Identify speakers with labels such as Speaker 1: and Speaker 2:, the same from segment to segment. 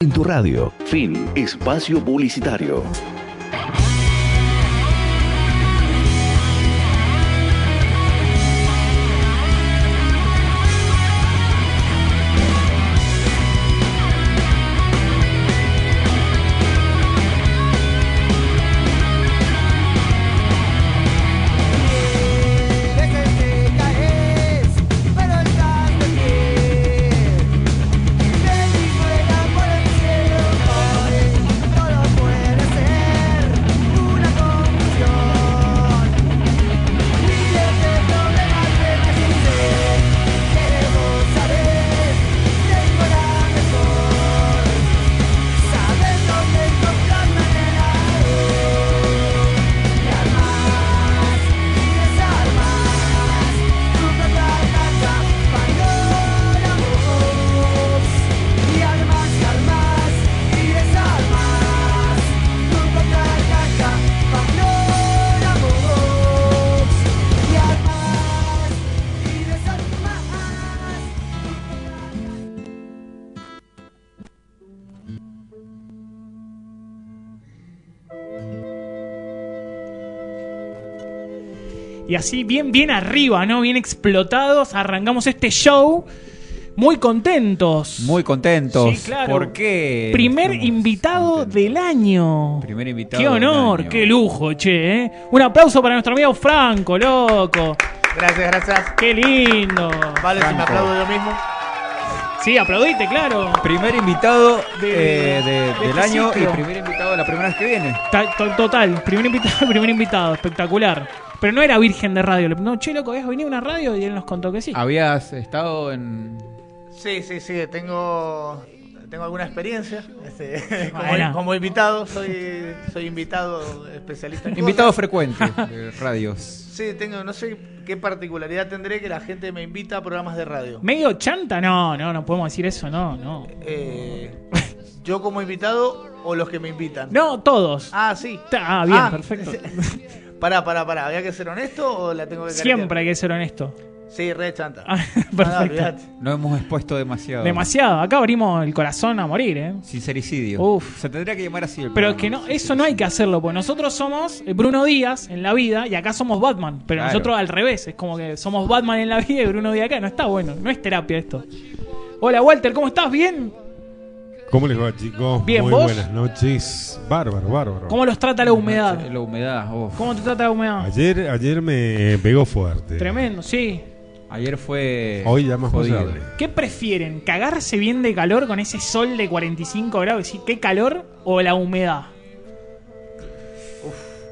Speaker 1: En tu radio. Fin. Espacio publicitario.
Speaker 2: Dejen que caes, pero estás de pie. Te vi fuera por el cielo, hoy solo puede ser una confusión. Miles de problemas de la gente, queremos saber tengo la mejor. Saber dónde encontrar maneras de armar y desarmar tu propia casa Pandora Y armas y armas y desarmas tu propia casa Pandora Y armas y desarmas
Speaker 3: Y así, bien, bien arriba, ¿no? Bien explotados, arrancamos este show. Muy contentos.
Speaker 4: Muy contentos.
Speaker 3: Sí, claro.
Speaker 4: ¿Por qué?
Speaker 3: Primer
Speaker 4: Estamos
Speaker 3: invitado
Speaker 4: contentos.
Speaker 3: del año.
Speaker 4: Primer invitado.
Speaker 3: Qué
Speaker 4: del
Speaker 3: honor,
Speaker 4: año.
Speaker 3: qué lujo, che. ¿eh? Un aplauso para nuestro amigo Franco, loco.
Speaker 5: Gracias, gracias.
Speaker 3: Qué lindo.
Speaker 5: Vale, si me
Speaker 4: Franco.
Speaker 5: aplaudo yo mismo.
Speaker 3: Sí, aplaudite, claro.
Speaker 4: Primer invitado
Speaker 3: De-
Speaker 4: eh, de-
Speaker 3: de
Speaker 4: del
Speaker 3: este
Speaker 4: año
Speaker 3: ciclo.
Speaker 4: y primer invitado de la primera vez que viene.
Speaker 3: Ta- to- Total, primer invitado, primer invitado, espectacular. Pero no era virgen de radio. le- No, che, loco, habías venido a una radio y él nos contó que sí.
Speaker 4: Ah. Habías estado en.
Speaker 5: Sí, sí, sí, tengo, tengo alguna experiencia. este,
Speaker 3: Bueno.
Speaker 5: como, como invitado, soy, soy invitado especialista en
Speaker 4: Invitado
Speaker 5: cosas.
Speaker 4: frecuente de radios.
Speaker 5: Sí, tengo, no sé qué particularidad tendré que la gente me invita a programas de radio.
Speaker 3: ¿Medio chanta? No, no, no podemos decir eso, no, no.
Speaker 5: Eh, yo como invitado o los que me invitan.
Speaker 3: No, todos.
Speaker 5: Ah, sí.
Speaker 3: Ah, bien, perfecto.
Speaker 5: Pará, pará, pará. ¿Había que ser honesto o la tengo que caretear?
Speaker 3: Siempre hay que ser honesto.
Speaker 5: Sí, re chanta.
Speaker 3: Ah,
Speaker 5: No, no,
Speaker 3: perfecto.
Speaker 5: olvidate.
Speaker 4: No hemos expuesto demasiado.
Speaker 3: Demasiado. Acá abrimos el corazón a morir, ¿eh?
Speaker 4: Sincericidio.
Speaker 3: Uf.
Speaker 4: Se tendría que llamar así. el
Speaker 3: Pero
Speaker 4: programa,
Speaker 3: es que no, eso
Speaker 4: sincericidio.
Speaker 3: no hay que hacerlo, porque nosotros somos eh, Bruno Díaz en la vida y acá somos Batman. Pero
Speaker 4: Claro.
Speaker 3: nosotros al revés, es como que somos Batman en la vida y Bruno Díaz acá. No está bueno, no es terapia esto. Hola Walter, ¿cómo estás? ¿Bien?
Speaker 6: ¿Cómo les va, chicos?
Speaker 3: Bien,
Speaker 6: Muy
Speaker 3: ¿vos?
Speaker 6: buenas noches. Bárbaro, bárbaro.
Speaker 3: ¿Cómo los trata la humedad?
Speaker 4: La humedad. uf.
Speaker 3: ¿Cómo te trata la humedad?
Speaker 6: Ayer, ayer me pegó fuerte.
Speaker 3: Tremendo, sí.
Speaker 4: Ayer fue.
Speaker 6: Hoy ya más
Speaker 4: jodido.
Speaker 6: pasable.
Speaker 3: ¿Qué prefieren? ¿Cagarse bien de calor con ese sol de 45 grados? ¿Sí? ¿Qué calor o la humedad?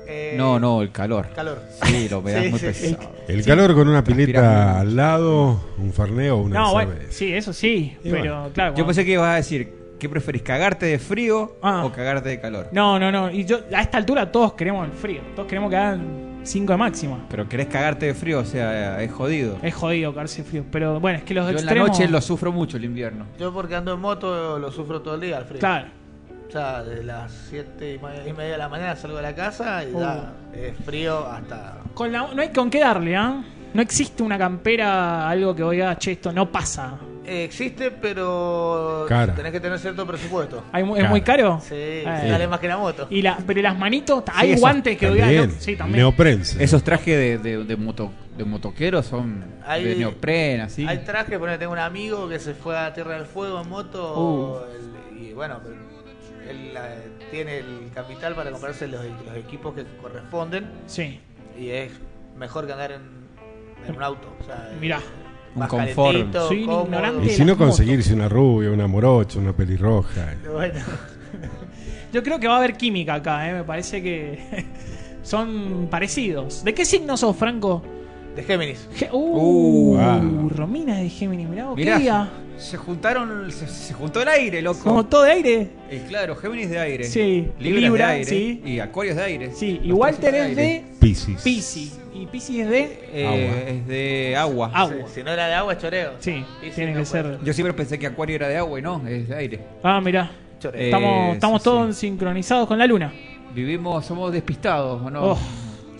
Speaker 5: Eh,
Speaker 4: No, no, el calor.
Speaker 5: Calor.
Speaker 4: Sí, la humedad
Speaker 5: Sí,
Speaker 4: es muy
Speaker 5: sí,
Speaker 4: pesada.
Speaker 6: El calor con una
Speaker 4: Transpirás
Speaker 6: pileta
Speaker 4: bien.
Speaker 6: al lado, un farneo o una
Speaker 3: No, bueno,
Speaker 6: cerveza.
Speaker 3: sí, eso sí.
Speaker 6: Y
Speaker 3: pero
Speaker 6: bueno,
Speaker 3: claro.
Speaker 4: Yo
Speaker 3: cuando-
Speaker 4: pensé que ibas a decir, ¿qué preferís, cagarte de frío
Speaker 3: Ah.
Speaker 4: o cagarte de calor?
Speaker 3: No, no, no. Y yo, a esta altura todos queremos el frío. Todos queremos que hagan 5 de máxima.
Speaker 4: Pero querés cagarte de frío, o sea, es jodido.
Speaker 3: Es jodido caerse frío. Pero bueno, es que los
Speaker 4: Yo en la
Speaker 3: extremos.
Speaker 4: noche lo sufro mucho el invierno.
Speaker 5: Yo porque ando en moto lo sufro todo el día al frío.
Speaker 3: Claro.
Speaker 5: O sea, de las 7 y ma- y media de la mañana salgo de la casa y
Speaker 3: Uh.
Speaker 5: ya es frío hasta...
Speaker 3: Con la- no hay con qué darle, ¿ah? No existe una campera, algo que oiga, che, esto no pasa.
Speaker 5: Eh, existe, pero
Speaker 6: Cara.
Speaker 5: tenés que tener cierto presupuesto.
Speaker 3: Hay mu- ¿Es
Speaker 6: Claro.
Speaker 3: muy caro?
Speaker 5: Sí,
Speaker 3: Eh,
Speaker 5: sale más que la moto.
Speaker 3: Y la, pero las manitos, hay
Speaker 4: eso
Speaker 3: guantes que oiga.
Speaker 6: También,
Speaker 3: no- sí, también.
Speaker 6: Neoprense.
Speaker 4: Esos trajes de, de, de moto, de motoqueros son
Speaker 5: Hay-
Speaker 4: de neopren, así.
Speaker 5: Hay trajes, por ejemplo, tengo un amigo que se fue a Tierra del Fuego en
Speaker 3: Uh.
Speaker 5: moto el- y bueno, pero él eh, tiene el capital para comprarse los, los equipos que corresponden
Speaker 3: Sí.
Speaker 5: y es mejor que andar en, en un auto. O sea,
Speaker 3: Mirá.
Speaker 4: Un
Speaker 5: más
Speaker 4: confort.
Speaker 5: calentito,
Speaker 3: Soy un
Speaker 5: cómodo.
Speaker 3: ignorante.
Speaker 6: Y
Speaker 3: de
Speaker 6: si no
Speaker 3: las motos.
Speaker 6: conseguirse una rubia, una morocha, una pelirroja.
Speaker 5: Bueno,
Speaker 3: Yo creo que va a haber química acá, ¿eh? Me parece que. son parecidos. ¿De qué signo sos, Franco?
Speaker 5: de Géminis.
Speaker 3: Ge- uh,
Speaker 6: Uh, wow.
Speaker 3: Romina es de Géminis, mirá, vos,
Speaker 4: Mirá,
Speaker 3: qué día.
Speaker 4: se juntaron, se, se juntó el aire, loco.
Speaker 3: Como todo de aire.
Speaker 4: Eh, claro, Géminis de aire.
Speaker 3: Sí.
Speaker 4: Libra,
Speaker 3: Libra,
Speaker 4: de aire.
Speaker 3: sí.
Speaker 4: Y Acuarios de aire.
Speaker 3: Sí, y
Speaker 4: Los
Speaker 3: Walter
Speaker 4: tres
Speaker 3: es
Speaker 4: son de
Speaker 3: de
Speaker 4: aire.
Speaker 6: Piscis.
Speaker 3: Pisi. Y Pisi es de
Speaker 4: Eh,
Speaker 6: Agua.
Speaker 4: Es de agua.
Speaker 3: agua.
Speaker 5: Si no era de agua, es choreo.
Speaker 3: Sí,
Speaker 5: Y si
Speaker 3: tiene
Speaker 5: no pues,
Speaker 3: que
Speaker 5: fue
Speaker 3: ser.
Speaker 4: Yo siempre pensé que Acuario era de agua y no, es de aire.
Speaker 3: Ah, mirá.
Speaker 5: choreo.
Speaker 4: Eh,
Speaker 3: Estamos, estamos
Speaker 4: sí,
Speaker 3: todos sincronizados con la luna.
Speaker 4: Vivimos, somos despistados, ¿o no?
Speaker 3: Oh,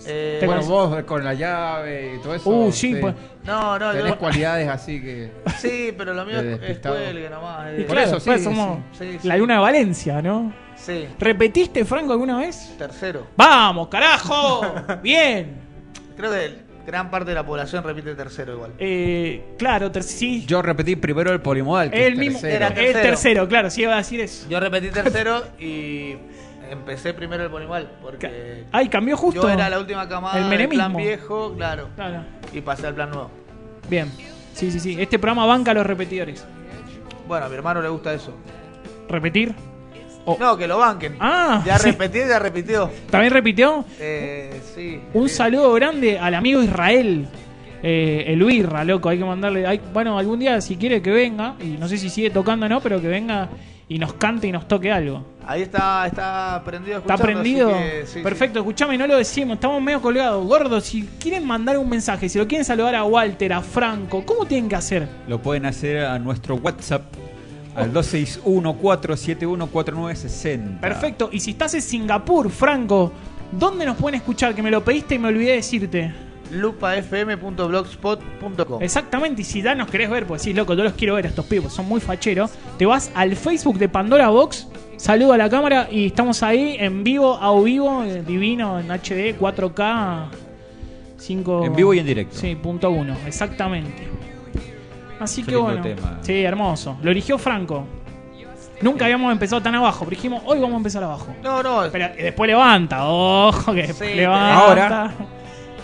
Speaker 5: Eh,
Speaker 3: Te
Speaker 7: bueno,
Speaker 3: conocí-
Speaker 7: vos con la llave y todo eso.
Speaker 3: Uh, sí, pues-
Speaker 5: no, no,
Speaker 7: Tenés
Speaker 5: yo-
Speaker 7: cualidades así que.
Speaker 5: sí, pero lo mío
Speaker 7: De
Speaker 5: es
Speaker 7: despistado.
Speaker 5: cuelgue nomás.
Speaker 3: Y
Speaker 5: eh,
Speaker 7: por
Speaker 3: claro,
Speaker 7: eso sí,
Speaker 3: pues somos
Speaker 5: sí, sí.
Speaker 3: la luna de Valencia, ¿no?
Speaker 5: Sí,
Speaker 3: ¿Repetiste, Franco, alguna vez?
Speaker 5: tercero.
Speaker 3: ¡Vamos, carajo! Bien.
Speaker 5: Creo que gran parte de la población repite tercero igual.
Speaker 3: Eh, claro, ter- sí.
Speaker 7: Yo repetí primero el polimodal. que
Speaker 3: el
Speaker 7: es
Speaker 3: mismo.
Speaker 7: tercero.
Speaker 5: Era-
Speaker 3: El
Speaker 5: tercero.
Speaker 3: tercero, claro, sí iba a decir eso.
Speaker 5: Yo repetí tercero y empecé primero el polimal porque
Speaker 3: Ay, cambió justo.
Speaker 5: yo era la última camada
Speaker 3: El
Speaker 5: del plan
Speaker 3: menemismo.
Speaker 5: viejo, claro,
Speaker 3: Claro.
Speaker 5: y pasé al plan nuevo.
Speaker 3: Bien. Sí, sí, sí. Este programa banca a los repetidores.
Speaker 5: Bueno, a mi hermano le gusta eso.
Speaker 3: ¿Repetir? Oh.
Speaker 5: No, que lo banquen.
Speaker 3: Ah,
Speaker 5: ya
Speaker 3: sí.
Speaker 5: repetí, ya repitió.
Speaker 3: ¿También repitió?
Speaker 5: Eh, sí.
Speaker 3: Un
Speaker 5: sí.
Speaker 3: saludo grande al amigo Israel. Eh, el Birra, loco, hay que mandarle. hay- bueno, algún día si quiere que venga, y no sé si sigue tocando o no, pero que venga y nos cante y nos toque algo.
Speaker 5: Ahí está, está prendido
Speaker 3: ¿Está
Speaker 5: escuchando, así
Speaker 3: prendido?
Speaker 5: que sí, sí.
Speaker 3: Perfecto, escuchame, no lo decimos, estamos medio colgados. Gordo, si quieren mandar un mensaje, si lo quieren saludar a Walter, a Franco, ¿cómo tienen que hacer?
Speaker 4: Lo pueden hacer a nuestro WhatsApp
Speaker 3: Oh.
Speaker 4: al 261-471-4960.
Speaker 3: Perfecto, y si estás en Singapur, Franco, ¿dónde nos pueden escuchar? Que me lo pediste y me olvidé decirte.
Speaker 5: lupafm.blogspot.com.
Speaker 3: Exactamente, y si ya nos querés ver, pues sí, loco, yo los quiero ver a estos pibos, son muy facheros. Te vas al Facebook de Pandora Box, saludo a la cámara y estamos ahí en vivo, a vivo, eh, divino, en HD, 4K, 5.
Speaker 4: En vivo y en directo.
Speaker 3: Sí, punto uno, exactamente. Así
Speaker 4: Qué
Speaker 3: que
Speaker 4: lindo
Speaker 3: bueno.
Speaker 4: tema.
Speaker 3: Sí, hermoso. Lo eligió Franco. Nunca habíamos empezado tan abajo, pero dijimos, hoy vamos a empezar abajo.
Speaker 5: No, no,
Speaker 3: Pero eh, después levanta, ojo, que después
Speaker 5: Sí,
Speaker 3: levanta.
Speaker 4: ahora.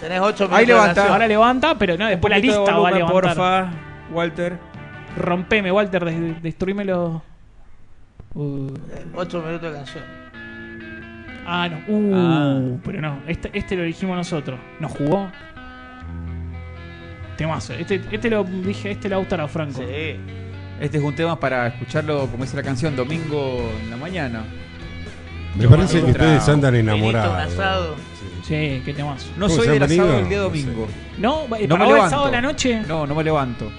Speaker 5: tenés 8 minutos.
Speaker 7: Ahí
Speaker 5: de
Speaker 7: levanta.
Speaker 5: oración.
Speaker 3: Ahora levanta, pero no, después la
Speaker 4: Poquito de
Speaker 3: lista va a
Speaker 4: volumen,
Speaker 3: levantar.
Speaker 4: porfa, Walter.
Speaker 3: Rompeme, Walter, des destruímelo. Uh,
Speaker 5: 8 minutos de canción.
Speaker 3: ah, no. Uh,
Speaker 4: Ah.
Speaker 3: Pero no, este, este lo dijimos nosotros. Nos jugó. Temazo. Este, este lo dije, este lo gustará a Franco.
Speaker 5: Sí.
Speaker 7: Este es un tema para escucharlo, como dice la canción, domingo en la mañana.
Speaker 6: Me parece que
Speaker 7: Otra-
Speaker 6: ustedes andan
Speaker 5: Vinito, un asado.
Speaker 6: enamorados. Sí.
Speaker 3: Sí, qué temazo.
Speaker 7: No
Speaker 6: ¿Cómo
Speaker 7: soy
Speaker 6: se
Speaker 7: del
Speaker 6: han
Speaker 7: asado
Speaker 6: venido?
Speaker 7: el día
Speaker 6: No sé.
Speaker 7: domingo.
Speaker 3: No,
Speaker 7: No me
Speaker 3: eh, para vos el
Speaker 7: levanto.
Speaker 3: sábado a la noche.
Speaker 7: No, no me levanto.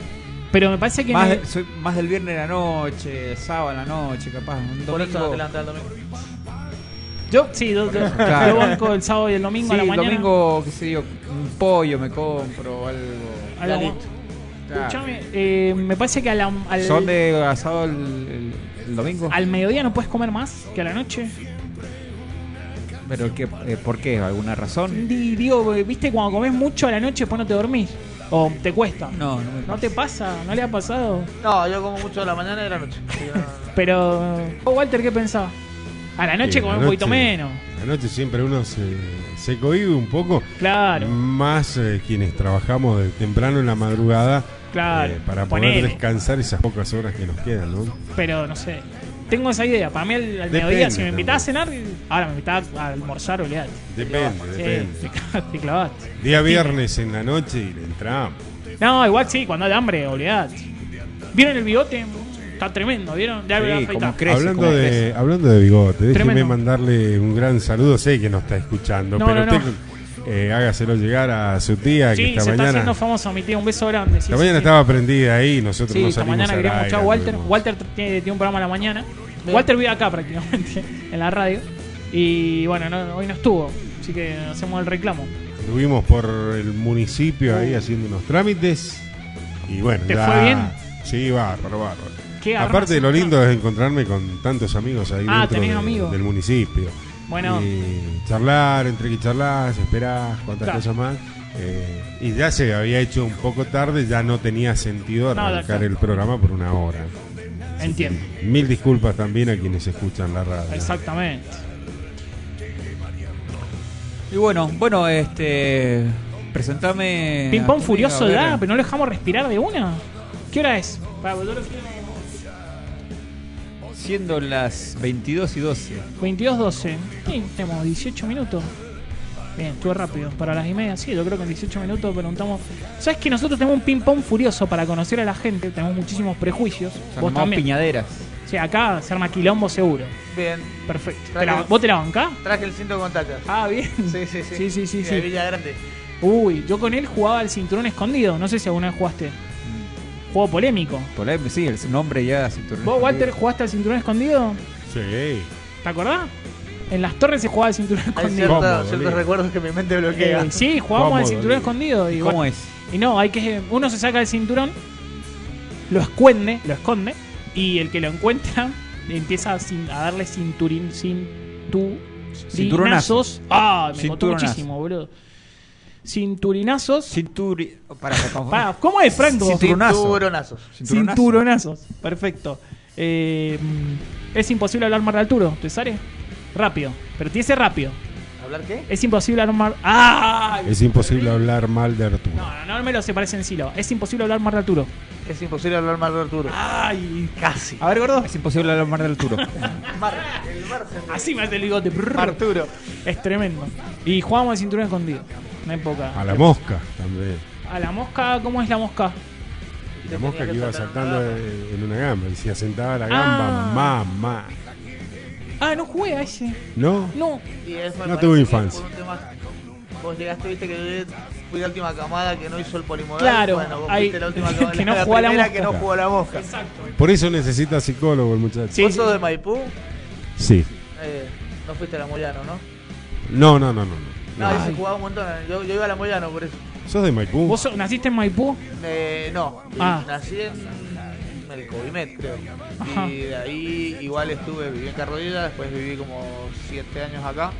Speaker 3: Pero me parece que.
Speaker 7: Más,
Speaker 3: en el-
Speaker 7: de- soy más del viernes a la noche, sábado a la noche, capaz. Un
Speaker 5: Por eso no
Speaker 7: domingo.
Speaker 5: te levantas el domingo.
Speaker 3: Yo, sí, yo, yo-
Speaker 7: Claro.
Speaker 3: yo banco el sábado y el domingo
Speaker 7: Sí,
Speaker 3: a la
Speaker 7: el
Speaker 3: mañana.
Speaker 7: domingo, qué sé yo, un pollo me compro o algo.
Speaker 3: A la-
Speaker 5: Ya listo.
Speaker 7: Claro.
Speaker 3: Escuchame, eh, me parece que a la- al,
Speaker 7: ¿Son de asado el, el- el domingo?
Speaker 3: al mediodía no puedes comer más que a la noche.
Speaker 4: ¿Pero qué, eh, por qué? ¿Alguna razón?
Speaker 3: Di- Digo, eh, viste, cuando comes mucho a la noche, después no te dormís. O te cuesta.
Speaker 4: No, no me
Speaker 3: ¿No te pasa? ¿No le ha pasado?
Speaker 5: No, yo como mucho de la mañana y de la noche. Sí, no, no.
Speaker 3: Pero. vos, Walter, ¿qué pensás? A la noche
Speaker 6: Sí,
Speaker 3: comés
Speaker 6: la
Speaker 3: un poquito
Speaker 6: noche-
Speaker 3: menos.
Speaker 6: La noche siempre uno se, se cohíbe un poco.
Speaker 3: Claro.
Speaker 6: Más eh, quienes trabajamos de temprano en la madrugada.
Speaker 3: Claro,
Speaker 6: eh, para poder
Speaker 3: ponele.
Speaker 6: descansar esas pocas horas que nos quedan, ¿no?
Speaker 3: Pero no sé. Tengo esa idea. Para mí, al, al
Speaker 6: Depende
Speaker 3: mediodía, si me
Speaker 6: también.
Speaker 3: invitás a cenar, ahora me invitás a almorzar, oleate.
Speaker 6: Depende,
Speaker 3: Sí,
Speaker 6: depende.
Speaker 3: te cla- te clavaste.
Speaker 6: Día viernes en la noche y le entramos.
Speaker 3: No, igual sí, cuando hay hambre, oleate. ¿Vieron el bigote? Está tremendo, ¿vieron? Ya lo voy a
Speaker 4: Sí,
Speaker 3: afeitar.
Speaker 4: como crece,
Speaker 6: hablando,
Speaker 4: como
Speaker 6: de,
Speaker 4: crece.
Speaker 6: hablando de bigote, déjeme
Speaker 3: Tremendo.
Speaker 6: mandarle un gran saludo. Sé que no está escuchando,
Speaker 3: No,
Speaker 6: pero
Speaker 3: no, no.
Speaker 6: usted eh, hágaselo llegar a su tía
Speaker 3: Sí,
Speaker 6: que esta
Speaker 3: se está
Speaker 6: mañana.
Speaker 3: haciendo famoso, mi tía. Un beso grande. Sí,
Speaker 6: esta
Speaker 3: sí, sí.
Speaker 6: mañana estaba prendida ahí, nosotros
Speaker 3: Sí,
Speaker 6: no
Speaker 3: esta
Speaker 6: salimos
Speaker 3: mañana
Speaker 6: al
Speaker 3: queríamos
Speaker 6: aire,
Speaker 3: escuchar a Walter.
Speaker 6: anduvimos.
Speaker 3: Walter tiene, tiene un programa a la mañana. Walter vive acá prácticamente, en la radio. Y bueno, no- hoy no estuvo, así que hacemos el reclamo.
Speaker 6: Anduvimos por el municipio ahí haciendo unos trámites. Y bueno,
Speaker 3: ¿Te
Speaker 6: ya-
Speaker 3: fue bien?
Speaker 6: Sí, bárbaro, bárbaro.
Speaker 3: ¿Qué armas
Speaker 6: Aparte de lo
Speaker 3: encontró?
Speaker 6: lindo es encontrarme con tantos amigos ahí
Speaker 3: Ah,
Speaker 6: dentro
Speaker 3: tenés
Speaker 6: de-
Speaker 3: amigos.
Speaker 6: del municipio.
Speaker 3: Bueno.
Speaker 6: Y charlar, entre que charlas, esperás, cuantas
Speaker 3: Claro.
Speaker 6: cosas más. Eh, y ya se había hecho un poco tarde, ya no tenía sentido
Speaker 3: No,
Speaker 6: arrancar
Speaker 3: claro.
Speaker 6: el programa por una hora.
Speaker 3: Entiendo,
Speaker 6: Mil disculpas también a quienes escuchan la radio.
Speaker 3: exactamente.
Speaker 4: Y bueno, bueno, este. Presentame. a
Speaker 3: Ping-pong
Speaker 4: tu
Speaker 3: furioso
Speaker 4: amiga, a
Speaker 3: ya,
Speaker 4: ver.
Speaker 3: pero no lo dejamos respirar de una. ¿Qué hora es? Para, yo lo quiero-
Speaker 4: Siendo las 22 y 12.
Speaker 3: 22.12. Sí, tenemos 18 minutos. Bien, estuve rápido. Para las y media, sí, yo creo que en 18 minutos preguntamos. ¿Sabes que nosotros tenemos un ping-pong furioso para conocer a la gente? Tenemos muchísimos prejuicios. Vos
Speaker 7: Armamos
Speaker 3: también.
Speaker 7: piñaderas.
Speaker 3: O sea, acá se arma quilombo seguro.
Speaker 5: Bien,
Speaker 3: Perfecto.
Speaker 5: Traje-
Speaker 3: ¿Te la- ¿Vos te la bancás?
Speaker 5: traje el cinto de contacto.
Speaker 3: Ah, bien.
Speaker 5: Sí, sí, sí.
Speaker 3: Sí, sí, sí,
Speaker 5: De
Speaker 3: sí.
Speaker 5: Villa Grande.
Speaker 3: Uy, yo con él jugaba al cinturón escondido. No sé si alguna vez jugaste. Juego polémico.
Speaker 4: Polémico, sí, el nombre ya. cinturón
Speaker 3: ¿Vos, Walter,
Speaker 4: escondido.
Speaker 3: jugaste al cinturón escondido?
Speaker 6: Sí.
Speaker 3: ¿Te acordás? En las torres se jugaba el cinturón
Speaker 5: Hay
Speaker 3: escondido.
Speaker 5: cierta-
Speaker 6: Cómodo,
Speaker 5: ciertos
Speaker 6: boludo.
Speaker 5: recuerdos que mi mente bloquea.
Speaker 3: Eh, sí, jugábamos
Speaker 6: Cómodo,
Speaker 3: al cinturón
Speaker 6: boludo.
Speaker 3: escondido. Y,
Speaker 7: ¿Cómo
Speaker 3: bueno,
Speaker 7: es?
Speaker 3: y no, hay que. Uno se saca el cinturón, lo esconde, lo esconde, y el que lo encuentra empieza a, cin- a darle cinturín, cintu-
Speaker 7: Cinturonazos.
Speaker 3: cinturinazos. Ah, me costó
Speaker 7: Cinturonazo.
Speaker 3: muchísimo, boludo. Cinturinazos.
Speaker 7: Cinturi... Para,
Speaker 3: Pa, ¿Cómo es, Franco?
Speaker 7: Cinturonazo.
Speaker 5: Cinturonazos.
Speaker 7: Cinturonazo.
Speaker 3: Cinturonazos. Perfecto. Eh, mm, es imposible hablar más de Arturo. ¿Te sale? Rápido. Pero tiene que ser rápido.
Speaker 5: ¿Hablar qué?
Speaker 3: Es imposible hablar más. ¡Ah!
Speaker 6: Es imposible hablar mal de Arturo.
Speaker 3: No, no, no me lo separes en silo. Es imposible hablar más de Arturo.
Speaker 5: Es imposible hablar mal de Arturo.
Speaker 3: Ah. ¡Ay!
Speaker 5: Casi.
Speaker 7: A ver, gordo. Es imposible hablar más de Arturo.
Speaker 5: Mar- el margen de-
Speaker 3: Así me hace el bigote. Brrr.
Speaker 5: Arturo.
Speaker 3: Es tremendo. Y jugábamos al cinturón escondido. Una época.
Speaker 6: A la mosca también.
Speaker 3: A la mosca, ¿cómo es la mosca?
Speaker 6: La mosca que iba saltando eh, en una gamba. Y si asentaba la
Speaker 3: Ah.
Speaker 6: gamba, mamá.
Speaker 3: Ah, no jugué a ese.
Speaker 6: ¿No?
Speaker 3: No.
Speaker 5: Y es, me
Speaker 6: No
Speaker 5: parece
Speaker 6: tuvo
Speaker 5: que
Speaker 6: infancia.
Speaker 5: por un tema- Vos llegaste, viste que yo fui la última camada que no hizo el polimodal.
Speaker 3: Claro,
Speaker 5: Bueno, vos
Speaker 3: ahí-
Speaker 5: fuiste la última camada.
Speaker 3: que no
Speaker 5: la
Speaker 3: jugó a la
Speaker 5: primera
Speaker 3: mosca.
Speaker 5: que no jugó a la mosca.
Speaker 6: Por eso necesita psicólogo el muchacho.
Speaker 3: Sí,
Speaker 5: ¿Vos
Speaker 3: sí.
Speaker 5: sos de Maipú?
Speaker 6: Sí.
Speaker 5: Eh, no fuiste a la Moyano, ¿no?
Speaker 6: No, no, no, no. no.
Speaker 5: No, ahí se jugaba un montón. eh, Yo, yo iba a la Moyano por eso.
Speaker 6: ¿Sos de Maipú?
Speaker 3: ¿Vos so- naciste en Maipú?
Speaker 5: Eh, no,
Speaker 3: Ah.
Speaker 5: nací en el Covimet, creo.
Speaker 3: Ajá.
Speaker 5: Y de ahí igual estuve, viví en Carolina, después viví como 7 años acá,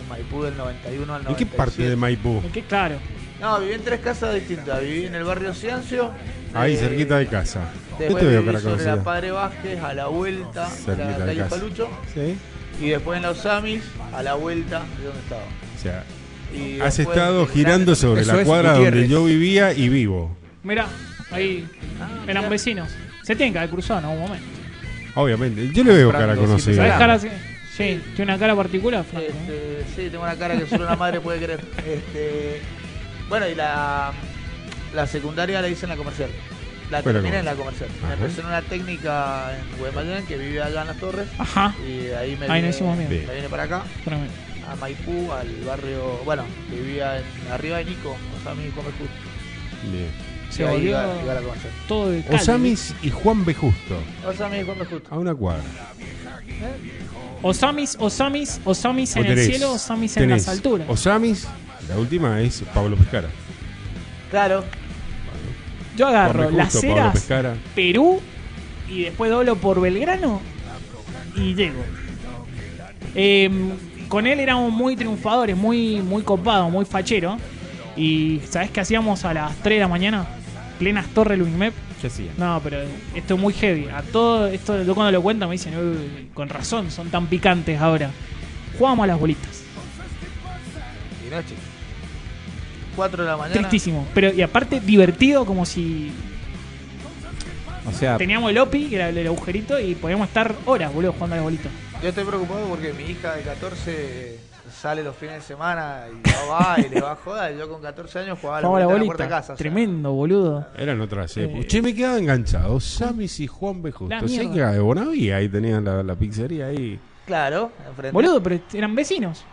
Speaker 5: en Maipú del 91 al
Speaker 6: ¿En qué
Speaker 5: 97.
Speaker 6: parte de Maipú?
Speaker 3: ¿En qué? Claro.
Speaker 5: No, viví en tres casas distintas. Viví en el barrio Ciencio.
Speaker 6: Ahí,
Speaker 5: eh,
Speaker 6: cerquita de casa. Yo
Speaker 5: Después
Speaker 6: te veo
Speaker 5: viví
Speaker 6: cara
Speaker 5: sobre la
Speaker 6: conocida.
Speaker 5: Padre Vázquez, a la vuelta, a la
Speaker 6: Cerquita de
Speaker 5: calle
Speaker 6: casa.
Speaker 5: Palucho.
Speaker 6: Sí.
Speaker 5: Y después en los Amis, a la vuelta de donde estaba.
Speaker 6: O sea,
Speaker 5: Y
Speaker 6: has
Speaker 5: después-
Speaker 6: estado girando sobre
Speaker 7: Eso
Speaker 6: la
Speaker 7: es
Speaker 6: cuadra donde
Speaker 7: Gutiérrez.
Speaker 6: yo vivía y vivo.
Speaker 3: Mirá, ahí.
Speaker 5: Ah,
Speaker 3: Eran vecinos. Se tienen que haber cruzado en algún momento.
Speaker 6: Obviamente. Yo le veo cara
Speaker 7: Comprando, sí,
Speaker 3: ¿Sabés
Speaker 7: Claro.
Speaker 6: conocida.
Speaker 3: cara? así? Sí, tiene una cara particular, Franco. ¿eh?
Speaker 5: Este, sí, tengo una cara que solo una madre puede creer. Este, bueno, y la, la secundaria la hice en la comercial. La
Speaker 6: Fue la
Speaker 5: terminé en la comercial.
Speaker 6: Ajá.
Speaker 5: Me empecé en una técnica en Guaymallén, que vive allá en las torres.
Speaker 3: Ajá.
Speaker 5: Y de ahí me
Speaker 3: Ahí
Speaker 5: vine-
Speaker 3: nos hicimos bien.
Speaker 5: me vine para acá,
Speaker 3: Tremendo.
Speaker 5: a Maipú, al barrio, bueno, que vivía en- arriba de Nico, o sea, mi comer justo.
Speaker 6: Bien.
Speaker 3: Se
Speaker 5: Y ahí
Speaker 3: volvió
Speaker 5: iba, iba a la comercial.
Speaker 3: todo de Cali.
Speaker 6: Osamis y Juan B. Justo.
Speaker 5: O sea, mi comer justo.
Speaker 6: A una cuadra.
Speaker 3: Osamis, Osamis, Osamis
Speaker 6: O
Speaker 3: en el
Speaker 6: tenés-
Speaker 3: cielo, Osamis en
Speaker 6: tenés
Speaker 3: las alturas.
Speaker 6: Osamis, la última es Pablo Pescara.
Speaker 5: Claro,
Speaker 3: Yo agarro
Speaker 6: Juan B.
Speaker 3: las
Speaker 6: Justo, Pablo
Speaker 3: ceras,
Speaker 6: Pescara.
Speaker 3: Perú, y después doblo por Belgrano y llego. Em, con él éramos muy triunfadores, muy, muy copados, muy fachero. Y ¿sabés qué hacíamos a las 3 de la mañana? Plenas Torre Luimep.
Speaker 7: ¿Qué hacía?
Speaker 3: No, pero esto es muy heavy. A todo esto, yo cuando lo cuento me dicen, "Uy, con razón, son tan picantes ahora. Jugábamos a las bolitas.
Speaker 5: y noche. 4 de la mañana.
Speaker 3: Tristísimo. Pero, y aparte, divertido, como si
Speaker 7: O sea,
Speaker 3: teníamos el OPI, que era el, el agujerito, y podíamos estar horas, boludo, jugando a las bolitas.
Speaker 5: Yo estoy preocupado porque mi hija de 14 sale los fines de semana y ya va y le va a joda. Y yo con 14 años jugaba a la,
Speaker 3: Jugábamos a las
Speaker 5: bolita en la puerta
Speaker 3: bolitas.
Speaker 5: de casa. o sea,
Speaker 3: Tremendo, boludo.
Speaker 6: Eran otras
Speaker 3: Eh,
Speaker 6: épocas. Che, me quedaba enganchado. Osamis y Juan B.
Speaker 3: La
Speaker 6: Justo. Sé
Speaker 3: mierda.
Speaker 6: que era de Bonavía. Ahí tenían la, la pizzería. Ahí.
Speaker 5: Claro, enfrente.
Speaker 3: Boludo, pero eran vecinos.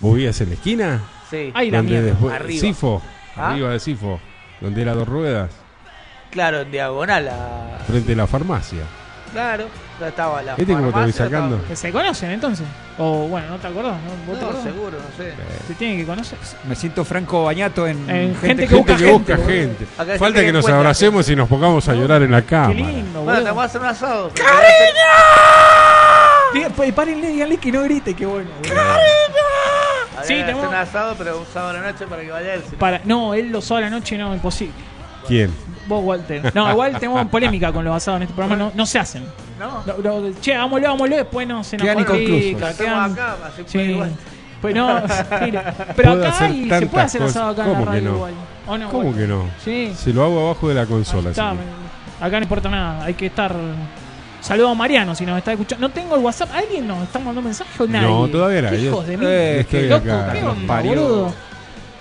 Speaker 6: ¿Vos vivías en la esquina?
Speaker 5: Sí.
Speaker 3: Ay, la
Speaker 6: Donde
Speaker 3: mierda.
Speaker 6: después-
Speaker 5: Arriba.
Speaker 6: Sifo.
Speaker 5: Ah.
Speaker 6: Arriba de Sifo. Donde era dos ruedas.
Speaker 5: Claro, en diagonal. a-
Speaker 6: Frente a la farmacia.
Speaker 5: Claro, ya estaba la.
Speaker 6: ¿Viste cómo te voy
Speaker 5: farmacia,
Speaker 6: sacando?
Speaker 5: estaba-
Speaker 3: ¿Se conocen entonces? O bueno, no te acordás, ¿no? ¿Vos te
Speaker 5: No,
Speaker 3: acordás?
Speaker 5: seguro, no sé.
Speaker 3: Se tienen que conocer.
Speaker 7: me siento Franco Bañato en,
Speaker 3: En gente que
Speaker 6: Gente
Speaker 3: busca
Speaker 6: que Este busca
Speaker 3: gente,
Speaker 6: gente.
Speaker 5: Acá hay gente
Speaker 6: Falta
Speaker 5: que
Speaker 6: que nos
Speaker 5: encuentra
Speaker 6: abracemos y nos pongamos a llorar en la
Speaker 3: Qué
Speaker 6: cama.
Speaker 3: lindo,
Speaker 5: Bueno, te vamos a
Speaker 3: boludo.
Speaker 5: hacer un asado.
Speaker 3: Diga- pa- pues, Párenle, díganle que no grite, qué bueno. boludo.
Speaker 5: Habría
Speaker 3: Sí,
Speaker 5: que hacer
Speaker 3: tenemos-
Speaker 5: un asado, pero un sábado a la noche para que vaya él. si no-
Speaker 3: Para, no, él lo sabe a la noche, no, imposible.
Speaker 6: ¿Quién?
Speaker 3: Vos, Walter. No, igual tenemos polémica con los basados en este programa, no, no se hacen.
Speaker 5: No,
Speaker 3: No, no, che, hagámoslo, hagámoslo, después no se nos
Speaker 7: Quedan inconclusos.
Speaker 5: lo hacemos acá, así
Speaker 3: Sí.
Speaker 5: puede igual.
Speaker 3: Pues no, mira, pero
Speaker 6: Puedo
Speaker 3: acá
Speaker 6: hacer
Speaker 3: hay, se
Speaker 6: tantas
Speaker 3: puede hacer asado
Speaker 6: cosas.
Speaker 3: acá en la
Speaker 6: ¿Cómo que
Speaker 3: radio
Speaker 6: no?
Speaker 3: igual. ¿O no,
Speaker 6: ¿Cómo
Speaker 3: Walter?
Speaker 6: que no?
Speaker 3: Sí.
Speaker 6: Se lo hago abajo de la
Speaker 3: Ahí
Speaker 6: consola.
Speaker 3: está,
Speaker 6: así que-
Speaker 3: me- acá no importa nada, hay que estar. Saludo a Mariano si nos está escuchando. No tengo el WhatsApp. ¿Alguien nos está mandando mensaje o nadie?
Speaker 6: No, todavía era.
Speaker 3: Hijos
Speaker 6: Yo-
Speaker 3: de mí.
Speaker 7: Eh,
Speaker 3: Qué
Speaker 6: estoy
Speaker 3: loco,
Speaker 6: acá,
Speaker 3: ¿qué
Speaker 6: los
Speaker 3: onda,
Speaker 7: parió.
Speaker 3: boludo?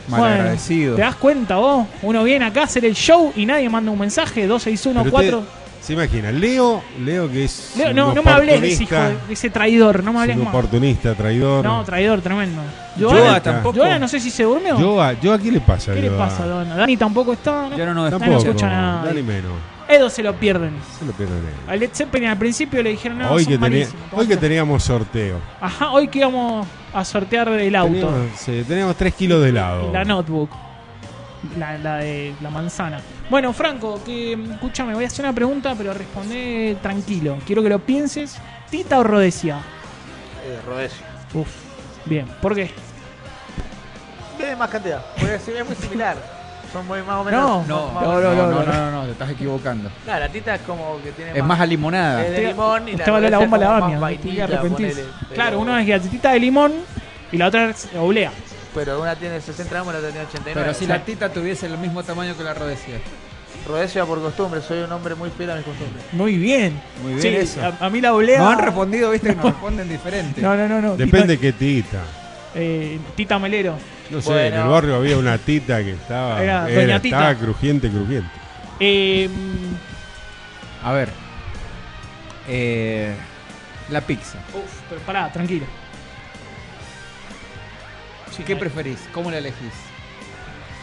Speaker 7: malagradecido.
Speaker 3: ¿Te das cuenta vos? Uno viene acá a hacer el show y nadie manda un mensaje.
Speaker 6: Pero
Speaker 3: 2614.
Speaker 6: usted Se imagina, Leo, Leo que es.
Speaker 3: Leo,
Speaker 6: un
Speaker 3: no, no me hables de ese hijo,
Speaker 6: oportunista,
Speaker 3: de de ese traidor. No me hables
Speaker 6: un
Speaker 3: más.
Speaker 6: oportunista, traidor.
Speaker 3: No, traidor, tremendo.
Speaker 7: Yoda
Speaker 3: Joana,
Speaker 7: tampoco.
Speaker 3: Joana, no sé si se durmió.
Speaker 6: yo, a, yo a qué le pasa,
Speaker 3: ¿Qué le
Speaker 6: Leo?
Speaker 3: pasa, Dona? Dani tampoco está. ¿no?
Speaker 7: Ya no nos
Speaker 3: Dani
Speaker 7: escucha.
Speaker 6: Tampoco,
Speaker 3: escucha nada.
Speaker 6: Dani menos.
Speaker 3: Edo se lo pierden.
Speaker 6: Se lo pierden ellos.
Speaker 3: A Led Zeppelin al principio le dijeron, no,
Speaker 6: hoy,
Speaker 3: son
Speaker 6: que tenía-
Speaker 3: malísimos.
Speaker 6: hoy que teníamos sorteo.
Speaker 3: Ajá, hoy que íbamos a sortear el auto.
Speaker 6: Teníamos, sí, teníamos 3 kilos de helado.
Speaker 3: La notebook. La, la de la manzana. Bueno, Franco, que escúchame, voy a hacer una pregunta, pero responde tranquilo. Quiero que lo pienses. ¿Tita o Rodesia?
Speaker 5: Eh, Rodesio.
Speaker 3: Uf. Bien, ¿por qué?
Speaker 5: Tiene más cantidad. Porque es, es muy similar. Son muy más o menos.
Speaker 3: No.
Speaker 5: no,
Speaker 7: No,
Speaker 5: más o
Speaker 7: no, no,
Speaker 5: menos-
Speaker 7: no, no, no, no, te estás equivocando.
Speaker 5: Claro, la tita es como que tiene
Speaker 7: Es más a limonada.
Speaker 5: Es de limón y
Speaker 3: Usted vale la bomba
Speaker 5: cerveza
Speaker 3: a la
Speaker 5: como más
Speaker 3: Bamia,
Speaker 5: vainilla,
Speaker 3: te arrepentís.
Speaker 5: ponele, pero-
Speaker 3: Claro, uno es galletita de limón y la otra es oblea.
Speaker 5: Pero una tiene 60 gramos y la otra tiene 89.
Speaker 7: Pero si la tita tuviese el mismo tamaño que la rodecía.
Speaker 5: Rodesio por costumbre, soy un hombre muy fiel a mis costumbres.
Speaker 3: Muy bien.
Speaker 7: Muy bien
Speaker 3: Sí,
Speaker 7: eso.
Speaker 3: A, a mí la oblea.
Speaker 7: No han respondido, viste, que nos responden diferente.
Speaker 3: Eh, ah. No, no, no, no.
Speaker 6: Depende qué tita.
Speaker 3: Tita, eh, tita Melero.
Speaker 6: No sé,
Speaker 5: Bueno.
Speaker 6: en el barrio había una tita que estaba,
Speaker 3: Era
Speaker 6: era-
Speaker 3: Doña Tita.
Speaker 6: estaba crujiente, crujiente.
Speaker 3: Eh,
Speaker 7: A ver. Eh, la pizza.
Speaker 3: uf, pero pará, tranquilo. Sí,
Speaker 7: ¿Qué
Speaker 3: no-
Speaker 7: preferís? ¿Cómo la elegís?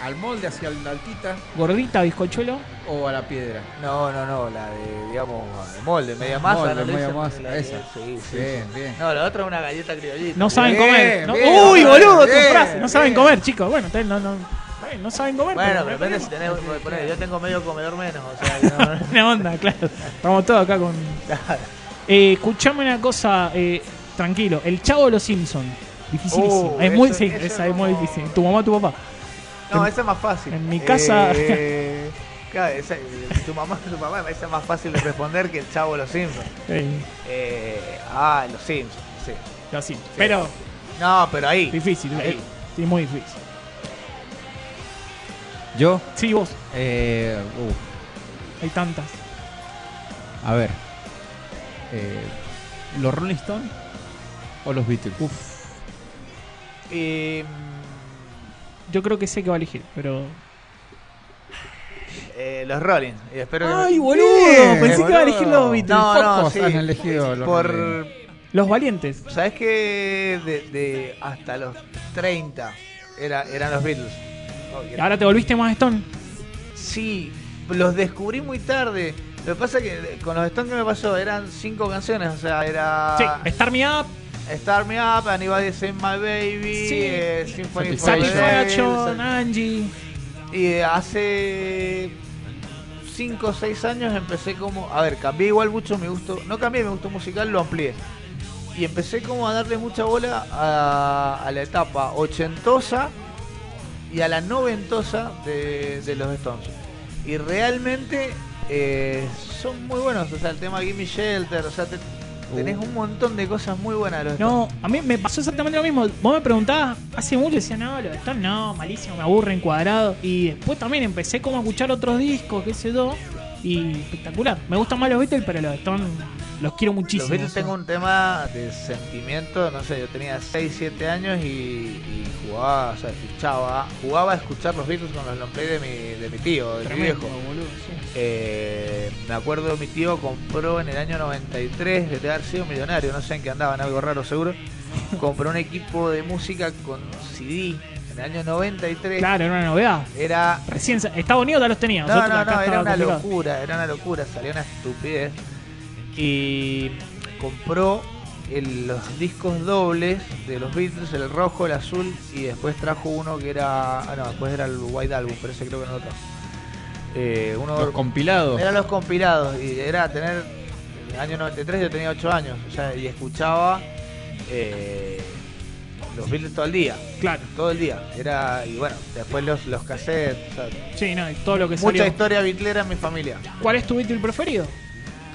Speaker 7: ¿Al molde hacia la altita
Speaker 3: Gordita, bizcochuelo.
Speaker 7: o a la piedra?
Speaker 5: No, no, no, la de, digamos, de molde, media masa.
Speaker 7: Molde,
Speaker 5: ¿no le
Speaker 7: media
Speaker 5: dicen?
Speaker 7: masa,
Speaker 5: La de-
Speaker 7: esa.
Speaker 5: Sí, sí.
Speaker 7: Bien, bien.
Speaker 5: No, la otra es una galleta criollita.
Speaker 3: No saben
Speaker 7: Bien,
Speaker 3: comer. ¿no?
Speaker 7: bien,
Speaker 3: Uy,
Speaker 7: bien,
Speaker 3: boludo, tu
Speaker 7: bien,
Speaker 3: frase. No saben
Speaker 7: bien.
Speaker 3: comer, chicos. Bueno, ustedes no, no, está bien, no saben comer.
Speaker 5: Bueno,
Speaker 3: pero
Speaker 5: pero
Speaker 3: no hay
Speaker 5: depende si
Speaker 3: problema.
Speaker 5: tenés, ponele, yo tengo medio comedor menos, o sea, que no,
Speaker 3: Una onda, claro. Estamos todos acá con.
Speaker 5: Claro.
Speaker 3: Eh, escuchame una cosa, eh, tranquilo. El chavo de los Simpsons. Dificilísimo.
Speaker 5: Oh,
Speaker 3: es muy,
Speaker 5: eso-
Speaker 3: sí,
Speaker 5: eso
Speaker 3: esa es
Speaker 5: no-
Speaker 3: muy difícil. Tu mamá, tu papá.
Speaker 5: no, esa es más fácil.
Speaker 3: en mi casa-
Speaker 5: Eh, claro, esa, eh, tu mamá, tu papá, esa es más fácil de responder que el chavo de los Simpsons.
Speaker 3: Eh,
Speaker 5: Eh, ah, los Simpsons, sí.
Speaker 3: lo siento. Pero
Speaker 5: No, pero ahí.
Speaker 3: difícil.
Speaker 5: Ahí.
Speaker 3: eh, sí, muy difícil.
Speaker 7: Yo,
Speaker 3: Sí, vos.
Speaker 7: eh, uh,
Speaker 3: Hay tantas.
Speaker 7: a ver. Eh, ¿Los Rolling Stones o los Beatles? Uf.
Speaker 5: Y, mm,
Speaker 3: Yo creo que sé que va a elegir, pero.
Speaker 5: eh, los Rolling. Y espero que-
Speaker 3: ¡Ay, boludo!
Speaker 7: Bien,
Speaker 3: Pensé que iba a
Speaker 7: boludo.
Speaker 3: elegir los Beatles.
Speaker 5: No, no,
Speaker 7: Pocos
Speaker 5: sí.
Speaker 7: han elegido los
Speaker 5: Por,
Speaker 7: Rolling.
Speaker 3: Los valientes.
Speaker 5: ¿Sabes qué? De, de hasta los 30 era, eran los Beatles. Oh,
Speaker 3: Y ahora te volviste más Stone.
Speaker 5: Sí, los descubrí muy tarde. Lo que pasa es que con los Stones que me pasó eran cinco canciones, o sea, era
Speaker 3: Sí, Star Me Up.
Speaker 5: Star Me Up, Anybody Save My Baby,
Speaker 3: Sí.
Speaker 5: eh, Symphony for the
Speaker 3: Satisfaction,
Speaker 5: Devil,
Speaker 3: Angie.
Speaker 5: Y eh, hace 5 o 6 años empecé como. A ver, cambié igual mucho mi gusto. No cambié mi gusto musical, lo amplié. Y empecé como a darle mucha bola a, a la etapa ochentosa y a la noventosa de, de los Stones. Y realmente eh, son muy buenos. O sea, el tema Gimme Shelter, o sea, te- tenés un montón de cosas muy buenas de los Stones.
Speaker 3: No, a mí me pasó exactamente lo mismo. Vos me preguntabas hace mucho, decía, no, los Stones no, malísimo, me aburren, cuadrado. Y después también empecé como a escuchar otros discos, qué sé yo. Y espectacular. Me gustan más los Beatles, pero los Stones los quiero muchísimo.
Speaker 5: Los Beatles tengo un tema de sentimiento, no sé, yo tenía 6, 7 años y, y jugaba, o sea, escuchaba, jugaba a escuchar los Beatles con los long play de mi, de mi tío, de mi viejo. Eh, me acuerdo mi tío compró en el año 93, de haber sido millonario, no sé en qué andaban, algo raro seguro, compró un equipo de música con CD en el año 93.
Speaker 3: Claro, era una novedad.
Speaker 5: Era
Speaker 3: Recién, sa- Estados Unidos ya los tenía.
Speaker 5: no,
Speaker 3: nosotros
Speaker 5: no,
Speaker 3: acá
Speaker 5: no, era
Speaker 3: estaba
Speaker 5: una
Speaker 3: complicado.
Speaker 5: locura, era una locura, salió una estupidez. Y compró el- los discos dobles de los Beatles, el rojo, el azul, y después trajo uno que era. Ah, no, después era el White Album, pero ese creo que no lo trajo. Eh, uno,
Speaker 7: Los compilados.
Speaker 5: eran los compilados, y era tener. En el año 93 yo tenía 8 años, o sea, y escuchaba eh, los Beatles todo el día,
Speaker 3: Claro,
Speaker 5: todo el día. Era, y bueno, después los, los cassettes, o sea,
Speaker 3: sí, no, y todo lo que
Speaker 5: Mucha
Speaker 3: salió.
Speaker 5: historia bitlera en mi familia.
Speaker 3: ¿Cuál es tu Beatle preferido?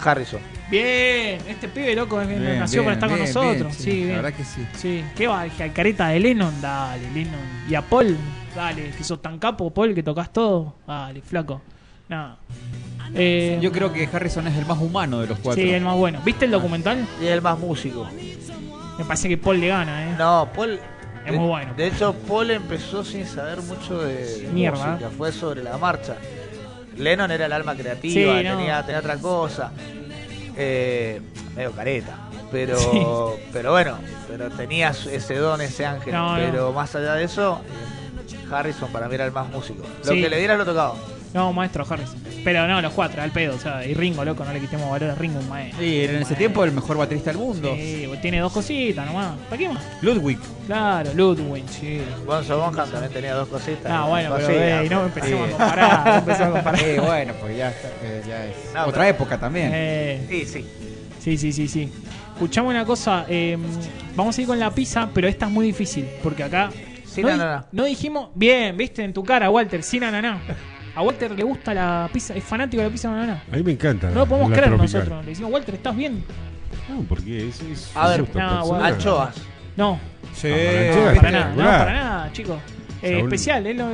Speaker 5: Harrison.
Speaker 3: Bien, este pibe loco es-
Speaker 7: Bien,
Speaker 3: nació
Speaker 7: bien,
Speaker 3: para estar con
Speaker 7: bien,
Speaker 3: nosotros.
Speaker 7: bien,
Speaker 3: sí,
Speaker 7: sí,
Speaker 3: bien.
Speaker 7: La verdad que sí.
Speaker 3: Sí, ¿qué va? ¿Al careta de Lennon? Dale, Lennon. ¿Y a Paul? Dale, que sos tan capo, Paul, que tocas todo. Dale, flaco. Nada. Eh,
Speaker 7: Yo creo que Harrison es el más humano de los cuatro.
Speaker 3: sí, el más bueno. ¿Viste el documental?
Speaker 5: Y el más músico.
Speaker 3: Me parece que Paul le gana, ¿eh?
Speaker 5: No, Paul.
Speaker 3: Es
Speaker 5: de-
Speaker 3: muy bueno.
Speaker 5: De hecho, Paul empezó sin saber mucho de, de
Speaker 3: Mierda. ¿eh?
Speaker 5: música. Fue sobre la marcha. Lennon era el alma creativa,
Speaker 3: Sí, no.
Speaker 5: tenía, tenía otra cosa. Eh, medio careta. Pero, pero bueno, pero tenía su- ese don, ese ángel.
Speaker 3: No, no.
Speaker 5: pero más allá de eso, Harrison para mí era el más músico. Lo
Speaker 3: Sí.
Speaker 5: que le diera lo tocaba.
Speaker 3: No, maestro Harrison. Pero no, los cuatro, al pedo. O sea, y Ringo, loco, no le quitemos valor a Ringo, un maestro.
Speaker 4: Sí, era en ese tiempo el mejor baterista del mundo.
Speaker 3: Sí, pues tiene dos cositas nomás. ¿Para qué más?
Speaker 8: Ludwig.
Speaker 3: Claro, Ludwig, sí.
Speaker 5: Gonzo Bonham también tenía dos cositas.
Speaker 3: Ah, bueno, pero
Speaker 5: Sí,
Speaker 3: ey, no
Speaker 5: ah,
Speaker 3: me empecemos
Speaker 4: sí.
Speaker 3: a comparar. No empecemos a comparar.
Speaker 4: Eh, bueno, pues ya, está, eh, ya es
Speaker 5: No,
Speaker 4: otra
Speaker 5: pero-
Speaker 4: época también.
Speaker 3: Eh,
Speaker 5: Sí, sí.
Speaker 3: Sí, sí, sí, sí. Escuchame una cosa, eh, vamos a ir con la pizza, pero esta es muy difícil, porque acá...
Speaker 5: Sin
Speaker 3: no, di-
Speaker 5: ananá.
Speaker 3: no dijimos... Bien, viste, en tu cara, Walter, sin ananá. A Walter le gusta la pizza, es fanático de la pizza con ananá.
Speaker 6: A mí me encanta.
Speaker 3: No lo podemos
Speaker 6: la
Speaker 3: creer
Speaker 6: tropical.
Speaker 3: nosotros. Le decimos, Walter, ¿estás bien?
Speaker 6: No, porque es, es
Speaker 5: A
Speaker 6: un
Speaker 5: ver,
Speaker 6: gusto
Speaker 3: no,
Speaker 6: personal.
Speaker 3: bueno.
Speaker 5: Anchoas.
Speaker 3: No,
Speaker 4: Sí,
Speaker 6: Amaranchada,
Speaker 3: para
Speaker 6: Espectacular.
Speaker 3: nada, no, para nada, chicos. Eh,
Speaker 6: Saúl.
Speaker 3: especial, eh, lo-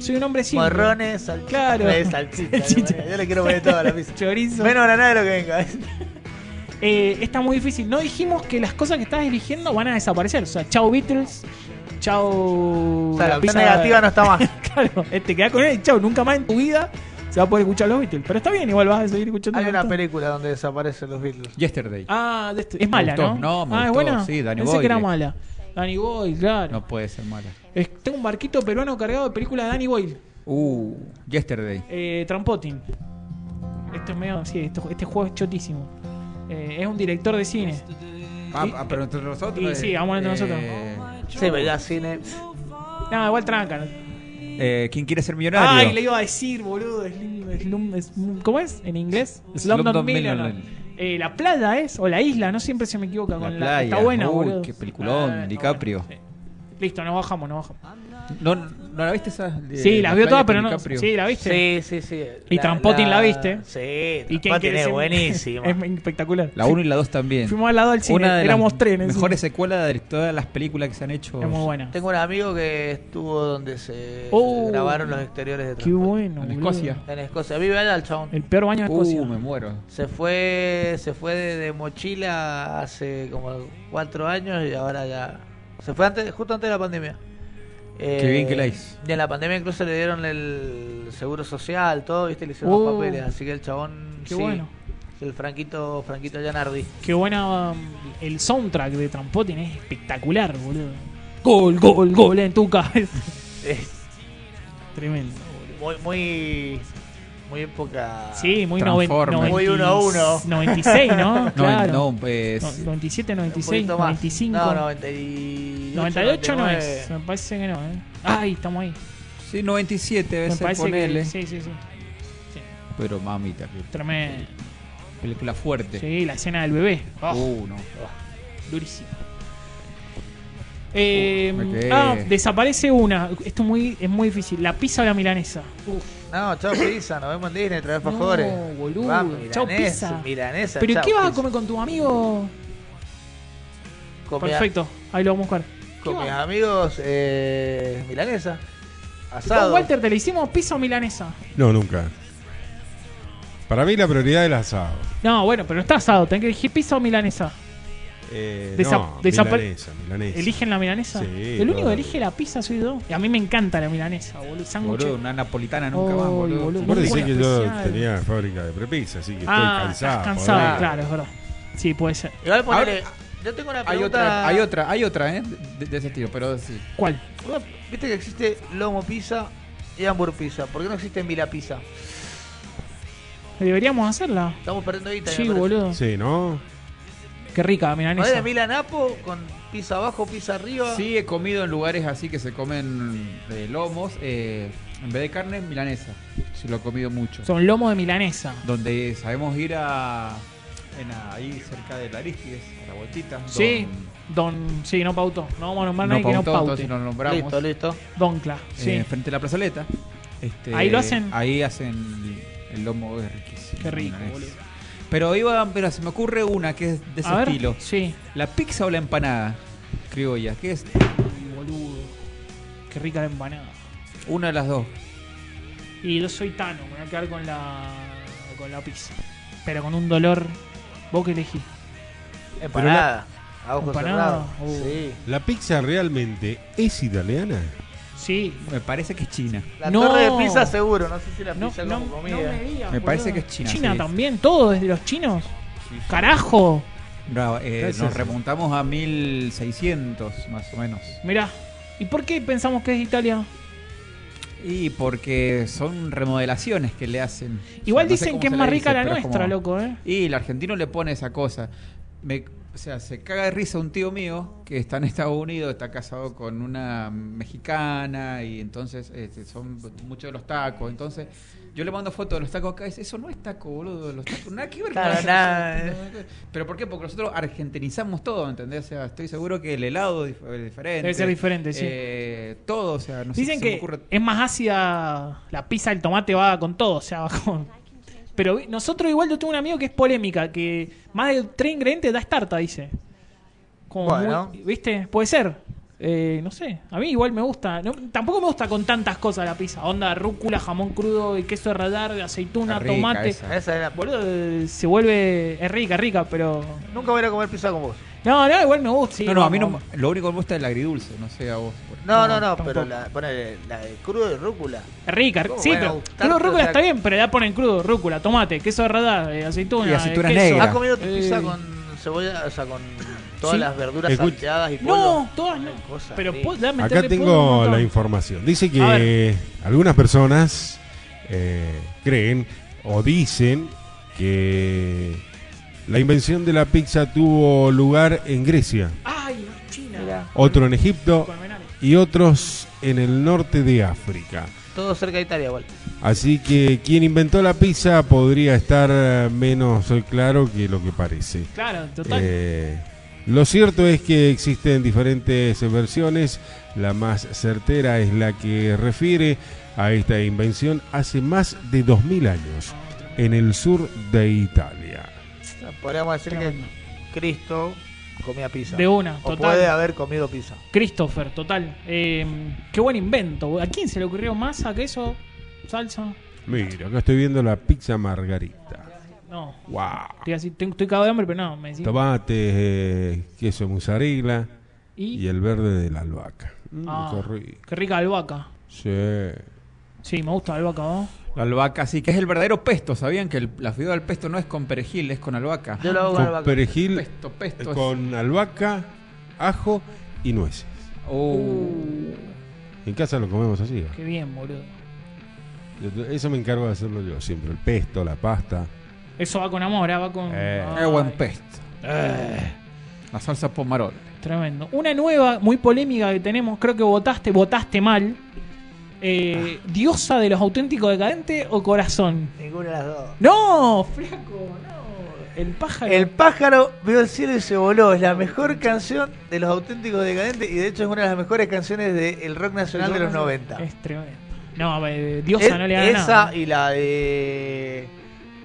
Speaker 3: soy un hombre simple.
Speaker 5: Morrones, salchichas.
Speaker 3: Claro.
Speaker 5: eh, salchichas,
Speaker 3: Salchicha.
Speaker 5: Yo le quiero poner toda la pizza.
Speaker 3: Chorizo.
Speaker 5: Menos granada de lo que venga.
Speaker 3: Eh, está muy difícil. No dijimos que las cosas que estás eligiendo van a desaparecer. O sea, chau Beatles, chau...
Speaker 5: O sea, la opción
Speaker 3: pizza-
Speaker 5: negativa no está más.
Speaker 3: Claro, eh, te quedás con él y chau, nunca más en tu vida se va a poder escuchar los Beatles. Pero está bien, igual vas a seguir escuchando.
Speaker 5: Hay
Speaker 3: un
Speaker 5: una
Speaker 3: montón.
Speaker 5: película donde desaparecen los Beatles.
Speaker 4: Yesterday.
Speaker 3: Ah, de este- es mala,
Speaker 4: gustó,
Speaker 3: ¿no?
Speaker 4: no, me
Speaker 3: ah,
Speaker 4: gustó,
Speaker 3: es buena.
Speaker 4: sí, Danny
Speaker 3: Pensé
Speaker 4: Boyle.
Speaker 3: que era mala. Danny Boyle, claro.
Speaker 4: No puede ser mala.
Speaker 3: Es- tengo un barquito peruano cargado de películas de Danny Boyle.
Speaker 4: Uh, Yesterday.
Speaker 3: Eh, Trampotin. Esto es medio. Sí, esto- este juego es chotísimo. Eh, es un director de cine.
Speaker 4: Ah, ah, pero entre nosotros. eh,
Speaker 3: Y sí, vamos entre nosotros.
Speaker 5: Sí, pero ya cine.
Speaker 3: Nada, igual tranca.
Speaker 4: Eh, ¿Quién quiere ser millonario?
Speaker 3: Ay, le iba a decir, boludo. Slum- Slum- Slum- ¿Cómo es? ¿En inglés? Slumdog
Speaker 4: Slumdog
Speaker 3: Millionaire.
Speaker 4: Millionaire.
Speaker 3: Eh, la playa es, o la isla, no siempre se me equivoca
Speaker 4: La
Speaker 3: con la.
Speaker 4: playa.
Speaker 3: Está buena,
Speaker 4: Uy,
Speaker 3: boludo. Ah,
Speaker 4: qué peliculón,
Speaker 3: está
Speaker 4: DiCaprio.
Speaker 3: buena, sí. Listo, nos bajamos, nos bajamos.
Speaker 4: ¿No, ¿No la viste esa? de-
Speaker 3: sí, las
Speaker 4: la
Speaker 3: vio
Speaker 4: playa
Speaker 3: todas,
Speaker 4: con
Speaker 3: pero no.
Speaker 4: DiCaprio?
Speaker 3: Sí, la viste.
Speaker 5: Sí, sí, sí.
Speaker 3: Y Trampotin la viste.
Speaker 5: Sí,
Speaker 3: ¿Y quién
Speaker 5: Trampotin
Speaker 3: quiere
Speaker 5: es
Speaker 3: ser-
Speaker 5: buenísima.
Speaker 3: es espectacular.
Speaker 4: La 1 y la 2 también.
Speaker 3: Fuimos al lado del cine,
Speaker 4: Una de
Speaker 3: éramos
Speaker 4: las
Speaker 3: tres. en el
Speaker 4: mejores secuelas de todas las películas que se han hecho.
Speaker 3: cine. Es muy buena.
Speaker 5: Tengo un amigo que estuvo donde se
Speaker 3: Oh.
Speaker 5: grabaron los exteriores de
Speaker 3: Qué
Speaker 5: Trampotin.
Speaker 3: bueno.
Speaker 4: En
Speaker 3: boludo.
Speaker 4: Escocia.
Speaker 5: En Escocia. Vive allá el chabón.
Speaker 3: El peor baño de Escocia.
Speaker 4: Uh, me muero.
Speaker 5: Se fue, se fue de, de mochila hace como cuatro años y ahora ya. Se fue antes, justo antes de la pandemia. Eh,
Speaker 4: Qué bien que la hizo.
Speaker 5: Y en la pandemia incluso le dieron el seguro social, todo, viste, le hicieron los
Speaker 3: Oh.
Speaker 5: papeles. Así que el chabón.
Speaker 3: Qué
Speaker 5: sí,
Speaker 3: bueno.
Speaker 5: El Franquito, Franquito Yanardi.
Speaker 3: Qué buena. um, el soundtrack de Trampotin es espectacular, boludo. Gol, gol, gol en tu cabeza.
Speaker 5: Es
Speaker 3: Tremendo.
Speaker 5: Eh, muy, muy. Muy época.
Speaker 3: Sí, muy noven-
Speaker 4: Transformers.
Speaker 5: Muy uno a uno.
Speaker 3: 96, ¿no?
Speaker 4: No,
Speaker 3: Claro.
Speaker 4: no, pues.
Speaker 3: No, 97,
Speaker 5: un
Speaker 3: 96,
Speaker 5: poquito más.
Speaker 3: 95.
Speaker 5: No, 98.
Speaker 3: 98 no
Speaker 5: 99.
Speaker 3: es. Me parece que no, ¿eh? Ay, estamos ahí.
Speaker 4: Sí, 97
Speaker 3: Me
Speaker 4: veces
Speaker 3: parece
Speaker 4: ponele.
Speaker 3: que. Sí, sí, sí.
Speaker 4: Pero mamita, qué
Speaker 3: Tremendo.
Speaker 4: película fuerte.
Speaker 3: Sí, Oh. la escena del bebé.
Speaker 4: Uh, no.
Speaker 3: Durísimo. Eh,
Speaker 4: me quedé.
Speaker 3: ah, desaparece una. Esto muy, es muy difícil. La pizza o la milanesa. Uf.
Speaker 5: No, chao pizza, nos vemos en Disney, trae fajores.
Speaker 3: No, boludo. Chao, pizza.
Speaker 5: Milanesa,
Speaker 3: ¿Pero
Speaker 5: chao,
Speaker 3: qué vas a
Speaker 5: pizza.
Speaker 3: comer con tu amigo?
Speaker 5: Con mi-
Speaker 3: Perfecto, ahí lo vamos a buscar.
Speaker 5: Con
Speaker 3: ¿Qué
Speaker 5: mis
Speaker 3: va?
Speaker 5: amigos, eh, milanesa.
Speaker 3: Con
Speaker 5: Asado.
Speaker 3: Walter te le hicimos pizza o milanesa.
Speaker 6: No, nunca. Para mí la prioridad es el asado.
Speaker 3: No, bueno, pero no está asado, tenés que elegir pizza o milanesa.
Speaker 6: Eh,
Speaker 3: Desa-
Speaker 6: no,
Speaker 3: desapa-
Speaker 6: milanesa, milanesa.
Speaker 3: ¿Eligen la milanesa?
Speaker 6: Sí,
Speaker 3: El único que
Speaker 6: claro.
Speaker 3: elige la pizza soy yo. Y a mí me encanta la milanesa, boludo. Sándwich.
Speaker 4: Boludo, una napolitana nunca más,
Speaker 3: Ay,
Speaker 4: boludo.
Speaker 3: boludo.
Speaker 6: Vos
Speaker 3: Muy
Speaker 6: decís
Speaker 3: bueno,
Speaker 6: que yo
Speaker 3: especial.
Speaker 6: tenía fábrica de prepizza, así que
Speaker 3: Ah,
Speaker 6: estoy cansado.
Speaker 3: estás cansado,
Speaker 6: joder.
Speaker 3: claro, es verdad. Sí, puede ser.
Speaker 5: Igual ponele- yo tengo una pregunta.
Speaker 4: Hay otra, hay otra, hay otra, ¿eh? De, de ese estilo, pero sí.
Speaker 3: ¿Cuál?
Speaker 5: Una- Viste que existe lomo pizza y hamburg pizza. ¿Por qué no existe mila pizza?
Speaker 3: Deberíamos hacerla.
Speaker 5: Estamos perdiendo guita. me
Speaker 3: Sí,
Speaker 5: parece.
Speaker 3: boludo.
Speaker 6: Sí, ¿no?
Speaker 3: Qué rica la
Speaker 5: ¿No es
Speaker 3: milanesa.
Speaker 5: de mila napo con pizza abajo, pizza arriba?
Speaker 4: Sí, he comido en lugares así que se comen eh, lomos, eh, en vez de carne, milanesa. Sí, lo he comido mucho.
Speaker 3: Son lomos de milanesa.
Speaker 4: Donde sabemos ir a. en a- ahí cerca de la Aristides, a la vueltita.
Speaker 3: Sí, don. Sí, no pautó. No vamos a nombrar
Speaker 4: Don,
Speaker 3: a
Speaker 4: no,
Speaker 3: nadie que no
Speaker 4: Pautó,
Speaker 3: paute.
Speaker 4: entonces nos nombramos.
Speaker 5: Listo, listo.
Speaker 3: Doncla, sí.
Speaker 4: eh, Frente a la plazoleta. Este,
Speaker 3: Ahí lo hacen.
Speaker 4: Ahí hacen el lomo, es riquísimo.
Speaker 3: Qué rico,
Speaker 4: milanesa.
Speaker 3: boludo.
Speaker 4: Pero iba, pero se me ocurre una que es de ese
Speaker 3: a ver,
Speaker 4: estilo.
Speaker 3: sí.
Speaker 4: La pizza o la empanada criolla, que es
Speaker 3: Ay, boludo. Qué rica la empanada.
Speaker 4: una de las dos.
Speaker 3: Y yo soy Tano, me voy a quedar con la con la pizza. Pero con un dolor. ¿Vos qué elegís?
Speaker 5: Empanada. A ojos
Speaker 3: Empanada,
Speaker 5: cerrados.
Speaker 3: uh.
Speaker 5: Sí.
Speaker 6: ¿La pizza realmente es italiana?
Speaker 3: Sí.
Speaker 4: Me parece que es china.
Speaker 5: La
Speaker 3: No.
Speaker 5: torre de pizza seguro. No sé si la
Speaker 3: No,
Speaker 5: pizza
Speaker 3: no-
Speaker 5: como
Speaker 3: no
Speaker 5: comida.
Speaker 3: me digas,
Speaker 4: Me
Speaker 3: boludo.
Speaker 4: parece que es China,
Speaker 3: China
Speaker 4: sí.
Speaker 3: también, todo desde los chinos. Carajo.
Speaker 4: No, eh,
Speaker 6: Gracias.
Speaker 4: nos remontamos a 1600 más o menos.
Speaker 3: Mirá. ¿Y por qué pensamos que es de Italia?
Speaker 4: Y porque son remodelaciones que le hacen.
Speaker 3: Igual
Speaker 4: O sea, no sé
Speaker 3: dicen
Speaker 4: cómo
Speaker 3: que es
Speaker 4: se le
Speaker 3: más
Speaker 4: dice,
Speaker 3: rica la
Speaker 4: pero es
Speaker 3: nuestra,
Speaker 4: como-
Speaker 3: loco, ¿eh?
Speaker 4: Y el argentino le pone esa cosa. Me- o sea, se caga de risa un tío mío que está en Estados Unidos, está casado con una mexicana y entonces este, son muchos de los tacos. Entonces yo le mando fotos de los tacos acá y dice, eso no es taco, boludo, los tacos, nada que ver. con
Speaker 5: Claro,
Speaker 4: eso".
Speaker 5: nada.
Speaker 4: Pero ¿por qué? Porque nosotros argentinizamos todo, ¿entendés? O sea, estoy seguro que el helado es dif- diferente.
Speaker 3: Debe ser diferente, sí.
Speaker 4: Eh, todo, o sea, no sé,
Speaker 3: Dicen
Speaker 4: se me
Speaker 3: que
Speaker 4: ocurre-
Speaker 3: es más ácida la pizza, el tomate va con todo, o sea, va con... Pero vi- nosotros igual yo tengo un amigo que es polémica, que más de tres ingredientes da estarta, dice. Como
Speaker 5: Bueno.
Speaker 3: muy- ¿Viste? Puede ser. Eh, no sé, a mí igual me gusta. No, tampoco me gusta con tantas cosas la pizza. Onda, rúcula, jamón crudo, y queso de radar, aceituna,
Speaker 4: Está rica
Speaker 3: tomate.
Speaker 4: esa.
Speaker 5: Esa era-
Speaker 3: Boludo, eh, se vuelve... Es rica, rica, pero...
Speaker 5: Nunca voy a ir a comer pizza con vos.
Speaker 3: No, no, igual me gusta. sí,
Speaker 4: no, no, a mí no,
Speaker 3: vamos.
Speaker 4: lo único que me gusta es el agridulce, no sé a vos. por ejemplo.
Speaker 5: No, no, no,
Speaker 3: tampoco.
Speaker 5: pero la, ponele, la de crudo de rúcula.
Speaker 3: Es Rica,
Speaker 5: ¿Cómo
Speaker 3: sí,
Speaker 5: van a
Speaker 3: pero
Speaker 5: gustar
Speaker 3: crudo,
Speaker 5: todo
Speaker 3: rúcula
Speaker 5: ese
Speaker 3: está
Speaker 5: ac-
Speaker 3: bien, pero la ponen crudo, rúcula, tomate, queso de radar, eh, aceituna,
Speaker 4: Y aceitunas
Speaker 3: eh, queso.
Speaker 4: negras.
Speaker 5: ¿Has comido tu
Speaker 3: Eh.
Speaker 5: pizza con cebolla, o sea, con todas
Speaker 3: Sí.
Speaker 5: las verduras
Speaker 6: Escucha.
Speaker 5: salteadas y pollo?
Speaker 3: No, todas no.
Speaker 5: Cosas
Speaker 3: Pero
Speaker 5: ricas.
Speaker 3: po- dame
Speaker 6: Acá
Speaker 3: Ah, meterle pollo un
Speaker 6: tengo
Speaker 3: montón.
Speaker 6: la información. Dice
Speaker 3: A
Speaker 6: que algunas personas eh, creen o dicen que la invención de la pizza tuvo lugar en Grecia,
Speaker 3: Ay, no, China.
Speaker 6: otro en Egipto
Speaker 3: Con menares.
Speaker 6: y otros en el norte de África.
Speaker 5: Todo cerca de Italia, igual.
Speaker 6: Así que quien inventó la pizza podría estar eh, menos claro que lo que parece.
Speaker 3: Claro, total.
Speaker 6: Eh, lo cierto es que existen diferentes versiones. La más certera es la que refiere a esta invención hace más de 2000 años en el sur de Italia.
Speaker 5: O sea, Podríamos decir
Speaker 3: Tremendo.
Speaker 5: que Cristo comía pizza.
Speaker 3: De una,
Speaker 5: O
Speaker 3: total.
Speaker 5: puede haber comido pizza.
Speaker 3: Christopher, total. Eh, qué buen invento. ¿A quién se le ocurrió masa, queso, salsa?
Speaker 6: Mira, acá estoy viendo la pizza margarita.
Speaker 3: No.
Speaker 6: ¡Wow!
Speaker 3: Estoy, así, tengo- estoy cagado de hambre, pero no, me decís.
Speaker 6: Tomate, eh, queso mozzarella y
Speaker 3: Y,
Speaker 6: el verde de la albahaca. Mm,
Speaker 3: Ah.
Speaker 6: qué rico.
Speaker 3: qué rica albahaca.
Speaker 6: Sí.
Speaker 3: Sí, me gusta la albahaca, ¿no?
Speaker 4: La albahaca, sí, que es el verdadero pesto. ¿Sabían que el- la fideo del pesto no es con perejil, es con albahaca?
Speaker 5: Yo lo hago con
Speaker 6: Con
Speaker 5: albahaca.
Speaker 6: perejil, eh,
Speaker 4: Pesto, pesto. es-
Speaker 6: con albahaca, ajo y nueces.
Speaker 4: Uh,
Speaker 6: En casa lo comemos así.
Speaker 3: Qué bien, boludo.
Speaker 6: Yo- Eso me encargo de hacerlo yo siempre. El pesto, la pasta.
Speaker 3: Eso va con amor, ¿eh? va con.
Speaker 6: Eh.
Speaker 4: qué buen
Speaker 3: Ay.
Speaker 4: pesto. Eh. La salsa pomarol.
Speaker 3: Tremendo. Una nueva, muy polémica que tenemos, creo que votaste, votaste mal. Eh, ¿Diosa de los auténticos decadentes o corazón?
Speaker 5: Ninguna de las dos.
Speaker 3: ¡No! ¡Flaco! ¡No! El pájaro.
Speaker 5: El pájaro vio el cielo y se voló. Es la mejor canción de los auténticos decadentes y de hecho es una de las mejores canciones del rock nacional de los 90.
Speaker 3: Es tremendo. No, eh, Diosa
Speaker 5: Es-
Speaker 3: no le gana
Speaker 5: Esa
Speaker 3: nada.
Speaker 5: y la de.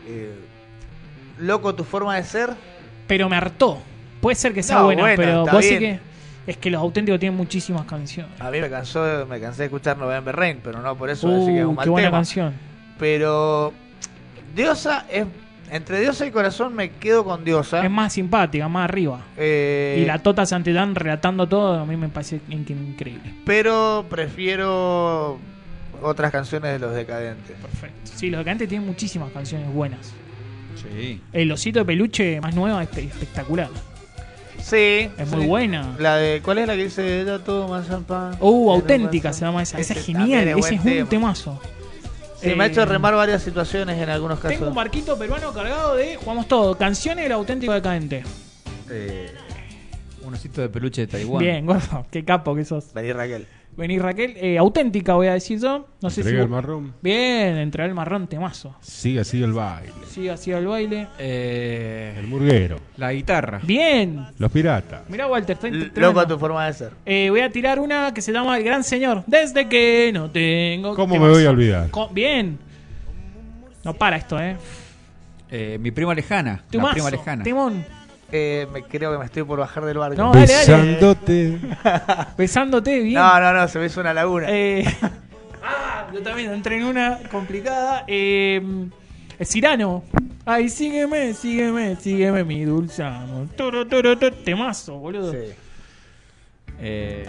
Speaker 5: eh, Loco, tu forma de ser.
Speaker 3: Pero me hartó. Puede ser que sea
Speaker 5: No,
Speaker 3: buena,
Speaker 5: bueno,
Speaker 3: pero
Speaker 5: está
Speaker 3: vos sí que.
Speaker 5: bien.
Speaker 3: Es que los auténticos tienen muchísimas canciones.
Speaker 5: A mí me cansó, me cansé de escuchar November Rain, pero no por eso decir que es un
Speaker 3: Uh,
Speaker 5: mal
Speaker 3: qué buena
Speaker 5: tema.
Speaker 3: canción.
Speaker 5: Pero Diosa es entre Diosa y Corazón me quedo con Diosa.
Speaker 3: Es más simpática, más arriba.
Speaker 5: Eh,
Speaker 3: Y la Tota Santetán relatando todo, a mí me parece in- increíble.
Speaker 5: pero prefiero otras canciones de los decadentes.
Speaker 3: Perfecto. Sí, los decadentes tienen muchísimas canciones buenas.
Speaker 4: Sí.
Speaker 3: El osito de peluche más nueva es espectacular.
Speaker 5: Sí.
Speaker 3: Es
Speaker 5: sí.
Speaker 3: muy buena.
Speaker 5: La de ¿cuál es la que dice ella todo más champán?
Speaker 3: Uh,
Speaker 5: Era
Speaker 3: auténtica
Speaker 5: más
Speaker 3: se llama esa.
Speaker 5: champán".
Speaker 3: Esa es
Speaker 5: Ese Este también
Speaker 3: genial. Ese es
Speaker 5: buen
Speaker 3: un temazo.
Speaker 5: Sí, me ha hecho
Speaker 3: Eh,
Speaker 5: remar varias situaciones en algunos casos.
Speaker 3: Tengo un barquito peruano cargado de jugamos todo. Canciones del auténtico decadente.
Speaker 4: un osito de peluche de Taiwán.
Speaker 3: Bien, gordo. Qué capo que sos.
Speaker 5: Vení Raquel.
Speaker 3: Vení, Raquel. Eh, auténtica, voy a decir yo. No sé
Speaker 6: Entrega
Speaker 3: si.
Speaker 6: el marrón.
Speaker 3: Bien, entre el marrón, temazo.
Speaker 6: Sigue así el baile.
Speaker 3: Sigue así el baile.
Speaker 4: Eh,
Speaker 6: El murguero.
Speaker 4: la guitarra.
Speaker 3: Bien.
Speaker 6: Los piratas.
Speaker 3: Mirá, Walter. está
Speaker 5: L-
Speaker 3: tremendo.
Speaker 5: Loco tu forma de ser.
Speaker 3: Eh, voy a tirar una que se llama El Gran Señor. Desde que no tengo.
Speaker 6: ¿Cómo me
Speaker 3: Temazo.
Speaker 6: voy a olvidar?
Speaker 3: Co- Bien. No para esto, eh.
Speaker 4: Eh, mi prima lejana.
Speaker 3: Temazo,
Speaker 4: La prima lejana.
Speaker 3: Temón.
Speaker 5: Eh, me, creo que me estoy por bajar del barco.
Speaker 3: No, dale, dale.
Speaker 6: Besándote.
Speaker 3: Besándote bien.
Speaker 5: no, no, no, se me hizo una laguna.
Speaker 3: Eh, ah, yo también entré en una complicada. Eh, el Cirano. Ay, sígueme, sígueme, sígueme, mi dulce amor. Turu, turu, tu- Temazo, boludo.
Speaker 5: Sí.
Speaker 4: Eh,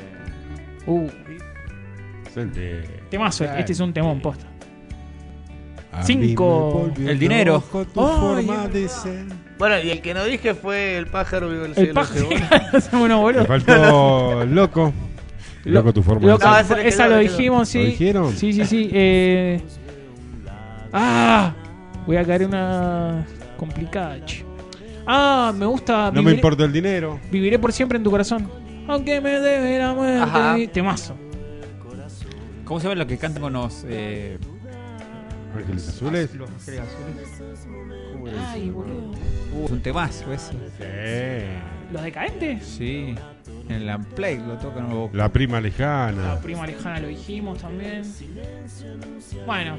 Speaker 3: Uh,
Speaker 6: Sente.
Speaker 3: temazo. Este es un temón, posta.
Speaker 6: A
Speaker 3: Cinco.
Speaker 6: mí me volvió
Speaker 4: El dinero.
Speaker 6: loco tu
Speaker 3: Ay,
Speaker 6: forma
Speaker 3: es
Speaker 6: de
Speaker 3: verdad.
Speaker 6: ser.
Speaker 5: Bueno, y el que no dije fue el pájaro vivo el cielo.
Speaker 3: El paje. Somos unos
Speaker 6: Me
Speaker 3: boludos.
Speaker 6: faltó loco. Loco tu forma
Speaker 3: Loco,
Speaker 6: de
Speaker 5: No,
Speaker 6: ser.
Speaker 5: ese le
Speaker 3: esa
Speaker 5: quedó,
Speaker 3: Ah, lo
Speaker 5: le quedó.
Speaker 3: dijimos, sí.
Speaker 6: ¿Lo dijeron?
Speaker 3: Sí, sí, sí. eh. Ah, voy a caer una complicada. che. Ah, me gusta.
Speaker 6: No me
Speaker 3: Viviré-
Speaker 6: importa el dinero.
Speaker 3: Viviré por siempre en tu corazón. Aunque me debe la muerte.
Speaker 5: Ajá.
Speaker 3: Temazo.
Speaker 4: ¿Cómo se ven los que cantan con los. eh,
Speaker 6: Ángeles azules.
Speaker 4: los ángeles azules? Uh, es un temazo eso.
Speaker 6: Sí.
Speaker 3: ¿Los decadentes?
Speaker 4: Sí. En la Play lo tocan. o-
Speaker 6: La prima lejana.
Speaker 3: Prima lejana lo dijimos también. Bueno,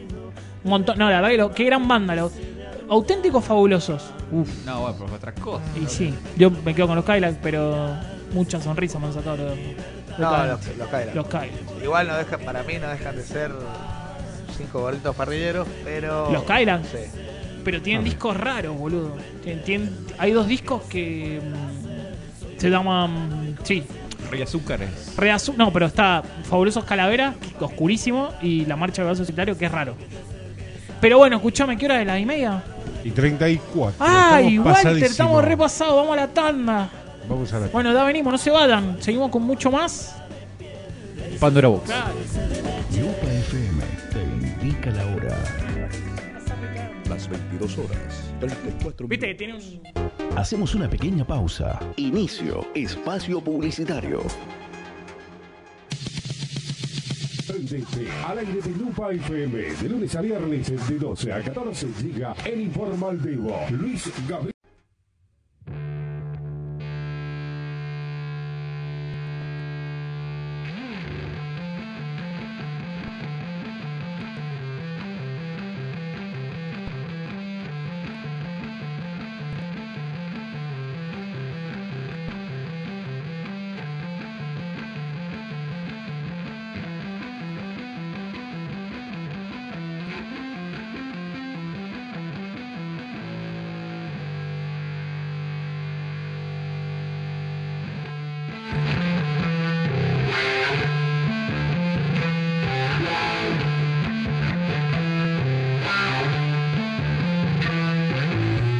Speaker 3: un montón. No, la verdad que lo- qué gran banda. lo- auténticos fabulosos.
Speaker 4: No, bueno, pero otras cosas.
Speaker 3: Y sí, yo me quedo con los Kylax, pero muchas sonrisas me han sacado los, los
Speaker 5: No,
Speaker 3: Kylax.
Speaker 5: los, los Cadillacs.
Speaker 3: Los Kylax.
Speaker 5: Igual no deja, para mí no dejan de ser cinco gorritos parrilleros, pero.
Speaker 3: ¿Los Kylan?
Speaker 5: Sí.
Speaker 3: Pero tienen discos raros, boludo. Tienen- tienen- hay dos discos que mm, se llaman. Sí,
Speaker 4: Rey Azúcares.
Speaker 3: Re Azul. No, pero está Fabulosos Calavera, oscurísimo, y La Marcha del Brazo Solitario, que es raro. Pero bueno, escuchame, ¿qué hora es la y media?
Speaker 6: Y 34.
Speaker 3: ¡Ay,
Speaker 6: Estamos
Speaker 3: Ah, Walter!
Speaker 6: pasadísimos.
Speaker 3: Estamos repasados, vamos a la tanda.
Speaker 6: Vamos a la
Speaker 3: Bueno, ya venimos, no se vayan. Seguimos con mucho más.
Speaker 4: Pandora Box.
Speaker 1: Europa FM te indica la hora. Las 22 horas, 34
Speaker 3: Viste que tiene un.
Speaker 1: Hacemos una pequeña pausa. Inicio, espacio publicitario.
Speaker 9: Desde al aire de Lupa FM, de lunes a viernes de 12 a 14 llega el informal vivo. Luis Gabriel.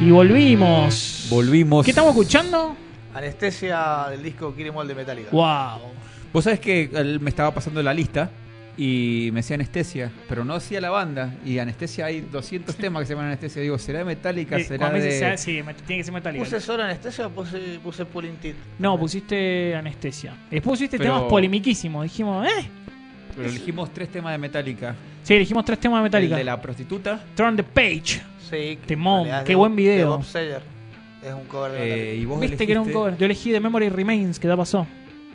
Speaker 3: Y volvimos.
Speaker 4: Volvimos.
Speaker 3: ¿Qué estamos escuchando?
Speaker 5: Anestesia del disco Kirimol de Metallica.
Speaker 3: ¡Wow!
Speaker 4: Vos sabés que él me estaba pasando la lista y me decía anestesia, pero no decía la banda. Y anestesia hay 200 temas que se llaman anestesia. Digo, ¿será de Metallica?
Speaker 3: Eh,
Speaker 4: ¿Será
Speaker 3: cuando me
Speaker 4: de.?
Speaker 3: dice sea- sí, me- tiene que ser metálico.
Speaker 5: ¿Puse solo anestesia o puse, puse pulling teeth?
Speaker 3: No, pusiste anestesia. Después pusiste
Speaker 4: Pero-
Speaker 3: temas polemiquísimos. Dijimos, ¿eh?
Speaker 4: Pero elegimos tres temas de Metallica.
Speaker 3: Sí, elegimos tres temas de Metallica.
Speaker 4: El de la prostituta
Speaker 3: Turn the page.
Speaker 5: Sí. que-
Speaker 3: Temón,
Speaker 5: en realidad es
Speaker 3: qué
Speaker 5: de-
Speaker 3: buen video.
Speaker 5: de Bob Seger. Es un cover de
Speaker 4: eh,
Speaker 5: Metallica.
Speaker 4: y vos
Speaker 3: Viste que era un
Speaker 4: elegiste-
Speaker 3: cover. Yo elegí The Memory Remains, que ya pasó.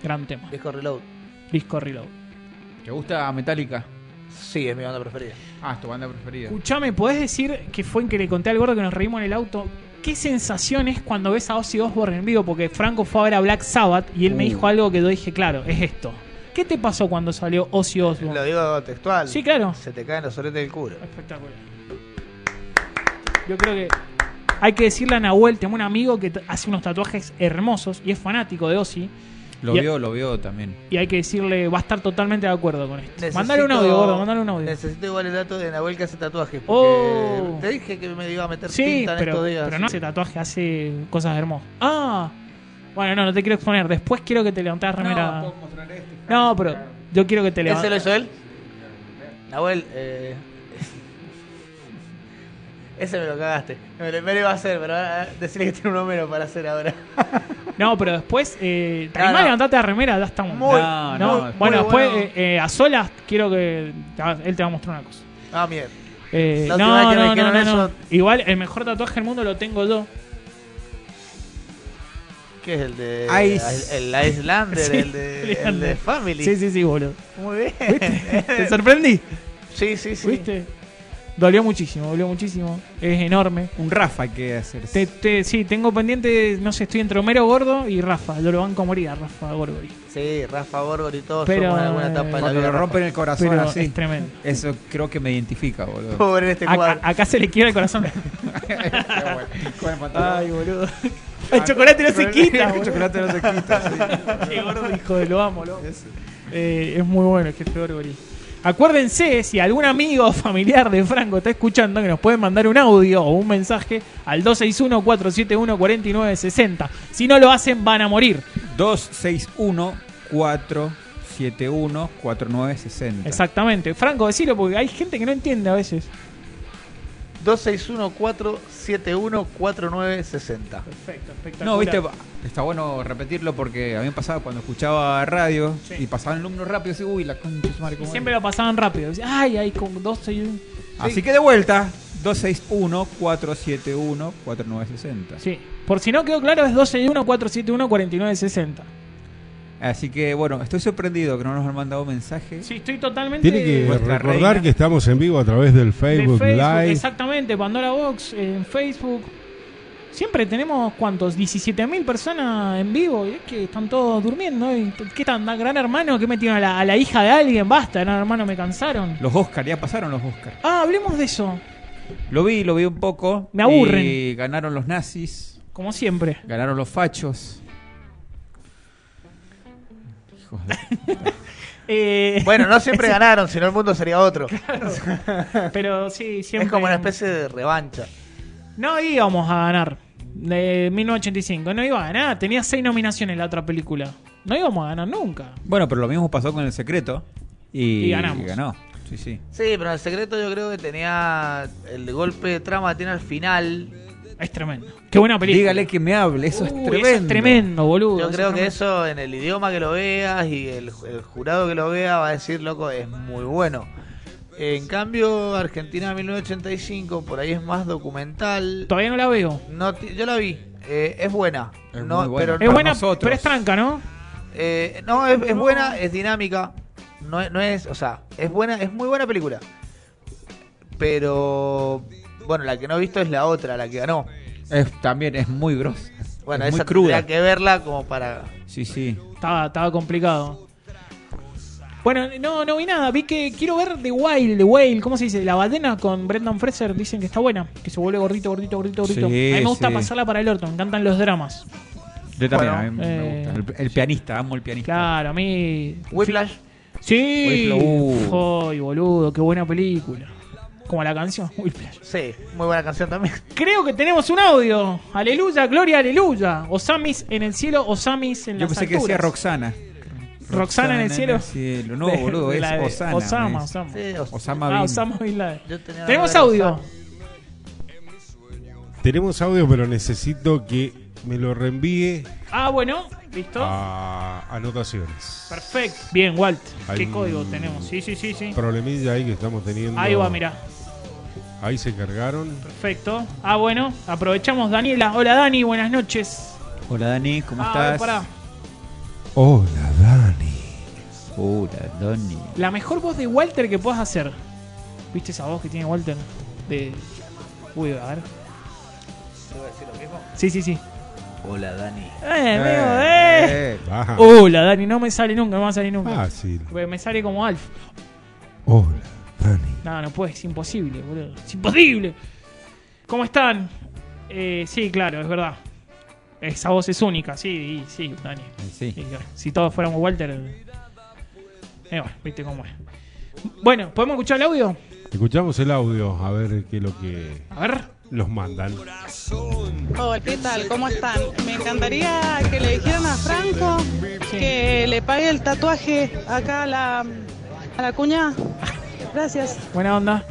Speaker 3: Gran tema.
Speaker 5: Disco Reload.
Speaker 3: Disco Reload.
Speaker 4: ¿Te gusta Metallica?
Speaker 5: Sí, es mi banda preferida.
Speaker 4: Ah, es tu banda preferida.
Speaker 3: Escuchame, ¿podés decir que fue en que le conté al gordo que nos reímos en el auto? ¿Qué sensación es cuando ves a Ozzy Osbourne en vivo? Porque Franco fue a ver a Black Sabbath y él
Speaker 4: Uh.
Speaker 3: me dijo algo que yo dije, claro, es esto. ¿Qué te pasó cuando salió Ozzy
Speaker 5: Lo
Speaker 3: Osbourne?
Speaker 5: digo textual.
Speaker 3: Sí, claro.
Speaker 5: Se te caen los soletes del culo.
Speaker 3: Espectacular. Yo creo que hay que decirle a Nahuel, tengo un amigo que t- hace unos tatuajes hermosos y es fanático de Ozzy.
Speaker 4: Lo
Speaker 3: Ya-
Speaker 4: vio, lo vio también.
Speaker 3: Y hay que decirle, va a estar totalmente de acuerdo con esto.
Speaker 5: Necesito-
Speaker 3: Mandale un audio, gordo, mandale un audio.
Speaker 5: Necesito igual el dato de Nahuel que hace tatuajes. Porque
Speaker 3: Oh.
Speaker 5: Te dije que me iba a meter
Speaker 3: Sí,
Speaker 5: tinta en
Speaker 3: pero,
Speaker 5: estos días.
Speaker 3: pero no hace tatuaje, hace cosas hermosas. Ah, bueno, no, no te quiero exponer. Después quiero que te levantes remera. No,
Speaker 4: mostrar este.
Speaker 3: pero yo quiero que te
Speaker 5: ¿Ese lo
Speaker 3: levantes.
Speaker 5: hizo él? Nahuel, eh... Ese me lo cagaste. Me lo, me lo iba a hacer, pero ahora decirle que tiene un número para hacer ahora.
Speaker 3: No, pero después, eh, te
Speaker 5: No,
Speaker 3: animás a
Speaker 5: no.
Speaker 3: levantarte la remera, ya estamos.
Speaker 5: Muy,
Speaker 4: No,
Speaker 3: No,
Speaker 4: no,
Speaker 5: muy,
Speaker 3: bueno,
Speaker 5: muy
Speaker 3: después,
Speaker 5: bueno.
Speaker 3: eh, eh, a solas, quiero que te- él te va a mostrar una cosa.
Speaker 5: Ah, mierda.
Speaker 3: Eh,
Speaker 5: La
Speaker 3: no,
Speaker 5: última vez que me
Speaker 3: no, no,
Speaker 5: dijeron
Speaker 3: no, no.
Speaker 5: eso-
Speaker 3: Igual, el mejor tatuaje del mundo lo tengo yo.
Speaker 5: ¿Qué es el de.
Speaker 4: Ice.
Speaker 5: El, el Icelander,
Speaker 3: Sí,
Speaker 5: el, de, el
Speaker 3: Leander.
Speaker 5: de Family.
Speaker 3: Sí, sí, sí, boludo.
Speaker 5: Muy bien.
Speaker 3: ¿Te sorprendí?
Speaker 5: sí, sí, sí.
Speaker 3: ¿Viste? Dolió muchísimo, dolió muchísimo. Es enorme.
Speaker 4: Un Rafa hay que hacer.
Speaker 3: Te- te- sí, tengo pendiente, no sé, estoy entre Homero Gordo y Rafa. Yo lo banco a morir a Rafa Gorgori.
Speaker 5: Sí, Rafa Borgor y todos
Speaker 3: Pero,
Speaker 5: somos en alguna etapa de la
Speaker 4: Cuando
Speaker 5: vida.
Speaker 4: le
Speaker 5: Rafa.
Speaker 4: rompen el corazón
Speaker 5: ah,
Speaker 3: Pero
Speaker 4: así.
Speaker 3: es tremendo.
Speaker 4: Eso creo que me identifica, boludo.
Speaker 5: Pobre este
Speaker 3: Acá,
Speaker 5: cuadro.
Speaker 3: acá se le quiebra el corazón.
Speaker 4: Con el pantalón.
Speaker 3: Ay, boludo. El chocolate no se quita,
Speaker 4: El
Speaker 3: boludo.
Speaker 4: chocolate no se quita, sí.
Speaker 3: Qué gordo, hijo de lo amo, lo amo. Eh, es muy bueno el jefe Gorgori. Acuérdense, si algún amigo o familiar de Franco está escuchando, que nos pueden mandar un audio o un mensaje al 261-471-4960. Si no lo hacen, van a morir.
Speaker 4: 261 4 261-4960.
Speaker 3: Exactamente. Franco, decilo porque hay gente que no entiende a veces.
Speaker 5: 2614714960.
Speaker 3: Perfecto, espectacular.
Speaker 4: No, viste, está bueno repetirlo porque a mí me pasaba cuando escuchaba radio
Speaker 3: Sí.
Speaker 4: y pasaban números rápidos y uy, la concha de su madre,
Speaker 3: Y
Speaker 4: ¿cómo
Speaker 3: siempre
Speaker 4: era?
Speaker 3: lo pasaban rápido. Dice, Ay, ay, con dos y un.
Speaker 4: Así que de vuelta, 261-471-4960.
Speaker 3: Sí. Por si no quedó claro, es 261-471-4960.
Speaker 4: Así que bueno, estoy sorprendido que no nos han mandado mensaje.
Speaker 3: Sí, estoy totalmente.
Speaker 6: Tiene que
Speaker 4: Nuestra
Speaker 6: recordar
Speaker 4: reina.
Speaker 6: que estamos en vivo a través del
Speaker 3: de
Speaker 6: Facebook,
Speaker 3: Facebook,
Speaker 6: Live.
Speaker 3: Exactamente, Pandora Box, en Facebook. Siempre tenemos, ¿cuántos? 17.000 personas en vivo. Y es que están todos durmiendo. ¿Y ¿Qué tan gran hermano? ¿Qué metieron a la, a la hija de alguien? Basta, gran hermano, me cansaron.
Speaker 4: Los Oscar, ya pasaron los Oscar.
Speaker 3: Ah, hablemos de eso.
Speaker 4: Lo vi, lo vi un poco.
Speaker 3: Me aburren.
Speaker 4: Y ganaron los nazis,
Speaker 3: Como siempre.
Speaker 4: ganaron los fachos. Hijos de-
Speaker 3: Eh,
Speaker 5: Bueno, no siempre ganaron, si no el mundo sería otro.
Speaker 3: pero sí, siempre.
Speaker 5: Es como una especie de revancha.
Speaker 3: No íbamos a ganar. De 1985. No iba a ganar. Tenía seis nominaciones la otra película. No íbamos a ganar nunca.
Speaker 4: Bueno, pero lo mismo pasó con El Secreto. Y,
Speaker 3: Y ganamos.
Speaker 4: ganó. Sí, sí.
Speaker 5: Sí, pero el secreto yo creo que tenía el golpe de trama tiene al final.
Speaker 3: Es tremendo. Qué buena película.
Speaker 4: Dígale que me hable, eso es
Speaker 3: Uy,
Speaker 4: tremendo.
Speaker 3: tremendo, boludo.
Speaker 5: Yo
Speaker 3: Uh, eso
Speaker 5: creo
Speaker 3: es
Speaker 5: que
Speaker 3: tremendo.
Speaker 5: eso en el idioma que lo veas y el, el jurado que lo vea va a decir, loco, es muy bueno. En cambio, Argentina 1985, por ahí es más documental.
Speaker 3: Todavía no la veo.
Speaker 5: No, ti- yo la vi, eh, es buena.
Speaker 4: Es
Speaker 5: no,
Speaker 4: muy buena.
Speaker 5: pero
Speaker 3: Es
Speaker 5: no-
Speaker 3: buena,
Speaker 4: nosotros.
Speaker 3: pero es tranca, ¿no?
Speaker 5: Eh, no, es, es buena, es dinámica. No, es- no es, o sea, es buena, es muy buena película. Pero bueno, la que no he visto es la otra, la que ganó.
Speaker 4: Es- también es muy grosa.
Speaker 5: Bueno,
Speaker 4: es muy
Speaker 5: esa
Speaker 4: cruda.
Speaker 5: tendría que verla como para.
Speaker 4: Sí, sí.
Speaker 3: Estaba, estaba complicado. Bueno, no, no vi nada. Vi que quiero ver The Wild, The Whale, ¿cómo se dice? La ballena con Brendan Fraser. Dicen que está buena, que se vuelve gordito, gordito, gordito, gordito.
Speaker 4: Sí,
Speaker 3: a mí me gusta
Speaker 4: sí.
Speaker 3: pasarla para el orto, me encantan los dramas.
Speaker 4: Yo también,
Speaker 5: Bueno,
Speaker 4: a mí me
Speaker 3: eh,
Speaker 4: gusta. El, el pianista, amo el pianista.
Speaker 3: Claro, a mí.
Speaker 5: Whiplash.
Speaker 3: Sí,
Speaker 4: Whiplash.
Speaker 3: Ay, boludo, qué buena película. Como la canción, Whiplash.
Speaker 5: Sí, muy buena canción también.
Speaker 3: Creo que tenemos un audio. Aleluya, gloria, aleluya. Osamis en el cielo, Osamis en
Speaker 4: Yo
Speaker 3: las
Speaker 4: pensé que decía
Speaker 3: alturas.
Speaker 4: Roxana.
Speaker 3: Roxana, en el cielo.
Speaker 4: No,
Speaker 3: De-
Speaker 4: boludo,
Speaker 3: de
Speaker 4: es
Speaker 3: la de
Speaker 4: Osana.
Speaker 3: Osama,
Speaker 4: es
Speaker 3: Osama.
Speaker 5: Sí, o-
Speaker 4: Osama Bin.
Speaker 3: Ah, Osama Bin Laden.
Speaker 5: yo tenía
Speaker 3: Tenemos
Speaker 5: ganas de
Speaker 3: audio.
Speaker 5: usar-
Speaker 6: Tenemos audio, pero necesito que me lo reenvíe
Speaker 3: Ah, bueno, listo.
Speaker 4: Ah.
Speaker 6: a anotaciones.
Speaker 3: Perfecto. Bien, Walt.
Speaker 6: Hay
Speaker 3: ¿Qué
Speaker 6: un-
Speaker 3: código tenemos? Sí, sí, sí, sí.
Speaker 6: Problemilla ahí que estamos teniendo.
Speaker 3: Ahí va, mirá.
Speaker 6: Ahí se cargaron.
Speaker 3: Perfecto. Ah, bueno, aprovechamos Daniela. Hola Dani, buenas noches.
Speaker 4: Hola Dani, ¿cómo
Speaker 3: ah,
Speaker 4: estás?
Speaker 3: pará.
Speaker 6: Hola, Dani.
Speaker 4: Hola Dani.
Speaker 3: La mejor voz de Walter que puedas hacer. ¿Viste esa voz que tiene Walter? De. Uy, a ver. Sí, sí, sí.
Speaker 5: Hola, Dani.
Speaker 3: Eh, amigo, eh.
Speaker 4: Eh, Ah.
Speaker 6: Baja.
Speaker 3: Hola Dani, no me sale nunca, no me va a salir nunca.
Speaker 6: Fácil.
Speaker 3: Porque Me sale como Alf.
Speaker 6: Hola, Dani.
Speaker 3: No, no puede, es imposible, boludo. Es imposible. ¿Cómo están? Eh, sí, claro, es verdad. Esa voz es única, sí, y- sí, Dani. Y
Speaker 4: Sí.
Speaker 3: bueno, si todos fuéramos Walter. eh, bueno, viste cómo es. Bueno, ¿podemos escuchar el audio?
Speaker 6: Escuchamos el audio, a ver qué es lo que
Speaker 3: A ver.
Speaker 6: los mandan.
Speaker 10: Hola, ¿qué tal? ¿Cómo están? Me encantaría que le dijeran a Franco que le pague el tatuaje acá a la, a la cuñada. Gracias.
Speaker 3: Buena onda.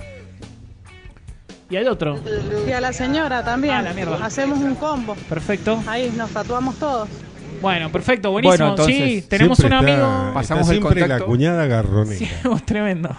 Speaker 3: Y al otro.
Speaker 10: Y a la señora también.
Speaker 3: Ah, la mierda.
Speaker 10: Hacemos un combo.
Speaker 3: Perfecto.
Speaker 10: Ahí nos tatuamos todos.
Speaker 3: Bueno, perfecto, buenísimo.
Speaker 4: Bueno, entonces,
Speaker 3: sí, tenemos un
Speaker 6: Siempre está-
Speaker 3: amigo.
Speaker 6: está
Speaker 4: Pasamos el
Speaker 6: siempre la
Speaker 4: contacto.
Speaker 6: cuñada garronera.
Speaker 3: Sí, voz tremendo.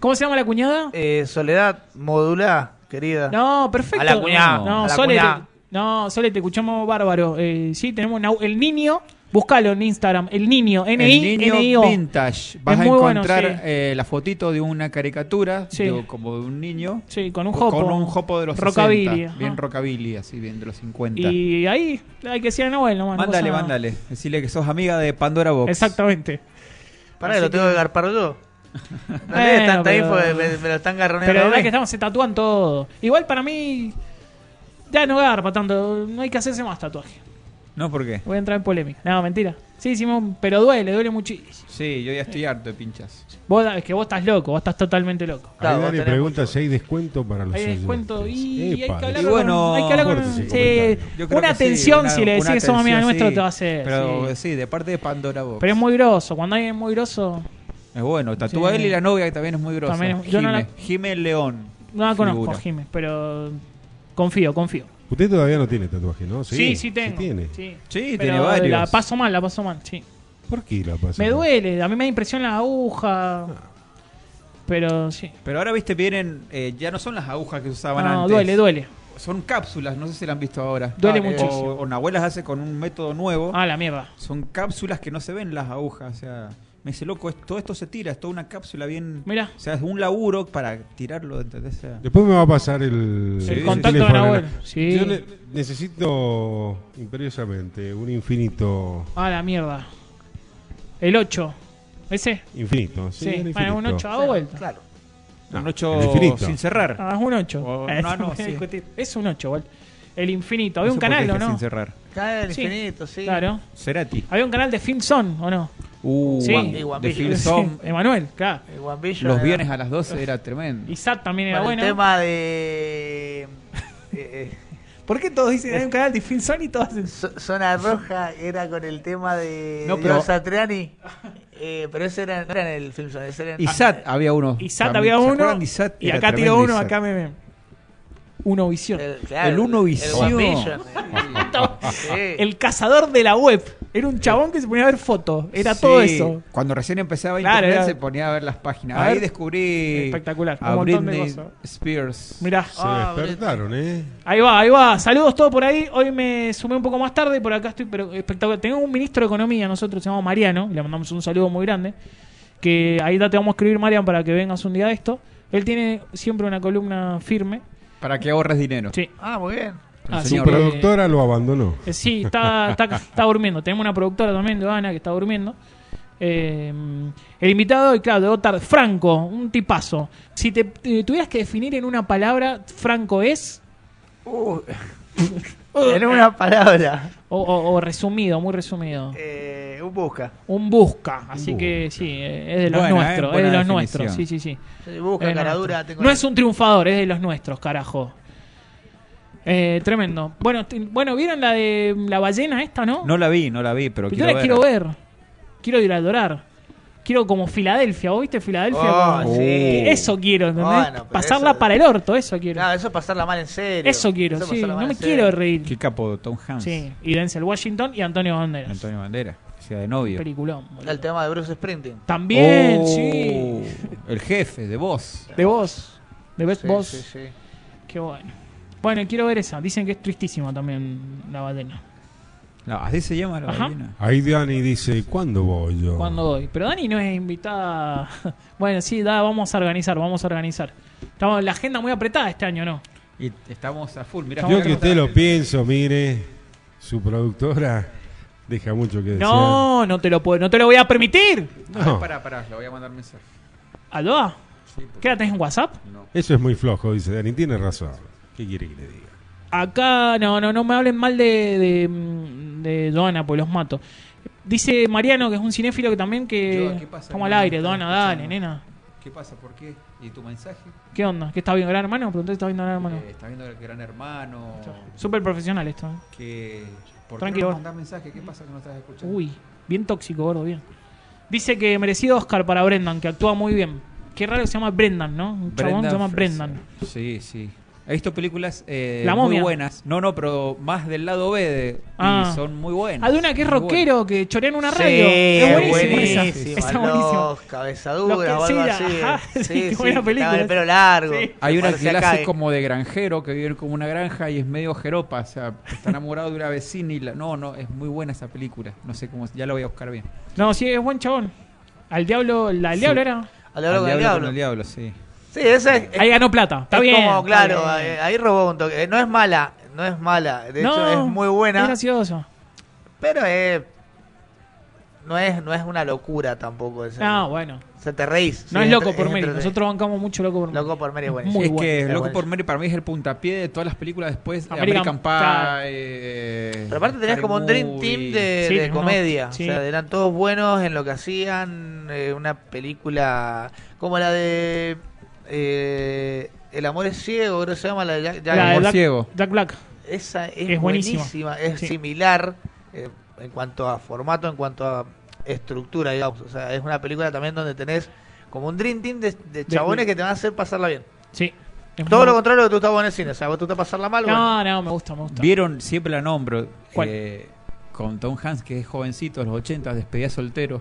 Speaker 3: ¿Cómo se llama la cuñada?
Speaker 5: Eh, Soledad, modulá, querida.
Speaker 3: No, perfecto.
Speaker 5: A la cuñada,
Speaker 3: No,
Speaker 5: a la
Speaker 3: Sole,
Speaker 5: cuñada.
Speaker 3: te- no, Sole, te escuchamos bárbaro. Eh, sí, tenemos una- el niño. Búscalo en Instagram. El niño,
Speaker 4: El
Speaker 3: N-I,
Speaker 4: niño
Speaker 3: N-I-O.
Speaker 4: vintage. Vas a
Speaker 3: muy bueno,
Speaker 4: encontrar
Speaker 3: sí.
Speaker 4: eh, la fotito de una caricatura,
Speaker 3: Sí.
Speaker 4: de- como de un niño.
Speaker 3: Sí, con un jopo.
Speaker 4: Con un jopo de los
Speaker 3: Rockabilly,
Speaker 4: 60,
Speaker 3: ajá.
Speaker 4: Bien rockabilly, así bien de los 50.
Speaker 3: Y ahí hay que decir a Nahuel nomás. no
Speaker 4: mándale,
Speaker 3: pasa nada.
Speaker 4: mándale. Decirle que sos amiga de Pandora Box.
Speaker 3: Exactamente.
Speaker 5: Pará,
Speaker 3: Así
Speaker 5: que lo tengo que garpar yo. No le des
Speaker 3: Bueno,
Speaker 5: tanta
Speaker 3: pero-
Speaker 5: info, me, me- me lo están garroneando.
Speaker 3: Pero la
Speaker 5: a
Speaker 3: verdad
Speaker 5: mí.
Speaker 3: que estamos, se tatúan todo. Igual para mí. Ya no garpa tanto. No hay que hacerse más tatuaje.
Speaker 4: No, ¿por qué?
Speaker 3: Voy a entrar en polémica. No, mentira. Sí, Simón, pero duele, duele muchísimo.
Speaker 4: Sí, yo ya estoy harto de pinchas.
Speaker 3: Vos, es que vos estás loco, vos estás totalmente loco.
Speaker 5: Claro,
Speaker 6: Ahí
Speaker 5: vos
Speaker 6: Dani
Speaker 5: tenés
Speaker 6: pregunta si hay descuento para los
Speaker 3: Hay descuento
Speaker 6: oyentes.
Speaker 3: y hay que
Speaker 6: Epa.
Speaker 3: hablar
Speaker 4: Y
Speaker 3: con-
Speaker 4: bueno,
Speaker 3: hay que hablar con-
Speaker 6: fuerte ese
Speaker 3: sí,
Speaker 6: comentario.
Speaker 4: Yo creo
Speaker 3: una
Speaker 4: que sí,
Speaker 3: atención
Speaker 4: una-
Speaker 3: si le
Speaker 4: una
Speaker 3: decís que somos amigos
Speaker 4: atención,
Speaker 3: nuestros
Speaker 4: sí.
Speaker 3: te va a hacer.
Speaker 4: Pero
Speaker 3: sí.
Speaker 4: sí. de parte de Pandora Box.
Speaker 3: Pero es muy grosso, cuando alguien es muy grosso,
Speaker 4: Es bueno, tatúa
Speaker 3: Sí.
Speaker 4: él y la novia que también es muy grosa.
Speaker 3: También es- yo no la-
Speaker 4: Jime- Jime León.
Speaker 3: no la conozco,
Speaker 4: Figura.
Speaker 3: Jiménez, pero confío, confío.
Speaker 6: Usted todavía no tiene tatuaje, ¿no?
Speaker 3: Sí, sí, tengo.
Speaker 6: tiene.
Speaker 3: Sí,
Speaker 4: Sí,
Speaker 3: Pero
Speaker 4: tiene varios.
Speaker 3: La paso mal, la paso mal, sí.
Speaker 6: ¿Por qué la pasa?
Speaker 3: Me duele, a mí me da impresión la aguja. Pero sí.
Speaker 4: Pero ahora, viste, vienen. eh, ya no son las agujas que se usaban
Speaker 3: No,
Speaker 4: antes.
Speaker 3: duele, duele.
Speaker 4: Son cápsulas, no sé si las han visto ahora.
Speaker 3: Duele
Speaker 4: Ah, eh,
Speaker 3: muchísimo.
Speaker 4: O, o Nahuel las hace con un método nuevo.
Speaker 3: Ah, la mierda.
Speaker 4: Son cápsulas que no se ven las agujas. O sea, me dice, loco, es- todo esto se tira, es toda una cápsula bien.
Speaker 3: Mirá.
Speaker 4: O sea, es un laburo para tirarlo, ¿entendés? O sea,
Speaker 6: Después me va a pasar el,
Speaker 4: El contacto
Speaker 6: teléfono.
Speaker 3: de Nahuel, sí.
Speaker 6: Yo ne- necesito imperiosamente un infinito.
Speaker 3: Ah, la mierda. El 8. ¿Ese?
Speaker 6: Infinito. Sí,
Speaker 3: Sí.
Speaker 6: un
Speaker 3: Bueno, un
Speaker 6: infinito.
Speaker 3: 8 a vuelta.
Speaker 5: Claro.
Speaker 4: un
Speaker 6: el
Speaker 4: ocho
Speaker 6: infinito.
Speaker 4: sin cerrar.
Speaker 3: Ah, es un 8.
Speaker 4: O- Oh, no, no, sí.
Speaker 3: Es un 8, igual. El infinito. Había
Speaker 4: No sé
Speaker 3: un
Speaker 4: por qué
Speaker 3: canal, ¿o
Speaker 4: dije
Speaker 3: no?
Speaker 4: Sin cerrar.
Speaker 5: Cae el
Speaker 3: Sí.
Speaker 5: infinito, sí.
Speaker 3: Claro.
Speaker 4: Cerati.
Speaker 3: Había un canal de Filmson, ¿o no?
Speaker 4: Uh,
Speaker 3: Sí.
Speaker 4: Juan-
Speaker 5: Y Juan
Speaker 4: de
Speaker 5: Villa.
Speaker 4: Phil Som.
Speaker 3: Sí, Emanuel, claro.
Speaker 5: El guambillo
Speaker 4: Los
Speaker 5: era-
Speaker 4: viernes a las 12 era tremendo.
Speaker 3: Y Zat también
Speaker 5: para
Speaker 3: era
Speaker 5: el
Speaker 3: bueno.
Speaker 5: tema de. eh, eh,
Speaker 3: ¿Por qué todos dicen hay un canal de Filmson y todos hacen...
Speaker 5: zo- zona Roja era con el tema de.
Speaker 4: No,
Speaker 5: de
Speaker 4: pero-
Speaker 5: Joe Satriani. Eh, pero ese era, no era en el film. Ese era en-
Speaker 4: Y Sat había uno.
Speaker 3: Ah, eh, Y Zat había
Speaker 4: También, ¿se
Speaker 3: uno.
Speaker 4: acuerdan de Zat?
Speaker 3: Y
Speaker 4: Era
Speaker 3: acá tiró
Speaker 4: tremendo
Speaker 3: uno,
Speaker 4: Zat.
Speaker 3: acá me... me- Uno visión. El,
Speaker 5: el, claro,
Speaker 4: el Uno Visión.
Speaker 5: One Vision, eh. Sí.
Speaker 3: cazador de la web. Era un chabón que se ponía a ver fotos. Era
Speaker 4: Eh. Sí,
Speaker 3: todo eso.
Speaker 4: Cuando recién empezaba
Speaker 3: Claro,
Speaker 4: internet
Speaker 3: era-
Speaker 4: se ponía a ver las páginas.
Speaker 3: A
Speaker 4: Ahí
Speaker 3: ver.
Speaker 4: descubrí
Speaker 3: Espectacular,
Speaker 4: a
Speaker 3: un montón de
Speaker 4: Britney
Speaker 3: cosas.
Speaker 4: Spears.
Speaker 3: Mirá.
Speaker 6: Se despertaron, ¿eh?
Speaker 3: Ahí va, ahí va. Saludos todos por ahí. Hoy me sumé un poco más tarde, por acá estoy pero espectacular. Tenemos un ministro de Economía, nosotros se llama Mariano, y le mandamos un saludo muy grande. Que ahí te vamos a escribir, Marian, para que vengas un día de esto. Él tiene siempre una columna firme.
Speaker 4: Para que ahorres dinero.
Speaker 3: Sí.
Speaker 5: Ah, muy bien.
Speaker 3: Así
Speaker 6: Su
Speaker 4: señor.
Speaker 3: que-
Speaker 6: productora lo abandonó.
Speaker 3: Eh, Sí, está, está, está durmiendo. Tenemos una productora también, Joana, que está durmiendo. Eh, el invitado, y claro, debo tarde. Franco, un tipazo. Si te, te tuvieras que definir en una palabra, Franco es, Uh.
Speaker 5: En una palabra.
Speaker 3: o, o- o resumido, muy resumido.
Speaker 5: Eh, un busca.
Speaker 3: Un busca, así
Speaker 6: Un
Speaker 3: que sí, eh, es de los
Speaker 4: Buena, eh,
Speaker 3: nuestros, es
Speaker 4: buena
Speaker 3: de los
Speaker 4: definición.
Speaker 3: nuestros, sí, sí, sí.
Speaker 5: Sí, Busca,
Speaker 3: Es
Speaker 5: cara
Speaker 3: nuestro.
Speaker 5: dura. tengo
Speaker 3: No
Speaker 5: la-
Speaker 3: es un triunfador, es de los nuestros, carajo. Eh, tremendo. Bueno, t- bueno, ¿vieron la de la ballena esta, no?
Speaker 4: No la vi, no la vi, pero
Speaker 3: Pero
Speaker 4: quiero
Speaker 3: yo la
Speaker 4: ver.
Speaker 3: quiero ver. Quiero ir a adorar. Quiero como Filadelfia, ¿vos viste Filadelfia?
Speaker 5: Oh,
Speaker 3: Como-
Speaker 5: sí.
Speaker 3: Eso quiero, ¿entendés?
Speaker 5: Bueno, pero
Speaker 3: Pasarla
Speaker 5: eso- Ah,
Speaker 3: para el orto, eso quiero.
Speaker 5: Claro, eso es pasarla mal en serio.
Speaker 3: Uh. eso quiero,
Speaker 5: es
Speaker 3: sí.
Speaker 5: pasarla mal
Speaker 3: No me
Speaker 5: en serio.
Speaker 3: quiero reír.
Speaker 4: Qué capo Tom Hanks.
Speaker 3: Sí, y Denzel Washington y Antonio Banderas.
Speaker 4: Antonio Bandera. O sea, de novio.
Speaker 3: Peliculón. boludo.
Speaker 5: El tema de Bruce Sprinting.
Speaker 3: También,
Speaker 4: Oh,
Speaker 3: sí.
Speaker 4: El jefe de voz.
Speaker 3: De vos. De Best
Speaker 5: Sí,
Speaker 3: Boss.
Speaker 5: sí, sí.
Speaker 3: Qué bueno. Bueno, quiero ver esa. Dicen que es tristísima también la ballena.
Speaker 4: No, así se llama la
Speaker 3: Ajá.
Speaker 4: ballena.
Speaker 6: Ahí Dani dice, ¿cuándo voy yo?
Speaker 3: ¿Cuándo voy? Pero Dani no es invitada. bueno, sí, da, vamos a organizar, vamos a organizar. Estamos la agenda muy apretada este año, ¿no?
Speaker 4: Y estamos a full. Mira,
Speaker 6: Yo que usted lo pienso, mire, su productora deja mucho que desear.
Speaker 3: No, no te lo puedo, no te lo voy a permitir.
Speaker 6: No,
Speaker 4: Pará, pará, le voy a mandar mensaje.
Speaker 3: Alba,
Speaker 4: Sí, porque-
Speaker 3: ¿qué la tenés en WhatsApp?
Speaker 6: eso es muy flojo, dice Dani. Tiene razón. ¿Qué quiere que le diga?
Speaker 3: Acá, no, no, no me hablen mal de, de, mm, de Doana, pues los mato. Dice Mariano, que es un cinéfilo que también que...
Speaker 4: Yo, ¿qué pasa?
Speaker 3: Estamos
Speaker 4: No,
Speaker 3: al aire,
Speaker 4: no,
Speaker 3: Doana,
Speaker 4: no,
Speaker 3: dale,
Speaker 4: no.
Speaker 3: nena.
Speaker 4: ¿Qué pasa? ¿Por qué? ¿Y tu mensaje?
Speaker 3: ¿Qué onda? ¿Qué está viendo Gran Hermano? Pregunté si está viendo Gran Hermano.
Speaker 4: Eh, ¿Estás viendo el gran hermano?
Speaker 3: Súper profesional esto. ¿eh?
Speaker 4: Que, ¿Por
Speaker 3: Tranquilo.
Speaker 4: qué no mandas mensaje? ¿Qué pasa que no estás escuchando?
Speaker 3: Uy, bien tóxico, gordo, bien. Dice que merecido Oscar para Brendan, que actúa muy bien. Qué raro que se llama Brendan, ¿no? Un chabón se llama
Speaker 4: Fraser.
Speaker 3: Brendan.
Speaker 4: Sí, sí. He visto películas eh,
Speaker 3: La
Speaker 4: muy
Speaker 3: momia.
Speaker 4: buenas. No, no, pero más del lado B de,
Speaker 3: Ah.
Speaker 4: y son muy buenas.
Speaker 3: Ah, de una que es
Speaker 4: Muy
Speaker 3: rockero, que chorea en una radio.
Speaker 5: Sí,
Speaker 3: es buenísimo,
Speaker 5: buenísima,
Speaker 3: esa. Esa es buenísima.
Speaker 5: Los cabezaduras
Speaker 3: Los
Speaker 5: o
Speaker 3: que-
Speaker 5: algo
Speaker 3: sí,
Speaker 5: así.
Speaker 3: ajá, sí,
Speaker 5: sí,
Speaker 3: qué
Speaker 5: sí,
Speaker 3: buena
Speaker 5: que
Speaker 3: película
Speaker 5: estaba el
Speaker 3: esa.
Speaker 5: pelo largo.
Speaker 3: Sí.
Speaker 4: Hay una
Speaker 5: Parecía
Speaker 4: que la hace
Speaker 5: Cae.
Speaker 4: como de granjero que vive como una granja y es medio jeropa, o sea, está enamorado de una vecina y la... No, no, es muy buena esa película. No sé cómo, ya la voy a buscar bien.
Speaker 3: No, sí, es buen chabón. Al diablo, la, al
Speaker 4: Sí.
Speaker 3: diablo era.
Speaker 5: Al diablo con
Speaker 4: con
Speaker 5: el
Speaker 4: el
Speaker 5: diablo.
Speaker 4: diablo, sí.
Speaker 5: Sí, esa es.
Speaker 3: Ahí ganó plata. Está
Speaker 5: es
Speaker 3: bien.
Speaker 5: Como,
Speaker 3: está
Speaker 5: claro,
Speaker 3: bien.
Speaker 5: ahí, ahí robó un toque. Eh, No es mala, no es mala. De hecho,
Speaker 3: No,
Speaker 5: es muy buena.
Speaker 3: Es gracioso.
Speaker 5: Pero es. no es, no es una locura tampoco. Es,
Speaker 3: Ah, bueno.
Speaker 5: Se te reís.
Speaker 3: No
Speaker 5: sí,
Speaker 3: es loco
Speaker 5: entre-
Speaker 3: por
Speaker 5: es
Speaker 3: Mary.
Speaker 5: entretenido.
Speaker 3: Nosotros bancamos mucho loco por Mary.
Speaker 5: Loco por Mary es buenísimo.
Speaker 3: Muy
Speaker 4: es
Speaker 3: bueno.
Speaker 4: que
Speaker 5: está
Speaker 4: Loco
Speaker 5: bueno.
Speaker 4: por Mary para mí es el puntapié de todas las películas después. eh,
Speaker 3: American
Speaker 4: American,
Speaker 3: Pie.
Speaker 4: Pie. eh,
Speaker 5: Pero aparte tenías
Speaker 4: Scary
Speaker 5: como un Dream
Speaker 4: Movie.
Speaker 5: Team de,
Speaker 3: Sí,
Speaker 5: de
Speaker 3: tenés uno-
Speaker 5: comedia.
Speaker 3: sí.
Speaker 5: O sea, eran todos buenos en lo que hacían. eh, una película como la de eh, El amor es ciego, creo que se llama. La de Jack- Jack-
Speaker 3: La de
Speaker 4: Amor
Speaker 3: Black-
Speaker 4: ciego.
Speaker 3: Jack Black.
Speaker 5: Esa es,
Speaker 3: Es buenísima.
Speaker 5: buenísima. Es
Speaker 3: Sí.
Speaker 5: similar eh, en cuanto a formato, en cuanto a estructura, digamos. O sea, es una película también donde tenés como un Dream Team de, de chabones que te van a hacer pasarla bien.
Speaker 3: Sí. Es
Speaker 5: Todo
Speaker 3: muy-
Speaker 5: lo contrario de que tú estás bueno en el cine. O sea, vos tú te vas a pasarla mal. bueno.
Speaker 3: No, no, me gusta, me gusta.
Speaker 4: Vieron, siempre la nombro,
Speaker 3: ¿Cuál?
Speaker 4: eh, con Tom Hanks, que es jovencito, a los 80, despedida soltero.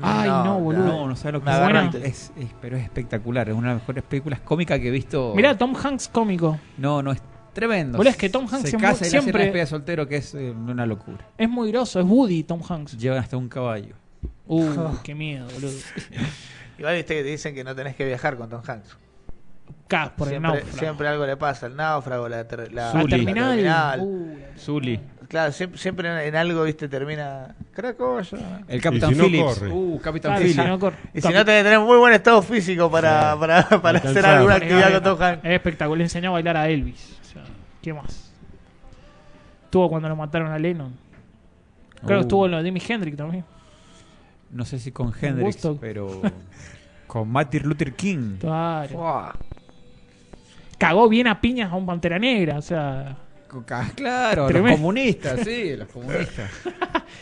Speaker 3: Ay,
Speaker 5: Ah,
Speaker 3: no, boludo.
Speaker 4: No, no sabe lo que
Speaker 5: Me
Speaker 4: es.
Speaker 5: agarraste.
Speaker 4: Es- es- Pero es espectacular, es una de las mejores películas cómicas que he visto.
Speaker 3: Mirá, Tom Hanks cómico.
Speaker 4: No, no, es tremendo.
Speaker 3: Boludo, es que Tom Hanks
Speaker 4: se
Speaker 3: es
Speaker 4: casa
Speaker 3: muy-
Speaker 4: y le hace
Speaker 3: siempre-
Speaker 4: la despedida soltero, que es eh, una locura.
Speaker 3: Es muy groso, es Woody Tom Hanks.
Speaker 4: Llevan hasta un caballo.
Speaker 3: Uh, qué miedo, boludo.
Speaker 5: Igual viste que te dicen que no tenés que viajar con Tom Hanks.
Speaker 3: Cas por el
Speaker 5: siempre,
Speaker 3: náufrago.
Speaker 5: siempre algo le pasa, el náufrago, la, ter- la-
Speaker 3: La
Speaker 5: la
Speaker 3: terminal.
Speaker 5: terminal.
Speaker 3: Uh,
Speaker 4: Zully.
Speaker 5: Claro, siempre, siempre en, en algo, viste, termina Cracoya.
Speaker 4: El Capitán
Speaker 6: si no
Speaker 4: Phillips.
Speaker 6: corre.
Speaker 4: Uh, Capitán
Speaker 3: claro, Ah, si
Speaker 4: Phillips.
Speaker 3: no cor-
Speaker 5: Y si no, tenés que tener muy buen estado físico para, para, para hacer
Speaker 6: Alcanzar.
Speaker 3: Capitán
Speaker 5: alguna actividad
Speaker 3: Phillips.
Speaker 5: con Tom Hanks.
Speaker 3: Es espectacular, le enseñó a bailar a Elvis. O sea, ¿Qué más? Estuvo cuando lo mataron a Lennon. Claro,
Speaker 4: Uh.
Speaker 3: estuvo en lo de Jimi Hendrix también.
Speaker 4: No sé si con Hendrix,
Speaker 3: Woodstock.
Speaker 4: pero con Martin Luther King.
Speaker 3: Claro.
Speaker 5: Buah.
Speaker 3: Cagó bien a piñas a un pantera negra, o sea.
Speaker 4: Con ca- Claro,
Speaker 3: Tremendo.
Speaker 4: los comunistas, sí, los comunistas.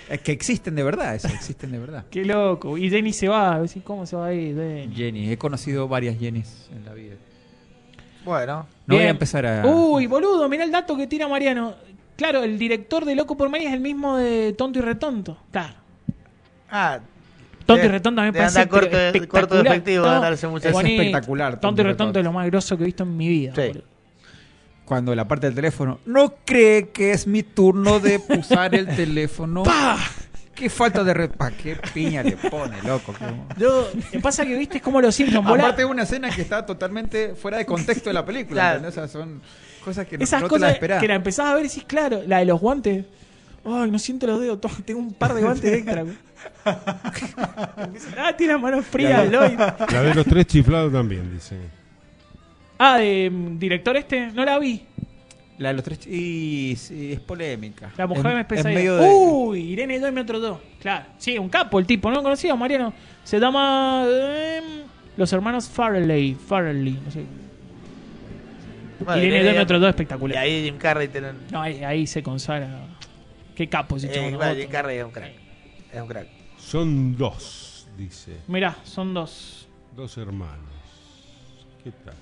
Speaker 4: es que existen de verdad, eso, existen de verdad.
Speaker 3: Qué loco. Y Jenny se va. decís, ¿Cómo se va a ir? Jenny?
Speaker 4: Jenny, he conocido varias Jennys en la vida.
Speaker 5: Bueno,
Speaker 4: No voy
Speaker 3: Bien. Uh.
Speaker 4: a empezar a.
Speaker 3: Uy, boludo, mirá el dato que tira Mariano. Claro, el director de Loco por Mary es el mismo de Tonto y Retonto. Claro.
Speaker 5: ah,
Speaker 3: Tonto
Speaker 5: De-
Speaker 3: y Retonto me
Speaker 5: de
Speaker 3: parece
Speaker 5: andar corto-
Speaker 3: espectacular.
Speaker 5: corto de efectivo, de
Speaker 3: No,
Speaker 5: andarse mucho.
Speaker 4: es
Speaker 3: bonito.
Speaker 4: espectacular.
Speaker 3: Tonto y Retonto es lo más grosso que he visto en mi vida.
Speaker 5: Sí.
Speaker 3: boludo.
Speaker 4: Cuando la parte del teléfono, no cree que es mi turno de pulsar el teléfono.
Speaker 3: ¡Pah!
Speaker 4: ¡Qué falta de re... pa ¡Qué piña le pone, loco! qué-
Speaker 3: Yo, me pasa que viste es como los Simpsons, volá.
Speaker 4: Aparte de una escena que está totalmente fuera de contexto de la película.
Speaker 5: Claro.
Speaker 4: ¿entendés? O sea, son cosas que no,
Speaker 3: Esas
Speaker 4: no te las
Speaker 3: cosas
Speaker 4: esperás.
Speaker 3: que la empezás a ver y decís, claro, la de los guantes. Ay, no siento los dedos, toma, tengo un par de guantes extra. güey. ah, tiene las manos frías, Lloyd.
Speaker 6: La de los tres chiflados también, dice.
Speaker 3: Ah, de mm, director este, no la vi.
Speaker 4: La de los tres... Y, sí, es polémica.
Speaker 3: La mujer
Speaker 4: Es-
Speaker 3: me Uh,
Speaker 4: es
Speaker 3: espesa.
Speaker 4: medio de...
Speaker 3: Uy, Irene 2 y mi otro 2. Claro. Sí, un capo el tipo, no lo conocía, Mariano. Se llama. eh, los hermanos Farley. Farley, no sé.
Speaker 5: bueno,
Speaker 3: Irene 2 y mi otro 2
Speaker 5: Y
Speaker 3: espectacular.
Speaker 5: ahí Jim Carrey tienen-
Speaker 3: No, ahí, ahí se consagra. Qué capo ese
Speaker 5: eh,
Speaker 3: chabón,
Speaker 5: bueno,
Speaker 3: otro.
Speaker 5: Jim Carrey es un crack. Es un crack.
Speaker 6: Son dos, dice.
Speaker 3: Mirá, son dos.
Speaker 6: Dos hermanos. ¿Qué tal?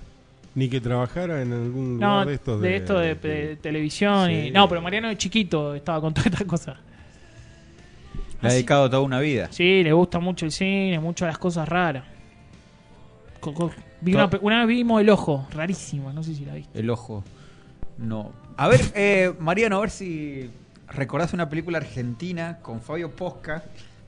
Speaker 6: Ni que trabajara en algún
Speaker 3: No,
Speaker 6: lugar de estos
Speaker 3: de, esto de, de televisión. Y,
Speaker 6: Sí.
Speaker 3: no, pero Mariano de chiquito estaba con todas estas cosas.
Speaker 4: Le ha dedicado toda una vida.
Speaker 3: Sí, le gusta mucho el cine, mucho las cosas raras. Co- co- Vi una, pe- una vez vimos El Ojo, rarísima, no sé si la viste.
Speaker 4: El ojo. No. A ver, eh, Mariano, a ver si recordás una película argentina con Fabio Posca,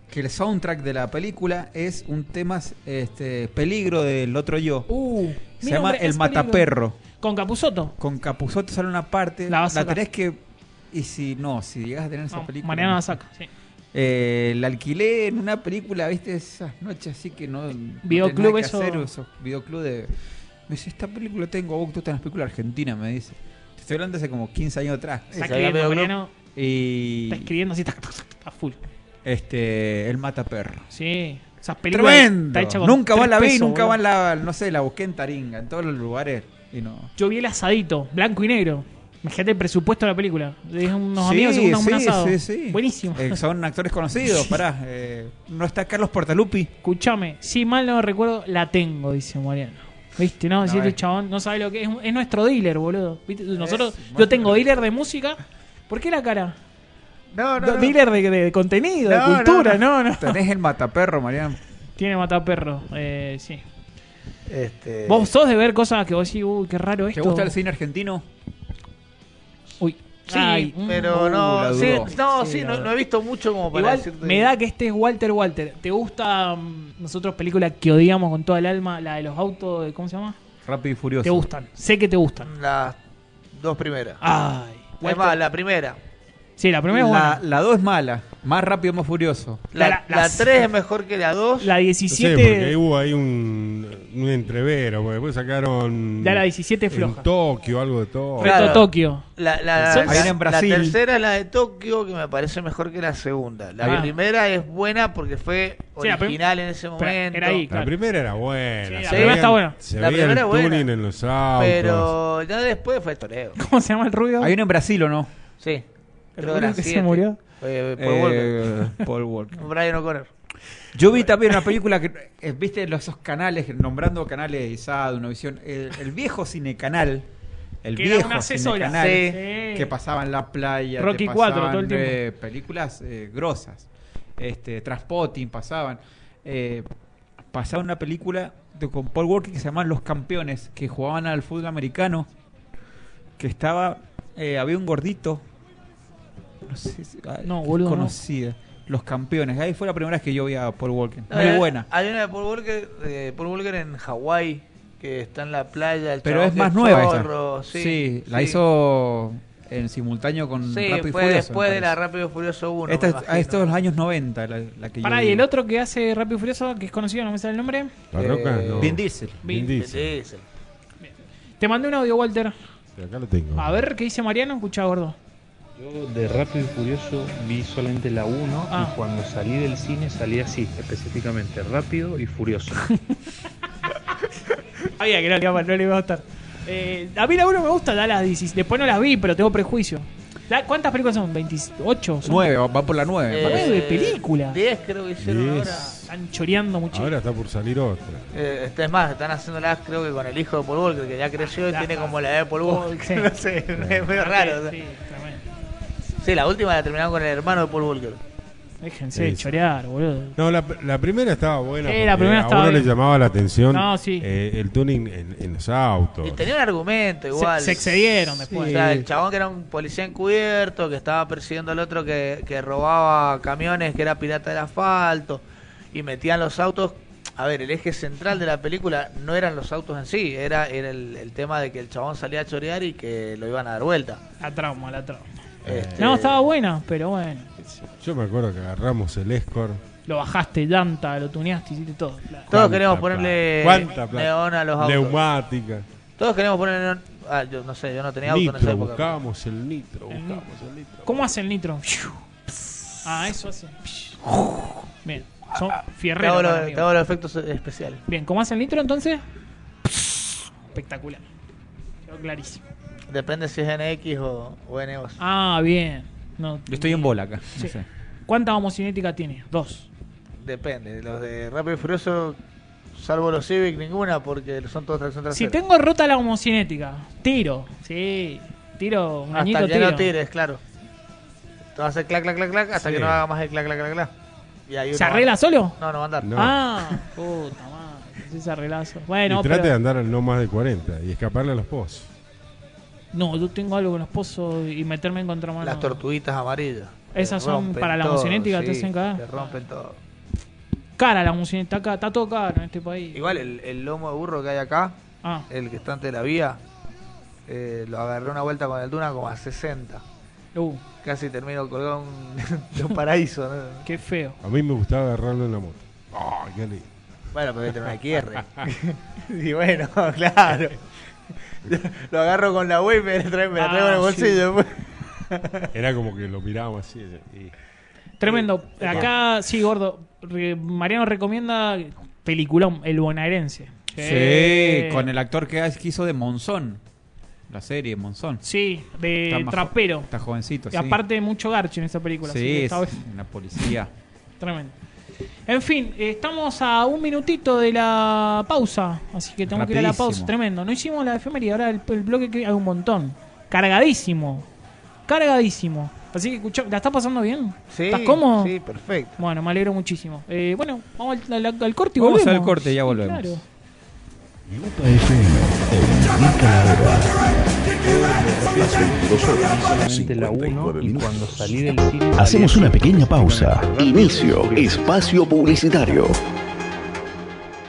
Speaker 4: que el soundtrack de la película es un tema este, peligro del otro yo.
Speaker 3: Uh,
Speaker 4: Se
Speaker 3: mira,
Speaker 4: llama
Speaker 3: hombre,
Speaker 4: El
Speaker 3: es
Speaker 4: Mataperro.
Speaker 3: peligro. Con Capuzoto.
Speaker 4: Con Capuzoto sale una parte,
Speaker 3: La
Speaker 4: la,
Speaker 3: vas a sacar.
Speaker 4: tenés que... Y si no, si llegas a tener esa
Speaker 3: No,
Speaker 4: película...
Speaker 3: Mariano la saca, sí.
Speaker 4: Eh, la alquilé en una película, viste, esas noches así que no. no
Speaker 3: Videoclub,
Speaker 4: tenés nada que
Speaker 3: eso.
Speaker 4: hacer, esos videoclub de. Me dice, esta película tengo, vos que tú estás en las películas argentinas, me dice. Te estoy hablando hace como 15 años atrás.
Speaker 3: Está
Speaker 5: se había
Speaker 3: escribiendo,
Speaker 5: medio
Speaker 3: Mariano.
Speaker 4: Y.
Speaker 3: Está escribiendo así, está, está full.
Speaker 4: Este. El mataperro.
Speaker 3: Sí, esas películas.
Speaker 4: Tremendo.
Speaker 3: está hecha con
Speaker 4: Nunca
Speaker 3: tres
Speaker 4: va la vi,
Speaker 3: pesos,
Speaker 4: nunca
Speaker 3: boludo.
Speaker 4: va la. No sé, la busqué en Taringa, en todos los lugares. Y no.
Speaker 3: Yo vi el asadito, blanco y negro. Imagínate el presupuesto de la película. Es unos amigos
Speaker 4: Sí,
Speaker 3: se juntan a un
Speaker 4: sí,
Speaker 3: asado.
Speaker 4: sí, sí.
Speaker 3: Buenísimo.
Speaker 4: Eh, son actores conocidos, pará. eh, no está Carlos Portalupi.
Speaker 3: Escúchame, si mal no recuerdo, la tengo, dice Mariano. ¿Viste? No, si
Speaker 4: No,
Speaker 3: este
Speaker 4: eh.
Speaker 3: chabón no sabe lo que es. Es nuestro dealer, boludo. ¿Viste? Nosotros,
Speaker 4: más
Speaker 3: yo tengo
Speaker 4: o menos.
Speaker 3: dealer de música. ¿Por qué la cara?
Speaker 5: No, no, no.
Speaker 3: Dealer de, de contenido,
Speaker 5: No,
Speaker 3: de
Speaker 5: no,
Speaker 3: cultura, no, no.
Speaker 4: Tenés el mataperro, Mariano.
Speaker 3: Tiene mataperro, eh, sí.
Speaker 5: Este,
Speaker 3: Vos sos de ver cosas que vos decís, uy, qué raro
Speaker 4: ¿Te
Speaker 3: esto.
Speaker 4: gusta el cine argentino?
Speaker 3: Uy.
Speaker 5: Sí,
Speaker 3: Ay, mm.
Speaker 5: pero
Speaker 4: Uh,
Speaker 5: no,
Speaker 4: la
Speaker 5: sí,
Speaker 4: dudó.
Speaker 5: no,
Speaker 3: Sí,
Speaker 5: sí,
Speaker 3: la
Speaker 5: no,
Speaker 3: dudó.
Speaker 5: no he visto mucho como para
Speaker 3: Igual
Speaker 5: decirte-
Speaker 3: me da que este es Walter Walter. ¿Te gusta mm, nosotros película que odiamos con toda el alma, la de los autos, de- ¿cómo se llama?
Speaker 4: Rápido y Furioso.
Speaker 3: Te gustan, sé que te gustan.
Speaker 5: Las dos primeras.
Speaker 3: Ay,
Speaker 5: Mm. es
Speaker 3: Walter-
Speaker 5: más, la primera.
Speaker 3: Sí, la primera es
Speaker 4: La,
Speaker 3: buena.
Speaker 4: la 2 es mala. Más rápido, más furioso.
Speaker 5: La
Speaker 3: La- la-
Speaker 5: 3 es mejor que la 2.
Speaker 3: La
Speaker 6: No sé, porque
Speaker 3: 17.
Speaker 6: ahí hubo ahí un, un entrevero, porque después sacaron.
Speaker 3: Ya la 17 es
Speaker 6: en
Speaker 3: floja.
Speaker 6: Tokio, algo de todo.
Speaker 5: Claro.
Speaker 3: Reto Tokio.
Speaker 5: La, la-
Speaker 3: Hay
Speaker 5: la-
Speaker 4: una en Brasil.
Speaker 5: la tercera es la de Tokio, que me parece mejor que la segunda. La
Speaker 3: Ah.
Speaker 5: primera es buena porque fue
Speaker 3: Sí, la prim-
Speaker 5: original en ese momento.
Speaker 3: Pero era ahí.
Speaker 6: La
Speaker 3: Claro.
Speaker 6: primera era buena.
Speaker 3: Sí, la
Speaker 6: se
Speaker 3: primera
Speaker 6: veía-
Speaker 3: está buena.
Speaker 6: Se
Speaker 5: La
Speaker 6: veía el
Speaker 5: primera es buena.
Speaker 6: tuning en los
Speaker 4: Ah,
Speaker 6: autos.
Speaker 5: Pero ya después fue toreo.
Speaker 3: ¿Cómo se llama el ruido?
Speaker 4: Hay una en Brasil o no.
Speaker 5: Sí.
Speaker 3: ¿El
Speaker 5: Creo que
Speaker 3: rubio
Speaker 5: era
Speaker 3: que se
Speaker 5: siete.
Speaker 3: murió?
Speaker 5: Eh, Paul Walker.
Speaker 4: Eh, Paul Walker.
Speaker 5: Brian O'Connor.
Speaker 4: Yo vi también una película que, eh, viste, los- esos canales, nombrando canales de ISAD, Univisión, el, el viejo cinecanal, el
Speaker 3: Que era
Speaker 4: viejo
Speaker 3: una cesola.
Speaker 4: cinecanal,
Speaker 5: Sí.
Speaker 3: Sí.
Speaker 4: que pasaba en la playa, te
Speaker 3: Rocky
Speaker 4: pasaban,
Speaker 3: 4 todo el tiempo.
Speaker 4: eh, películas eh, grosas, este, Transpotting pasaban, eh, pasaba una película de, con Paul Walker que se llamaban Los Campeones, que jugaban al fútbol americano, que estaba, eh, había un gordito, no sé, si- ah,
Speaker 3: No, boludo, no.
Speaker 4: conocida. eh, Los campeones. Ahí fue la primera vez que yo vi a Paul Walker. Muy
Speaker 5: Eh,
Speaker 4: buena.
Speaker 5: Hay una de Paul Walker, eh, Paul Walker en Hawái, que está en la playa. El
Speaker 4: Pero
Speaker 5: chabón
Speaker 4: es más
Speaker 5: del
Speaker 4: nueva esa.
Speaker 5: chorro, Sí,
Speaker 4: la
Speaker 5: sí.
Speaker 4: hizo en simultáneo con
Speaker 5: Sí,
Speaker 4: Rápido y
Speaker 5: fue
Speaker 4: Furioso,
Speaker 5: después
Speaker 4: me
Speaker 5: de la
Speaker 4: parece.
Speaker 5: Rápido y Furioso 1.
Speaker 4: Esta
Speaker 5: me
Speaker 4: es-
Speaker 5: imagino.
Speaker 4: ah, esto es los años 90, la, la que yo
Speaker 3: Pará, y
Speaker 4: vi.
Speaker 3: el otro que hace Rápido y Furioso, que es conocido, no me sale el nombre.
Speaker 6: La roca,
Speaker 5: Eh,
Speaker 6: no.
Speaker 4: Vin Diesel.
Speaker 6: Vin
Speaker 5: Sí,
Speaker 6: Diesel.
Speaker 5: sí.
Speaker 3: Te mandé un audio, Walter.
Speaker 6: Acá lo tengo.
Speaker 3: A ver qué dice Mariano. Escucha, gordo.
Speaker 11: Yo de Rápido y Furioso vi solamente la 1
Speaker 3: Ah.
Speaker 11: y cuando salí del cine salí así, específicamente, Rápido y Furioso.
Speaker 3: Había que no le iba, no le iba a gustar. Eh, a mí la 1 me gusta, da las 16. Después no las vi, pero tengo prejuicio. La- ¿Cuántas películas son? ¿28? Son
Speaker 4: 9, va por la 9.
Speaker 5: Eh,
Speaker 3: nueve películas.
Speaker 5: 10 creo que hicieron
Speaker 6: Diez.
Speaker 5: ahora.
Speaker 3: Están choreando muchísimo.
Speaker 6: Ahora está por salir otra.
Speaker 5: Eh, este, es más, están haciéndolas creo que con el hijo de Paul Walker, que ya creció y
Speaker 3: Ya
Speaker 5: tiene
Speaker 3: está.
Speaker 5: como la edad de Paul Walker.
Speaker 3: Sí.
Speaker 5: no sé, es medio raro.
Speaker 3: Sí,
Speaker 5: Sí.
Speaker 3: tremendo.
Speaker 5: la última la terminaron con el hermano de Paul Walker.
Speaker 3: Déjense de
Speaker 6: Sí, sí.
Speaker 3: chorear, boludo.
Speaker 6: No, la, la primera estaba buena.
Speaker 3: Sí, la
Speaker 6: porque
Speaker 3: primera
Speaker 6: a
Speaker 3: estaba
Speaker 6: uno
Speaker 3: bien.
Speaker 6: le llamaba la atención
Speaker 3: No, sí.
Speaker 6: eh, el tuning en, en los autos.
Speaker 5: Y tenía un argumento
Speaker 3: Se,
Speaker 5: igual.
Speaker 3: se excedieron después.
Speaker 5: O sea, el chabón que era un policía encubierto, que estaba persiguiendo al otro que, que robaba camiones, que era pirata del asfalto, y metían los autos. A ver, el eje central de la película no eran los autos en sí, era, era el, el tema de que el chabón salía a chorear y que lo iban a dar vuelta.
Speaker 3: La trauma, la trauma.
Speaker 5: Este,
Speaker 3: Eh. No, estaba buena, pero bueno. qué sé yo.
Speaker 6: Yo me acuerdo que agarramos el Escort.
Speaker 3: Lo bajaste, llanta, lo tuneaste, hiciste todo. Claro.
Speaker 5: Todos
Speaker 6: ¿Cuánta
Speaker 5: queremos
Speaker 6: plata?
Speaker 5: ponerle
Speaker 6: ¿Cuánta plata?
Speaker 5: neón a los autos.
Speaker 6: Neumática.
Speaker 5: Todos queremos ponerle neón. Ah, yo no sé, yo no tenía auto en esa
Speaker 6: Nitro,
Speaker 5: época.
Speaker 6: buscábamos el nitro,
Speaker 3: El
Speaker 6: buscábamos el nitro.
Speaker 3: ¿Cómo hace el nitro? Ah, eso hace. Bien, son
Speaker 5: Te hago
Speaker 3: fierreros.
Speaker 5: los-
Speaker 3: para mí.
Speaker 5: te hago los efectos especiales.
Speaker 3: Bien, ¿cómo hace el nitro entonces? Espectacular. Quedó clarísimo.
Speaker 5: Depende si es NX o, o NOS.
Speaker 3: Ah, bien. No,
Speaker 4: Yo estoy en bola acá. no
Speaker 3: Sí.
Speaker 4: sé.
Speaker 3: ¿Cuánta homocinética tiene? Dos.
Speaker 5: Depende, los de Rápido y Furioso, salvo los Civic, ninguna, porque son todos tracción trasera.
Speaker 3: Si tengo rota la homocinética, tiro. Sí, tiro un
Speaker 5: hasta
Speaker 3: añito
Speaker 5: que
Speaker 3: tiro.
Speaker 5: no tires, claro. Te vas a hacer clac, clac, clac, clac, hasta
Speaker 6: Sí.
Speaker 5: que no haga más el clac, clac, clac, clac. Y ahí
Speaker 3: ¿Se
Speaker 5: uno va-
Speaker 3: arregla solo?
Speaker 5: No, no va a andar.
Speaker 6: No.
Speaker 3: Ah, puta madre. Ese arreglazo. Bueno,
Speaker 6: y trate de
Speaker 3: pero,
Speaker 6: andar al no más de 40 y escaparle a los pozos.
Speaker 3: no, yo tengo algo con los pozos y meterme en contramano.
Speaker 5: Las tortuguitas amarillas.
Speaker 3: Esas
Speaker 5: Te
Speaker 3: son
Speaker 5: rompen
Speaker 3: para la
Speaker 5: todo,
Speaker 3: homocinética,
Speaker 5: sí,
Speaker 3: te hacen cagar.
Speaker 5: Te rompen todo.
Speaker 3: Cara la homocinética acá, está todo caro en este país.
Speaker 5: Igual el, el lomo de burro que hay acá,
Speaker 3: Ah,
Speaker 5: el que está ante la vía, eh, lo agarré una vuelta con el Duna como a 60.
Speaker 3: uh,
Speaker 5: Casi termino colgado un- de un paraíso. ¿no?
Speaker 3: qué feo.
Speaker 6: A mí me gustaba agarrarlo en la moto. Ah, qué lindo.
Speaker 5: Bueno, pero tiene una QR. y bueno, claro. Lo agarro con la web y me la traigo, me la traigo en el
Speaker 3: Ah, sí.
Speaker 5: bolsillo. pues.
Speaker 6: Era como que lo mirábamos así. y-
Speaker 3: Tremendo. Acá, sí, gordo. Re- Mariano recomienda peliculón, El Bonaerense.
Speaker 4: Sí, con el actor que que hizo de Monzón. La serie Monzón.
Speaker 3: Sí,
Speaker 4: Está
Speaker 3: de
Speaker 4: más jo-
Speaker 3: trapero.
Speaker 4: Está jovencito,
Speaker 3: Y
Speaker 4: sí.
Speaker 3: aparte mucho garcho en esa película.
Speaker 4: sí,
Speaker 3: así que
Speaker 4: es
Speaker 3: está-
Speaker 4: una policía.
Speaker 3: Tremendo. En fin, eh, estamos a un minutito de la pausa, así que tenemos que ir a la
Speaker 4: Rapidísimo.
Speaker 3: pausa. Tremendo. No hicimos la efeméride, ahora el, el bloque que hay un montón. Cargadísimo. Cargadísimo. Así que escucha, ¿la está pasando bien? ¿Estás cómodo?
Speaker 5: Sí, perfecto.
Speaker 3: Bueno, me alegro muchíimo. Eh, bueno, vamos al, al- al corte y
Speaker 4: Vamos al
Speaker 3: volvemos.
Speaker 4: corte, ya
Speaker 3: Sí,
Speaker 4: volvemos.
Speaker 3: claro.
Speaker 1: Lupa FM comunica la verdad.
Speaker 11: Solamente la 1 y cuando salí del cine... salí
Speaker 1: Hacemos
Speaker 11: así,
Speaker 1: una pequeña pausa.
Speaker 11: específicamente, Rápido y
Speaker 1: Inicio
Speaker 11: Furioso.
Speaker 1: espacio publicitario.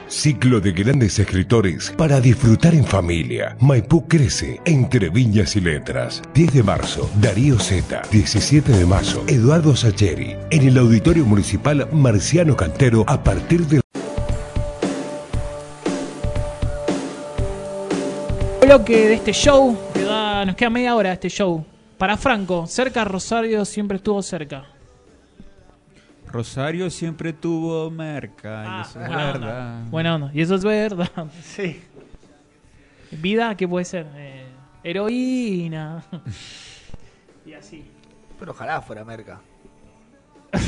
Speaker 12: Ciclo de grandes escritores para disfrutar en familia. Maipú crece entre viñas y letras. 10 de marzo, Darío Zeta. 17 de marzo, Eduardo Sacheri. En el Auditorio Municipal Marciano Cantero a partir de...
Speaker 3: bloque de este show. que da- nos queda media hora de este show. Para Franco, cerca Rosario siempre estuvo cerca.
Speaker 4: Rosario siempre tuvo merca,
Speaker 3: Ah.
Speaker 4: y eso es verdad.
Speaker 3: Buena onda. Y eso es verdad.
Speaker 5: Sí.
Speaker 3: Vida, ¿qué puede ser? Eh, heroína. y así.
Speaker 5: Pero ojalá fuera merca.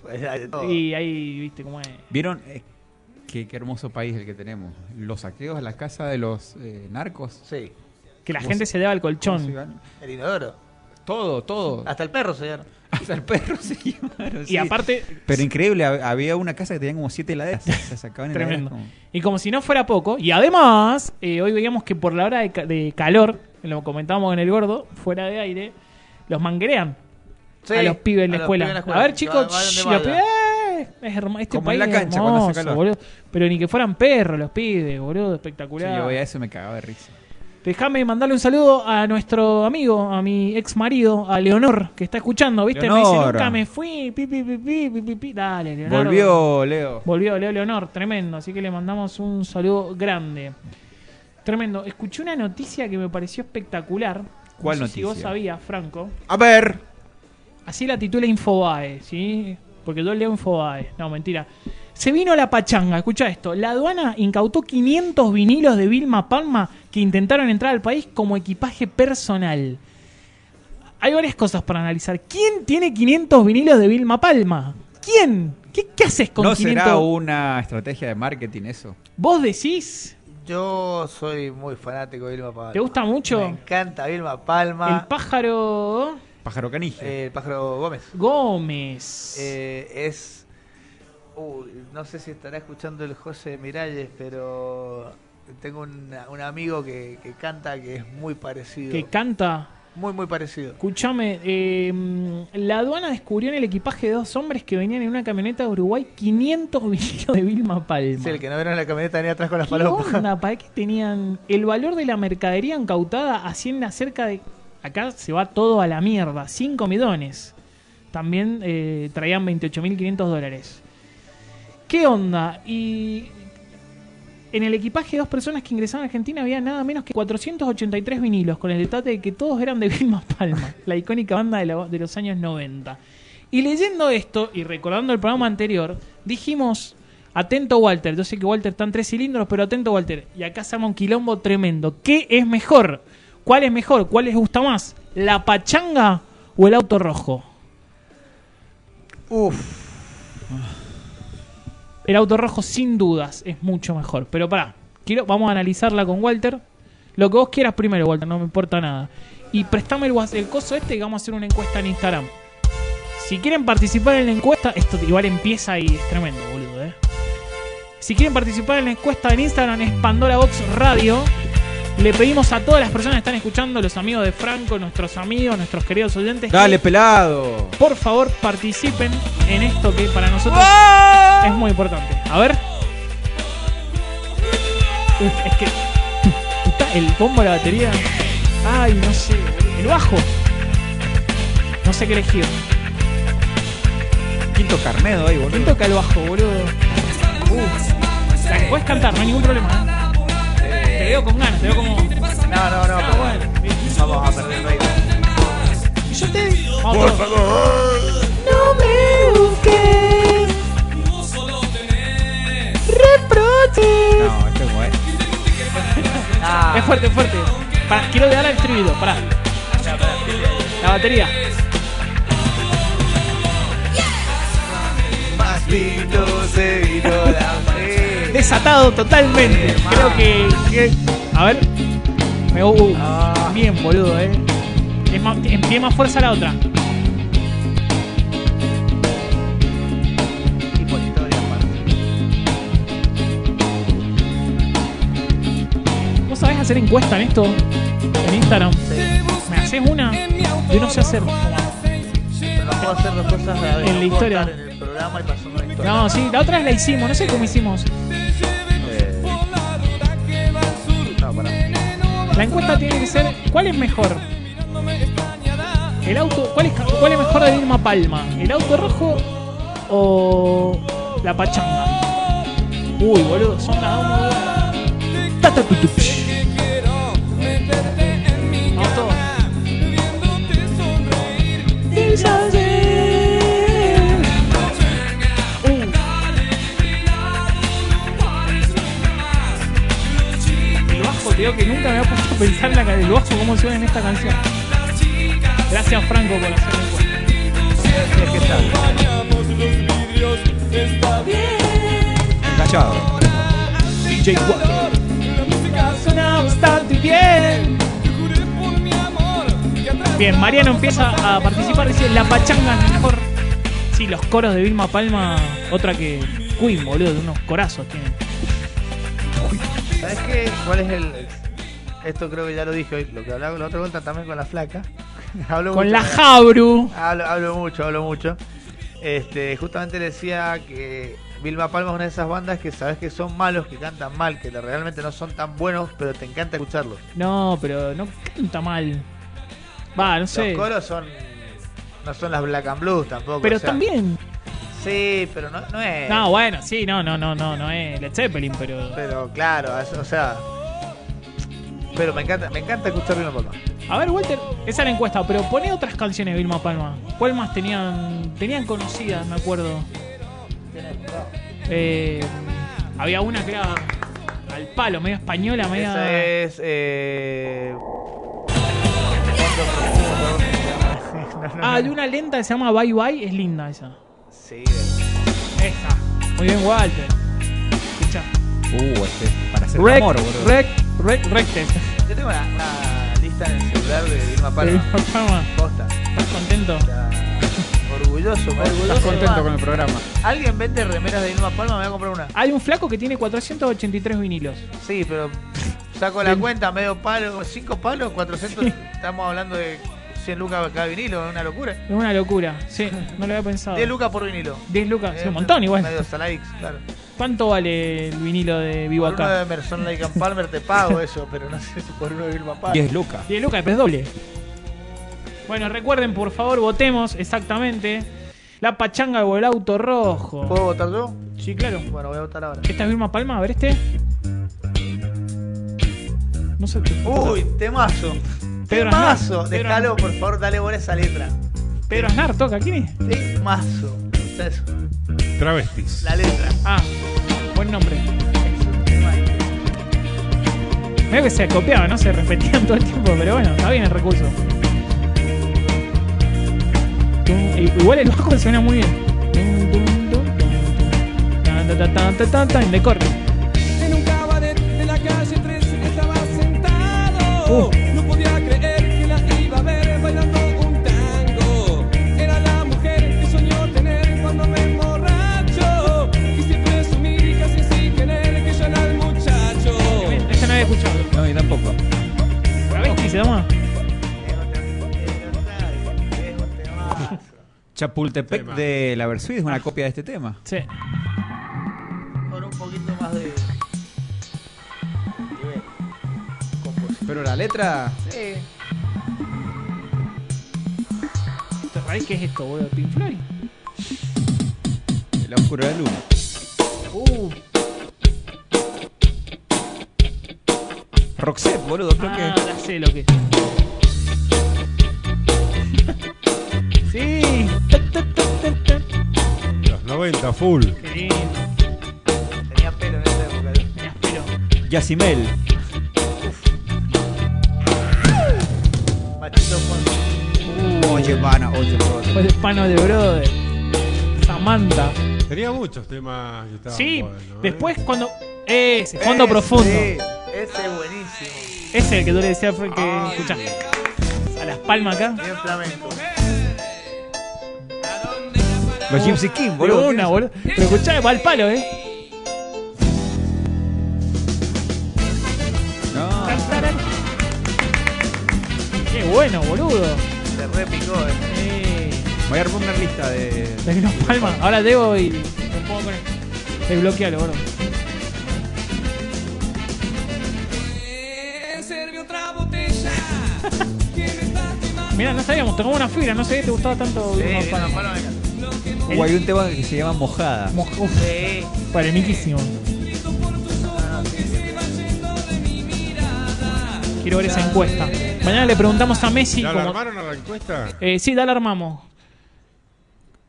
Speaker 5: Pues hay de todo.
Speaker 3: Y ahí, viste cómo es.
Speaker 4: ¿Vieron eh, qué, qué hermoso país el que tenemos? Los saqueos a la casa de los eh, narcos.
Speaker 5: Sí.
Speaker 3: Que la
Speaker 4: ¿Cómo
Speaker 3: gente
Speaker 4: se-
Speaker 3: se deba al
Speaker 4: cómo se
Speaker 3: colchón.
Speaker 4: llama?
Speaker 5: El inodoro.
Speaker 4: Todo, todo.
Speaker 5: Hasta el perro se llevaron.
Speaker 4: Hasta el perro se llevaron.
Speaker 3: Ah. Y
Speaker 4: sí.
Speaker 3: aparte,
Speaker 4: Pero increíble, hab- había una casa que tenía como siete heladeras. Se sacaban heladeras
Speaker 3: Tremendo.
Speaker 4: como-
Speaker 3: Y como si no fuera poco, y además, eh, hoy veíamos que por la hora de, ca- de calor, lo comentábamos en el gordo, fuera de aire, los manguerean
Speaker 5: Sí,
Speaker 3: a los pibes en la
Speaker 5: a los
Speaker 3: escuela.
Speaker 5: pibes en la
Speaker 3: A ver, chicos,
Speaker 5: Que vayan de
Speaker 3: shh, los
Speaker 5: balda.
Speaker 3: pibes, eh, es hermo- este
Speaker 4: Como
Speaker 3: país
Speaker 4: en la
Speaker 3: es
Speaker 4: cancha cuando hace
Speaker 3: hermoso,
Speaker 4: calor.
Speaker 3: boludo. Pero ni que fueran perros los pibes, boludo,
Speaker 4: Sí, yo
Speaker 3: espectacular.
Speaker 4: veía eso y me cagaba de risa.
Speaker 3: Déjame mandarle un saludo a nuestro amigo, a mi ex marido, a Leonor, que está escuchando, ¿viste? Me dice,
Speaker 4: Leonor.
Speaker 3: nunca me fui, pi, pi, pi, pi, pi, pi, pi". Dale, Leonor.
Speaker 4: Volvió, Leo.
Speaker 3: Volvió Leo Leonor, tremendo. Así que le mandamos un saludo grande. Tremendo. Escuché una noticia que me pareció espectacular.
Speaker 4: ¿Cuál
Speaker 3: No sé Si
Speaker 4: noticia?
Speaker 3: vos sabías, Franco.
Speaker 4: A ver.
Speaker 3: Así la titula Infobae, ¿sí? Porque yo leo Infobae. No, mentira. Se vino la pachanga, escucha esto. La aduana incautó 500 vinilos de Vilma Palma que intentaron entrar al país como equipaje personal. Hay varias cosas para analizar. ¿Quién tiene 500 vinilos de Vilma Palma? ¿Quién? ¿Qué, qué haces con
Speaker 4: ¿No
Speaker 3: 500?
Speaker 4: será una estrategia de marketing eso?
Speaker 3: ¿Vos decís?
Speaker 5: Yo soy muy fanático de Vilma Palma.
Speaker 3: ¿Te gusta mucho?
Speaker 5: Me encanta Vilma
Speaker 3: El
Speaker 5: Palma.
Speaker 3: pájaro
Speaker 4: Pájaro canije.
Speaker 5: eh, el pájaro Gómez.
Speaker 3: Gómez.
Speaker 5: Eh, es. Uy, no sé si estará escuchando el José Miralles, pero tengo un, un amigo que, que canta que es muy parecido.
Speaker 3: que canta.
Speaker 5: muy, muy parecido.
Speaker 3: Escúchame, eh, la aduana descubrió en el equipaje de dos hombres que venían en una camioneta de Uruguay 500 vinilos de Vilma Palma.
Speaker 5: Sí, el que no vieron la camioneta venía atrás con las
Speaker 3: ¿Qué
Speaker 5: palomas.
Speaker 3: onda? ¿Para qué tenían? El valor de la mercadería incautada asciende a cerca de... Acá se va todo a la mierda, 5 millones. También eh, traían 28.500 dólares. ¿Qué onda? Y en el equipaje de dos personas que ingresaron a Argentina había nada menos que 483 vinilos, con el detalle de que todos eran de Vilma Palma, la icónica banda de, la- de los años 90. Y leyendo esto y recordando el programa anterior, dijimos, atento Walter, yo sé que Walter está en tres cilindros, pero atento Walter, y acá se arma un quilombo tremendo. ¿Qué es mejor? ¿Cuál es mejor? ¿Cuál les gusta más? ¿La pachanga o el auto rojo?
Speaker 5: Uf,
Speaker 3: El auto rojo sin dudas es mucho mejor. Pero pará, quiero, vamos a analizarla con Walter. Lo que vos quieras primero, Walter, no me importa nada. Y prestame el, guas- el coso este que vamos a hacer una encuesta en Instagram. Si quieren participar en la encuesta, esto igual empieza y es tremendo, boludo, eh. Si quieren participar en la encuesta en Instagram es Pandora Box Radio. Le pedimos a todas las personas que están escuchando, los amigos de Franco, nuestros amigos, nuestros queridos oyentes,
Speaker 4: Dale,
Speaker 3: que
Speaker 4: pelado.
Speaker 3: por favor participen en esto que para nosotros es muy importante. A ver. Uf, es que. Está El bombo de la batería. Ay, no sé. El bajo. No sé qué elegir.
Speaker 4: Quinto carnedo ahí, boludo.
Speaker 3: ¿Quién toca el bajo, boludo? Uf. Dale, Puedes cantar, no hay ningún problema. ¿eh? Te veo con ganas, te veo como.
Speaker 5: no, no, no, pero bueno, vamos a perder el ritmo.
Speaker 3: Vamos todos.
Speaker 2: No me busques reproches.
Speaker 4: No, esto es bueno.
Speaker 5: Ah,
Speaker 3: Es fuerte, es fuerte. Pará, quiero dar al estribillo, pará. La batería.
Speaker 5: más lindo se vino la fe.
Speaker 3: desatado totalmente. Creo que, que- A ver. Me uh, bien, boludo, eh. Es más, en- tiene más fuerza la otra.
Speaker 5: Tipo historia aparte.
Speaker 3: ¿Vos sabés hacer encuesta en esto? En Instagram. ¿Me haces una? Yo no sé hacer.
Speaker 5: Pero no puedo hacer dos cosas a la vez.
Speaker 3: En la
Speaker 5: No puedo
Speaker 3: historia.
Speaker 5: estar En el programa y pasando la historia.
Speaker 3: No, sí, la otra vez la hicimos, no sé cómo hicimos.
Speaker 5: no, para.
Speaker 3: La encuesta tiene que ser ¿cuál es mejor? El auto, ¿cuál es, ca- cuál es mejor de Vilma Palma? ¿El auto rojo o la pachanga? Uy, boludo, son las dos muy buenas. Ta, ta, tu, tu, psh. Vamos todos. El bajo, creo que nunca me había puesto a pensar en la, ca- el bajo cómo suena en esta canción. Gracias Franco por hacer
Speaker 5: Es que está.
Speaker 13: Callado.
Speaker 3: DJ Walker. Suena bastante bien. Bien, Mariano empieza a participar. Dice la pachanga es mejor. Sí, los coros de Vilma Palma. Otra que Queen, boludo, de unos corazos tiene.
Speaker 5: ¿Sabes qué? ¿Cuál es el.? Esto creo que ya lo dije hoy. Lo que hablaba la otra vuelta también con la flaca. Hablo
Speaker 3: Con
Speaker 5: mucho.
Speaker 3: la Jabru.
Speaker 5: Hablo, hablo mucho, hablo mucho. Este, justamente le decía que Vilma Palma es una de esas bandas que sabes que son malos, que cantan mal, que realmente no son tan buenos, pero te encanta escucharlos.
Speaker 3: No, pero no canta mal. Va, no sé.
Speaker 5: Los coros son. No son las Black and Blues tampoco.
Speaker 3: Pero
Speaker 5: o sea,
Speaker 3: también.
Speaker 5: Sí, pero no, no es.
Speaker 3: No, bueno, sí, no, no, no, no, no es Led Zeppelin, pero.
Speaker 5: Pero claro, es- o sea. Pero me encanta, me encanta escuchar Vilma Palma.
Speaker 3: A ver, Walter, esa es la encuesta, pero poné otras canciones de Vilma Palma. ¿Cuál más tenían tenían conocidas, me acuerdo? Eh, había una que era al palo, medio española, medio...
Speaker 5: Esa es. Eh...
Speaker 3: Ah, de una lenta que se llama Bye Bye, es linda esa.
Speaker 5: Sí. eh.
Speaker 3: Esa. Muy bien, Walter. Escucha.
Speaker 4: Uh, este, para hacer
Speaker 3: Rec,
Speaker 4: amor, boludo.
Speaker 3: rec, rec, rectes.
Speaker 5: Yo tengo una, una lista en el celular de Vilma Palma.
Speaker 3: De Vilma Palma.
Speaker 5: Posta.
Speaker 3: ¿Estás contento?
Speaker 5: Orgulloso,
Speaker 4: Estás contento con el programa.
Speaker 5: ¿Alguien vende remeras de Vilma Palma? Me voy a comprar una.
Speaker 3: Hay un flaco que tiene 483 vinilos.
Speaker 5: Sí, pero saco la cuenta, medio palo, cinco palos, 400. Estamos hablando de 100 lucas cada vinilo, es una locura.
Speaker 3: Es una locura. Sí, no lo había pensado.
Speaker 5: 10 lucas por vinilo.
Speaker 3: 10 lucas, Ah. sí,
Speaker 5: Eh,
Speaker 3: un montón igual.
Speaker 5: Medio Salaix, claro.
Speaker 3: ¿Cuánto vale el vinilo de Vivo
Speaker 5: Por uno de
Speaker 3: acá?
Speaker 5: Emerson Lake and Palmer te pago eso, pero no sé si por uno de Vilma Palma.
Speaker 4: 10 lucas.
Speaker 3: 10 lucas, pero es doble. Bueno, recuerden, por favor, votemos exactamente la pachanga o el auto rojo.
Speaker 5: ¿Puedo votar yo?
Speaker 3: Sí, claro.
Speaker 5: Bueno, voy a votar ahora.
Speaker 3: ¿Esta es Vilma Palma? A ver este. No sé qué.
Speaker 5: Uy, temazo.
Speaker 3: Pedro
Speaker 5: temazo.
Speaker 3: Aznar. Pedro
Speaker 5: Déjalo, por favor, dale por esa letra.
Speaker 3: Pedro Aznar toca, ¿quién es?
Speaker 5: Temazo. Escuchá eso,
Speaker 6: Travestis.
Speaker 5: La letra.
Speaker 3: Ah, buen nombre. Medio que se copiaba, ¿no? Se repetían todo el tiempo, pero bueno, está bien el recurso. Tum, i- Igual el bajo suena muy bien. Tum, tum, tum, tum, tum. Tan, tan, tan, tan, tan, tan, Le corto.
Speaker 13: En un cabaret de la calle 13 estaba sentado. No podía creer que la iba a ver bailando un tango. Era la mujer que soñó tener cuando me emborracho. Quise presumir casi sin querer que yo era el muchacho.
Speaker 3: Esta no había escuchado.
Speaker 4: No, yo tampoco.
Speaker 3: ¿Travesti se llama?
Speaker 5: Eh,
Speaker 4: Chapultepec
Speaker 6: Tema.
Speaker 4: de la Versuit es una copia de este tema.
Speaker 3: Sí.
Speaker 5: Con un poquito más de. nivel.
Speaker 4: Pero la letra.
Speaker 5: Sí.
Speaker 3: Esto, ¿Raíz qué es esto, boludo? ¿Pink Floyd?
Speaker 4: La oscura luna.
Speaker 3: Uh,
Speaker 4: Roxette, boludo, creo
Speaker 3: ah,
Speaker 4: que.
Speaker 3: ya sé lo que es. Sí. Ta, ta, ta, ta, ta.
Speaker 6: Los 90, full.
Speaker 3: Qué lindo.
Speaker 5: Tenía pelo en esa época. yo.
Speaker 3: Tenías pelo.
Speaker 4: Yacimel.
Speaker 5: Machito Ponce.
Speaker 4: Oye, pana, oye, brother.
Speaker 3: Fue el pano de brother. Samantha.
Speaker 6: Tenía muchos temas que estaban
Speaker 3: Sí,
Speaker 6: buenos, ¿eh?
Speaker 3: después cuando. Ese, fondo
Speaker 5: Ese,
Speaker 3: profundo.
Speaker 5: Ese es buenísimo.
Speaker 3: Ese es el que tú le decías fue el que escuchaste. A las palmas acá.
Speaker 5: Bien flamenco.
Speaker 4: Los Gypsy King,
Speaker 3: De
Speaker 4: boludo.
Speaker 3: una, boludo. Pero escuchá, va al palo, eh.
Speaker 4: No.
Speaker 3: Qué bueno, boludo.
Speaker 5: Se repicó, eh.
Speaker 3: Eh,
Speaker 4: Voy a armar una lista de.
Speaker 3: la que nos palma. Ahora debo y. Me puedo poner. Desbloquealo, boludo.
Speaker 13: Yo
Speaker 3: Mirá, no sabíamos, tocamos una fibra, no sé, te gustaba tanto. Vilma Palma.
Speaker 14: O hay un tema que se llama Mojada.
Speaker 3: Mo- uf, Para mí, quísimo. Quiero ver esa encuesta. Mañana le preguntamos a Messi.
Speaker 6: ¿Ya la
Speaker 3: cómo-
Speaker 6: armaron a la encuesta?
Speaker 3: Eh, sí, dale armamos.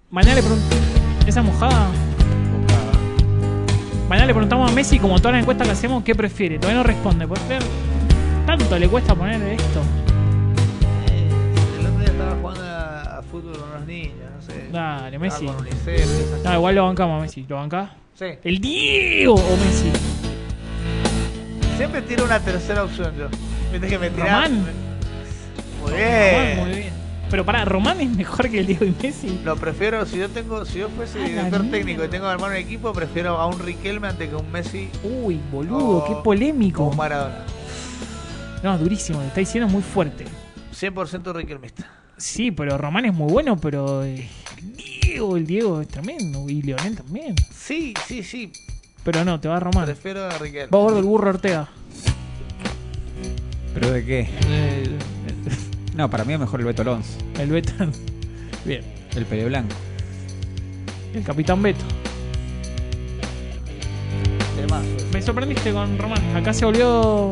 Speaker 3: Mañana le preguntamos. Esa mojada. Mañana le preguntamos a Messi, como todas las encuestas que hacemos, qué prefiere. Todavía no responde. ¿Puedes creer? Tanto le cuesta poner esto.
Speaker 5: Eh, El otro día estaba jugando a, a fútbol con unos niños, no sé.
Speaker 3: Dale, Messi.
Speaker 5: Estaba con Unicef, esas
Speaker 3: No, igual lo bancamos a Messi. ¿Lo bancás?
Speaker 5: Sí.
Speaker 3: ¿El Diego o Messi?
Speaker 5: cosas. Siempre tiro una tercera opción yo. Viste que me tiras.
Speaker 3: Román.
Speaker 5: Muy
Speaker 3: Román,
Speaker 5: bien.
Speaker 3: muy bien. Pero para Román es mejor que el Diego y Messi.
Speaker 5: Lo prefiero, si yo tengo, si yo fuese
Speaker 3: Ah, la
Speaker 5: director
Speaker 3: mierda.
Speaker 5: técnico y tengo que armar un equipo, prefiero a un Riquelme antes que a un Messi
Speaker 3: Uy, boludo,
Speaker 5: Oh.
Speaker 3: qué polémico.
Speaker 5: o un Maradona.
Speaker 3: No, durísimo, lo está diciendo muy fuerte.
Speaker 5: 100% Riquelmista.
Speaker 3: Sí, pero Román es muy bueno, pero eh, Diego, el Diego es tremendo. Y Leonel también.
Speaker 5: Sí, sí, sí.
Speaker 3: Pero no, te va a Román. Va
Speaker 5: Prefiero a
Speaker 3: a
Speaker 5: Riquelme.
Speaker 3: bordo el burro Ortega.
Speaker 14: ¿Pero de qué? No, para mí es mejor el Beto Alonso.
Speaker 3: El Beto. Bien.
Speaker 14: El pelo blanco.
Speaker 3: El capitán Beto.
Speaker 5: Temazo.
Speaker 3: Me sorprendiste con Román. Acá se volvió.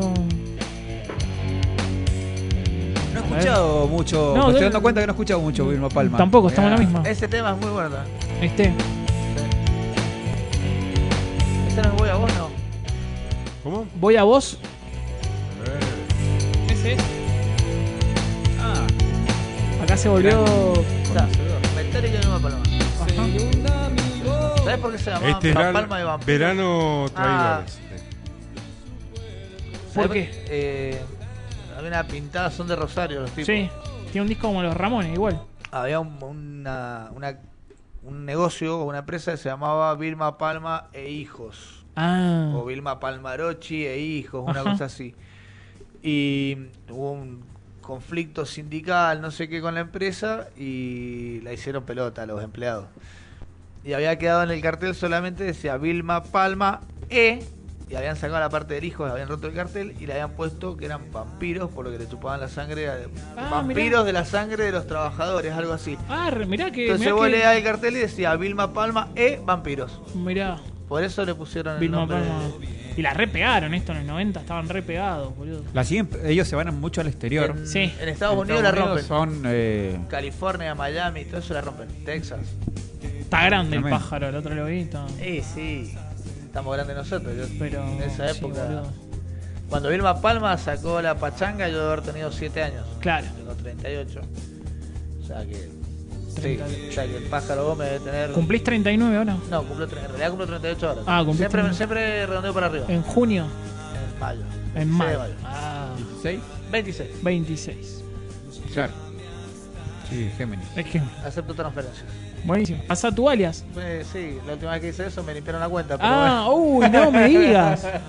Speaker 14: No he escuchado mucho.
Speaker 3: No,
Speaker 14: me estoy
Speaker 3: dale.
Speaker 14: dando cuenta que no he escuchado mucho Vilma Palma.
Speaker 3: Tampoco, estamos
Speaker 4: Ah,
Speaker 3: en la misma.
Speaker 5: Ese tema es muy bueno.
Speaker 3: Este.
Speaker 5: Este no es voy a vos, no.
Speaker 6: ¿Cómo?
Speaker 3: Voy a vos. Ese es.
Speaker 14: Ah,
Speaker 3: Acá se volvió.
Speaker 5: Está. Metallica y Vilma Palma. ¿Sabes por qué se llamaba
Speaker 6: Este
Speaker 5: Pa-
Speaker 6: verano,
Speaker 5: Palma de Vampiro?
Speaker 6: verano
Speaker 5: Ah.
Speaker 6: traidores. este.
Speaker 5: ¿Sabés
Speaker 3: ¿Por
Speaker 5: por-
Speaker 3: qué?
Speaker 5: Eh, había una pintada, son de Rosario los tipos.
Speaker 3: Sí. Tiene un disco como los Ramones, igual.
Speaker 5: Había un, una, una- un negocio o una empresa que se llamaba Vilma Palma e Hijos.
Speaker 3: Ah.
Speaker 5: O Vilma Palmarochi e Hijos, una
Speaker 3: Ajá.
Speaker 5: cosa así. Y hubo un conflicto sindical, no sé qué, con la empresa y la hicieron pelota a los empleados. Y había quedado en el cartel solamente decía Vilma Palma E. Y habían sacado la parte del hijo, habían roto el cartel y le habían puesto que eran vampiros, por lo que le chupaban la sangre. a-
Speaker 3: Ah, mirá.
Speaker 5: vampiros de la sangre de los trabajadores, algo así.
Speaker 3: Ah, re- mirá que.
Speaker 5: Entonces
Speaker 3: mirá
Speaker 5: vos
Speaker 3: que-
Speaker 5: leías el cartel y decía Vilma Palma E. Vampiros.
Speaker 3: Mirá,
Speaker 5: Por eso le pusieron el
Speaker 3: Vilma
Speaker 5: nombre.
Speaker 3: Palma. Y la repegaron esto en los 90, estaban repegados, boludo.
Speaker 14: la siguiente- ellos se van mucho al exterior.
Speaker 5: En,
Speaker 3: Sí.
Speaker 5: en Estados
Speaker 14: En
Speaker 5: Unidos la rompen.
Speaker 14: Son. eh,
Speaker 5: California, Miami, todo eso la rompen. Texas.
Speaker 3: Está grande el
Speaker 14: Tremendo.
Speaker 3: pájaro, el otro lo vi. está-
Speaker 5: Sí, sí. Estamos grandes nosotros. yo-
Speaker 3: Pero.
Speaker 5: Eh, en esa
Speaker 3: sí,
Speaker 5: época.
Speaker 3: boludo.
Speaker 5: cuando Vilma Palma sacó la pachanga, yo debo haber tenido 7 años.
Speaker 3: Claro.
Speaker 5: Tengo 38. O sea que.
Speaker 3: Treinta
Speaker 5: Sí, o sea que el pájaro Gómez debe tener.
Speaker 3: ¿Cumplís 39 ahora?
Speaker 5: No, cumplo, tre- en realidad cumplo 38 horas.
Speaker 3: Ah, cumpliste
Speaker 5: siempre,
Speaker 3: un-
Speaker 5: siempre redondeo para arriba.
Speaker 3: En junio,
Speaker 5: En mayo. Sí,
Speaker 3: en mayo.
Speaker 5: mayo.
Speaker 3: Ah,
Speaker 14: ¿Seis?
Speaker 5: 26.
Speaker 3: 26.
Speaker 4: Claro.
Speaker 14: Sí, Géminis.
Speaker 3: Es que.
Speaker 5: Acepto transferencias.
Speaker 3: Buenísimo. ¿Pasa tu alias?
Speaker 5: Eh, sí, la última vez que hice eso me limpiaron la cuenta. Pero
Speaker 3: Ah,
Speaker 5: bueno.
Speaker 3: uy, no me digas.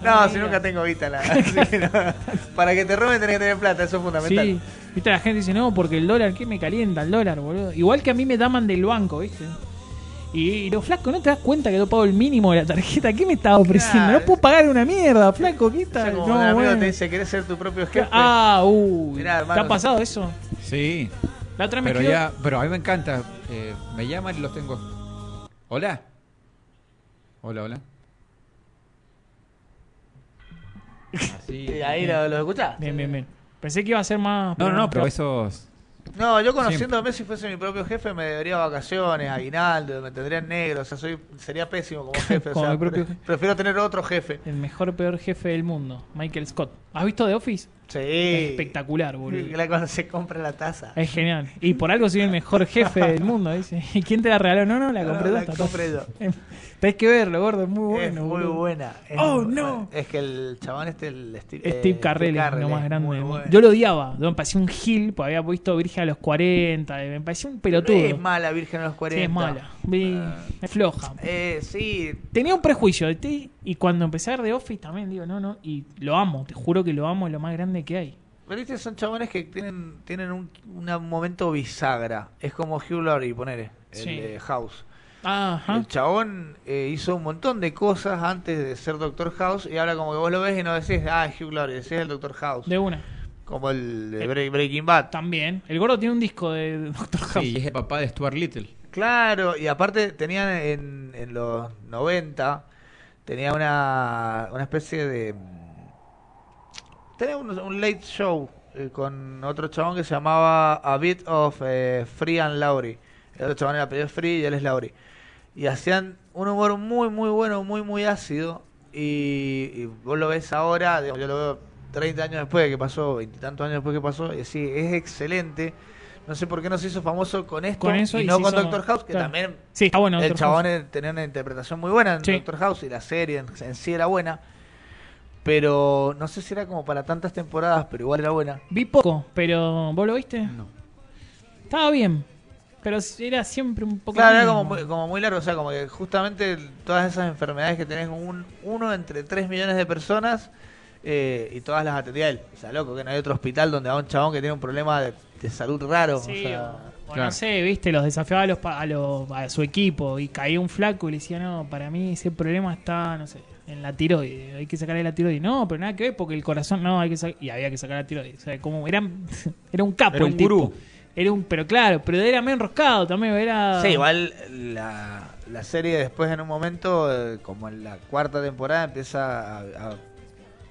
Speaker 5: No, si nunca tengo guita. La, así que no. Para que te roben tenés que tener plata, eso es fundamental.
Speaker 3: Sí. Viste, la gente dice, no, porque el dólar, ¿qué me calienta el dólar, boludo? Igual que a mí me daman del banco, ¿viste? Y, y los flacos, ¿no te das cuenta que yo pago el mínimo de la tarjeta? ¿Qué me estás ofreciendo?
Speaker 5: Claro.
Speaker 3: No puedo pagar una mierda, flaco, ¿qué
Speaker 5: O sea,
Speaker 3: tal?
Speaker 5: como
Speaker 3: No,
Speaker 5: un amigo
Speaker 3: bueno.
Speaker 5: te dice, ¿querés ser tu propio jefe?
Speaker 3: Ah, uy.
Speaker 5: Mirá, hermano.
Speaker 3: ¿Te ha pasado eso?
Speaker 14: Sí.
Speaker 3: La otra me
Speaker 14: Pero
Speaker 3: escribió-
Speaker 14: ya, pero a mí me encanta. eh, me llaman y los tengo. Hola. Hola, hola. Así.
Speaker 5: Y ahí lo, lo escuchás.
Speaker 3: Bien, bien, bien. Pensé que iba a ser más.
Speaker 14: No, no, no, pero esos.
Speaker 5: No, yo conociendo a Messi, si fuese mi propio jefe, me debería vacaciones, aguinaldo, me tendría en negro. O sea, soy, sería pésimo como jefe. o
Speaker 3: Como
Speaker 5: sea,
Speaker 3: mi propio
Speaker 5: pre-
Speaker 3: jefe.
Speaker 5: prefiero tener otro jefe.
Speaker 3: El mejor, peor jefe del mundo, Michael Scott. ¿Has visto The Office? Es
Speaker 5: Sí.
Speaker 3: espectacular,
Speaker 5: Que
Speaker 3: boludo.
Speaker 5: la- Cuando se compra la taza.
Speaker 3: Es genial. Y por algo soy el mejor jefe del mundo, dice. ¿Y quién te la regaló? No, no, la
Speaker 5: No,
Speaker 3: compré
Speaker 5: la
Speaker 3: vos, tata.
Speaker 5: compré yo.
Speaker 3: Tenés que verlo, gordo, es muy bueno.
Speaker 5: es muy
Speaker 3: boludo.
Speaker 5: buena. es
Speaker 3: Oh,
Speaker 5: muy
Speaker 3: no.
Speaker 5: buena. Es que el chabón este, el Steve, eh,
Speaker 3: Steve Carrell es lo más
Speaker 5: es
Speaker 3: grande
Speaker 5: muy
Speaker 3: del mundo.
Speaker 5: bueno.
Speaker 3: Yo lo odiaba. Yo me parecía un gil, porque había visto Virgen a los 40. y Me parecía un pelotudo.
Speaker 5: No Es Ah. mala Virgen a los
Speaker 3: Sí,
Speaker 5: 40.
Speaker 3: es mala. Vi- Es floja.
Speaker 5: Eh, sí,
Speaker 3: Tenía un prejuicio de ti. Y cuando empecé a ver The Office también digo, no, no. Y lo amo. Te juro que lo amo. Es lo más grande que hay.
Speaker 5: pero viste, son chabones que tienen, tienen un, una- un momento bisagra. Es como Hugh Laurie, ponele, el
Speaker 3: Sí.
Speaker 5: de House.
Speaker 3: Ajá.
Speaker 5: El chabón eh, hizo un montón de cosas antes de ser Doctor House y ahora como que vos lo ves y no decís, ah, es Hugh Laurie, decís el Doctor House.
Speaker 3: De Eh. una.
Speaker 5: Como el de Break- Breaking Bad.
Speaker 3: También. El gordo tiene un disco de Doctor House.
Speaker 4: Sí, y es el papá de Stuart Little.
Speaker 5: Claro, y aparte tenían en, en los 90, tenía una, una especie de... Tenía un, un late show eh, con otro chabón que se llamaba A Bit of eh, Free and Laurie. El otro chabón era Pedro Free y él es Laurie. Y hacían un humor muy, muy bueno, muy, muy ácido. Y, y vos lo ves ahora, digamos, yo lo veo 30 años después de que pasó, veintitantos años después de que pasó, y sí, es excelente. No sé por qué no se hizo famoso con esto
Speaker 3: Con eso
Speaker 5: y
Speaker 3: y
Speaker 5: no
Speaker 3: se
Speaker 5: con
Speaker 3: hizo-
Speaker 5: Doctor House, que
Speaker 3: claro.
Speaker 5: también
Speaker 3: Sí, está bueno
Speaker 5: el
Speaker 3: Dr.
Speaker 5: chabón
Speaker 3: House.
Speaker 5: eh, tenía una interpretación muy buena en
Speaker 3: Sí.
Speaker 5: Doctor House y la serie en, en sí era buena. Pero no sé si era como para tantas temporadas, pero igual era buena.
Speaker 3: Vi poco, pero ¿vos lo viste? No. Estaba bien, pero era siempre un poco...
Speaker 5: Claro,
Speaker 3: lo
Speaker 5: era
Speaker 3: mismo.
Speaker 5: como muy, como muy largo, o sea, como que justamente todas esas enfermedades que tenés un, uno entre 3 millones de personas eh, y todas las atendía él. O sea, loco, que no hay otro hospital donde va un chabón que tiene un problema de, de salud raro.
Speaker 3: Sí,
Speaker 5: o sea,
Speaker 3: O
Speaker 5: Claro.
Speaker 3: no sé, viste, los desafiaba a, los, pa- a, los- a su equipo y caía un flaco y le decía, no, para mí ese problema está, no sé, en la tiroides, hay que sacarle la tiroides. No, pero nada que ver porque el corazón no, hay que sa- y había que sacar la tiroides. O sea, como era, era un capo
Speaker 4: Era
Speaker 3: el
Speaker 4: un
Speaker 3: tipo.
Speaker 4: gurú.
Speaker 3: Era un, pero claro, pero era medio enroscado también, era...
Speaker 5: Sí, igual la, la serie después en un momento, eh, como en la cuarta temporada, empieza a- a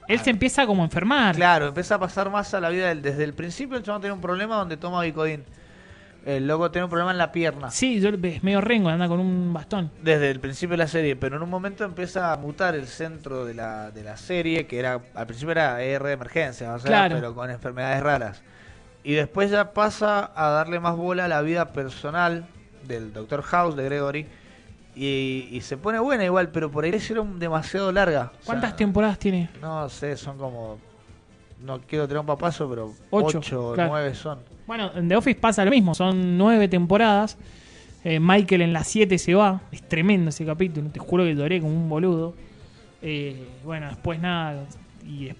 Speaker 3: Él se empieza como a enfermar.
Speaker 5: Claro, empieza a pasar más a la vida. del- Desde el principio el chabón tiene un problema donde toma Vicodin. El loco tiene un problema en la pierna.
Speaker 3: Sí, yo, es medio rengo, anda con un bastón.
Speaker 5: Desde el principio de la serie, pero en un momento empieza a mutar el centro de la, de la serie, que era al principio era E R de emergencia, o sea,
Speaker 3: Claro.
Speaker 5: pero con enfermedades raras. Y después ya pasa a darle más bola a la vida personal del Dr. House, de Gregory, y, y se pone buena igual, pero por ahí le hicieron demasiado larga. O sea,
Speaker 3: ¿Cuántas temporadas tiene?
Speaker 5: no sé, son como... No quiero tirar un papazo, pero
Speaker 3: Ocho,
Speaker 5: 8 o
Speaker 3: claro.
Speaker 5: 9 son.
Speaker 3: Bueno, en The Office pasa lo mismo, son nueve temporadas. Eh, Michael en las siete se va. Es tremendo ese capítulo, te juro que lloré como un boludo. Eh, bueno, después nada. Y es-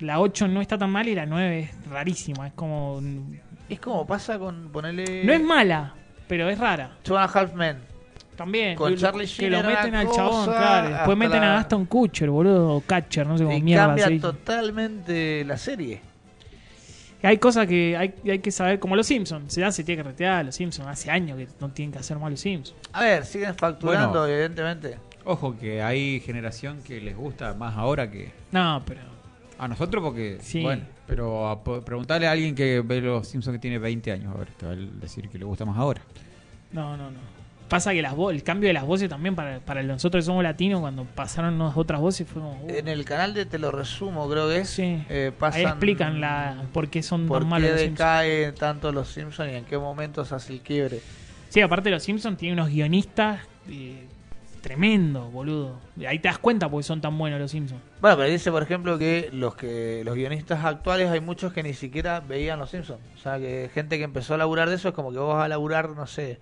Speaker 3: la 8 no está tan mal y la 9 es rarísima. Es como. No
Speaker 5: Es como pasa con ponerle.
Speaker 3: es mala, pero es rara.
Speaker 5: Two and a Half Men.
Speaker 3: También.
Speaker 5: Con
Speaker 3: que lo-
Speaker 5: Charlie
Speaker 3: Que
Speaker 5: Sheen
Speaker 3: lo
Speaker 5: era
Speaker 3: meten
Speaker 5: una
Speaker 3: al chabón,
Speaker 5: cosa,
Speaker 3: claro. Después
Speaker 5: hasta
Speaker 3: meten a
Speaker 5: la-
Speaker 3: Gaston Kutcher, boludo. O Catcher, no sé cómo
Speaker 5: Y
Speaker 3: mierda.
Speaker 5: cambia
Speaker 3: se dice.
Speaker 5: totalmente la serie.
Speaker 3: Hay cosas que hay, hay que saber, como los Simpsons. Se, da, se tiene que retirar los Simpsons. Hace años que no tienen que hacer más los Simpsons.
Speaker 5: A ver, siguen facturando,
Speaker 4: Bueno.
Speaker 5: evidentemente.
Speaker 4: Ojo que hay generación que les gusta más ahora que
Speaker 3: No, pero.
Speaker 4: a nosotros porque
Speaker 3: Sí.
Speaker 4: bueno, pero a po- preguntarle a alguien que ve los Simpsons que tiene 20 años, a ver, te va a decir que le gusta más ahora.
Speaker 3: No, no, no. Pasa que las vo- el cambio de las voces también para, para nosotros que somos latinos, cuando pasaron unas otras voces, fue como. uh,
Speaker 5: En el canal de Te lo resumo, creo que es.
Speaker 3: Sí.
Speaker 5: eh, pasan
Speaker 3: ahí explican la, por qué son
Speaker 5: por
Speaker 3: tan
Speaker 5: qué
Speaker 3: malos los Simpsons.
Speaker 5: decae tanto los Simpsons y en qué momentos hace el quiebre.
Speaker 3: Sí, aparte los Simpsons tienen unos guionistas eh, tremendos, boludo. Ahí te das cuenta porque son tan buenos los Simpsons.
Speaker 5: Bueno, pero dice, por ejemplo, que los que los guionistas actuales hay muchos que ni siquiera veían los Simpsons. O sea, que gente que empezó a laburar de eso es como que vos vas a laburar, no sé,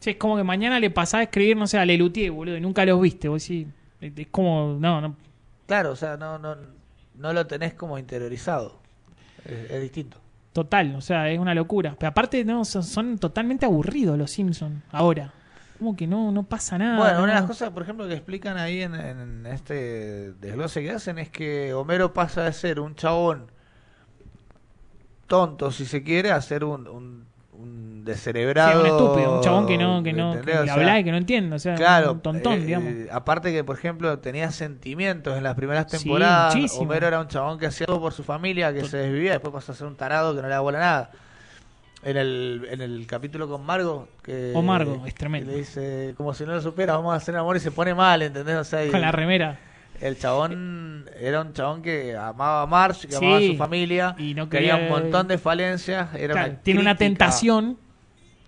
Speaker 3: Sí, es como que mañana le pasás a escribir, no sé, a Lelutier, boludo, y nunca los viste. Vos sí, es como. No, no.
Speaker 5: Claro, o sea, no, no, no lo tenés como interiorizado. Es, es distinto.
Speaker 3: Total, o sea, es una locura. Pero aparte, no, son, son totalmente aburridos los Simpsons ahora. Como que no, no pasa nada.
Speaker 5: bueno,
Speaker 3: no,
Speaker 5: una de las
Speaker 3: no.
Speaker 5: cosas, por ejemplo, que explican ahí en, en este desglose que hacen es que Homero pasa de ser un chabón tonto, si se quiere, a ser un, un, un descerebrado.
Speaker 3: Sí, un estúpido, un chabón que no, que no,
Speaker 5: ¿entendés?
Speaker 3: que
Speaker 5: O
Speaker 3: le
Speaker 5: sea,
Speaker 3: habla y que no entiende, o sea,
Speaker 5: Claro,
Speaker 3: un tontón,
Speaker 5: eh,
Speaker 3: digamos.
Speaker 5: Aparte que, por ejemplo, tenía sentimientos en las primeras
Speaker 3: Sí,
Speaker 5: temporadas.
Speaker 3: muchísimo.
Speaker 5: Homero era un chabón que hacía todo por su familia, que se desvivía, después pasó a ser un tarado que no le da bola a nada. En el, en el capítulo con Margo, que
Speaker 3: O Oh, Margo, es tremendo.
Speaker 5: que le dice, como si no lo supiera, vamos a hacer amor y se pone mal, ¿entendés? O sea, y
Speaker 3: Con la remera.
Speaker 5: el chabón era un chabón que amaba a Marge, que
Speaker 3: Sí.
Speaker 5: amaba a su familia,
Speaker 3: Y no
Speaker 5: tenía
Speaker 3: quería-
Speaker 5: un montón de falencias, era
Speaker 3: Claro,
Speaker 5: una
Speaker 3: tiene una
Speaker 5: crítica-
Speaker 3: tentación.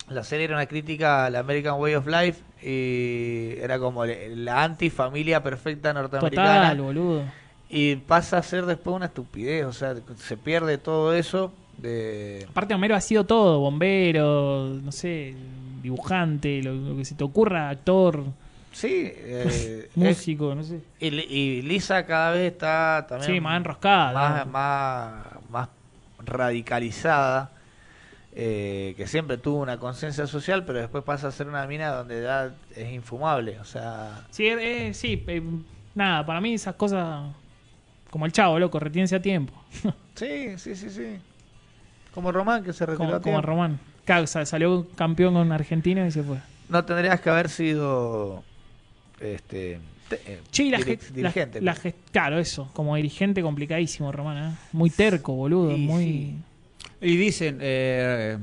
Speaker 5: la serie era una crítica al American Way of Life y era como le- la antifamilia perfecta norteamericana.
Speaker 3: Total, boludo.
Speaker 5: Y pasa a ser después una estupidez, o sea, se pierde todo eso de...
Speaker 3: Aparte, Homero ha sido todo: bombero, no sé, dibujante, lo, lo que se te ocurra, actor,
Speaker 5: Sí, eh, es-
Speaker 3: músico, no sé.
Speaker 5: y, Li- y Lisa cada vez está también...
Speaker 3: Sí, más enroscada,
Speaker 5: Más,
Speaker 3: ¿no?
Speaker 5: más, más radicalizada, eh, que siempre tuvo una conciencia social, pero después pasa a ser una mina donde ya es infumable, o sea...
Speaker 3: Sí, eh, eh, sí eh, nada, para mí esas cosas. Como el chavo, loco, retiense a tiempo.
Speaker 5: Sí, sí, sí, sí. Como Román, que se retiró
Speaker 3: Como,
Speaker 5: a
Speaker 3: como
Speaker 5: tiempo.
Speaker 3: Román. Claro, sa- salió campeón con Argentina y se fue.
Speaker 5: No tendrías que haber sido. Este. te- eh,
Speaker 3: Che, y la,
Speaker 5: direc-
Speaker 3: ge- la-
Speaker 5: dirigente. pues.
Speaker 3: la ge- claro, eso. Como dirigente complicadísimo, Román. ¿eh? Muy terco, boludo. muy...
Speaker 4: Y dicen, eh,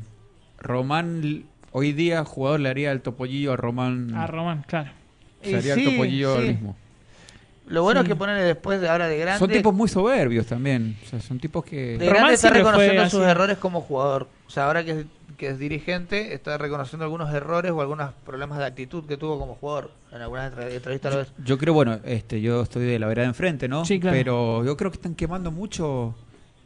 Speaker 4: Román, hoy día jugador le haría el topollillo a Román.
Speaker 3: A Román, claro.
Speaker 4: Se haría
Speaker 5: Y
Speaker 4: el
Speaker 5: sí,
Speaker 4: topollillo
Speaker 5: sí.
Speaker 4: él mismo.
Speaker 5: Lo bueno
Speaker 3: Sí.
Speaker 5: es que ponerle después de ahora de grande.
Speaker 4: Son tipos muy soberbios también. O sea, son tipos que.
Speaker 5: De grande está
Speaker 3: siempre fue
Speaker 5: reconociendo sus
Speaker 3: así.
Speaker 5: errores como jugador. O sea, ahora que es, que es dirigente, está reconociendo algunos errores o algunos problemas de actitud que tuvo como jugador. En algunas entre- entrevistas lo ves.
Speaker 4: Yo creo, bueno, este, yo estoy de la vereda de enfrente, ¿no?
Speaker 3: Sí, claro.
Speaker 4: Pero yo creo que están quemando mucho.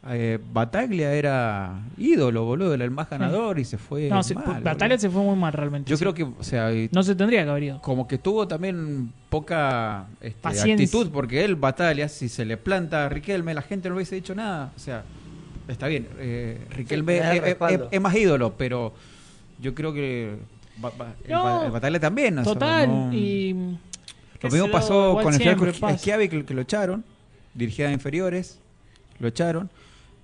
Speaker 4: Eh, Bataglia era ídolo, boludo, era el más ganador y se fue.
Speaker 3: no, se-
Speaker 4: mal,
Speaker 3: fue-
Speaker 4: boludo.
Speaker 3: Batalla se fue muy mal realmente.
Speaker 4: Yo
Speaker 3: sí.
Speaker 4: creo que, o sea, y-
Speaker 3: No se tendría que haber ido.
Speaker 4: como que tuvo también poca este,
Speaker 3: Paciencia.
Speaker 4: actitud, porque él batalla, si se le planta a Riquelme, la gente no hubiese dicho nada. O sea, está bien, eh, Riquelme
Speaker 5: tenés
Speaker 4: es,
Speaker 5: el
Speaker 4: es-
Speaker 5: respaldo.
Speaker 4: es más ídolo, pero yo creo que ba- ba- el,
Speaker 3: No,
Speaker 4: ba- el batalla también. o sea,
Speaker 3: Total.
Speaker 4: no-
Speaker 3: y, qué
Speaker 4: Lo
Speaker 3: sé
Speaker 4: mismo
Speaker 3: yo,
Speaker 4: pasó
Speaker 3: igual
Speaker 4: con el
Speaker 3: siempre
Speaker 4: flaco
Speaker 3: pasa.
Speaker 4: Esquiavi, que, que lo echaron, dirigida a inferiores, lo echaron.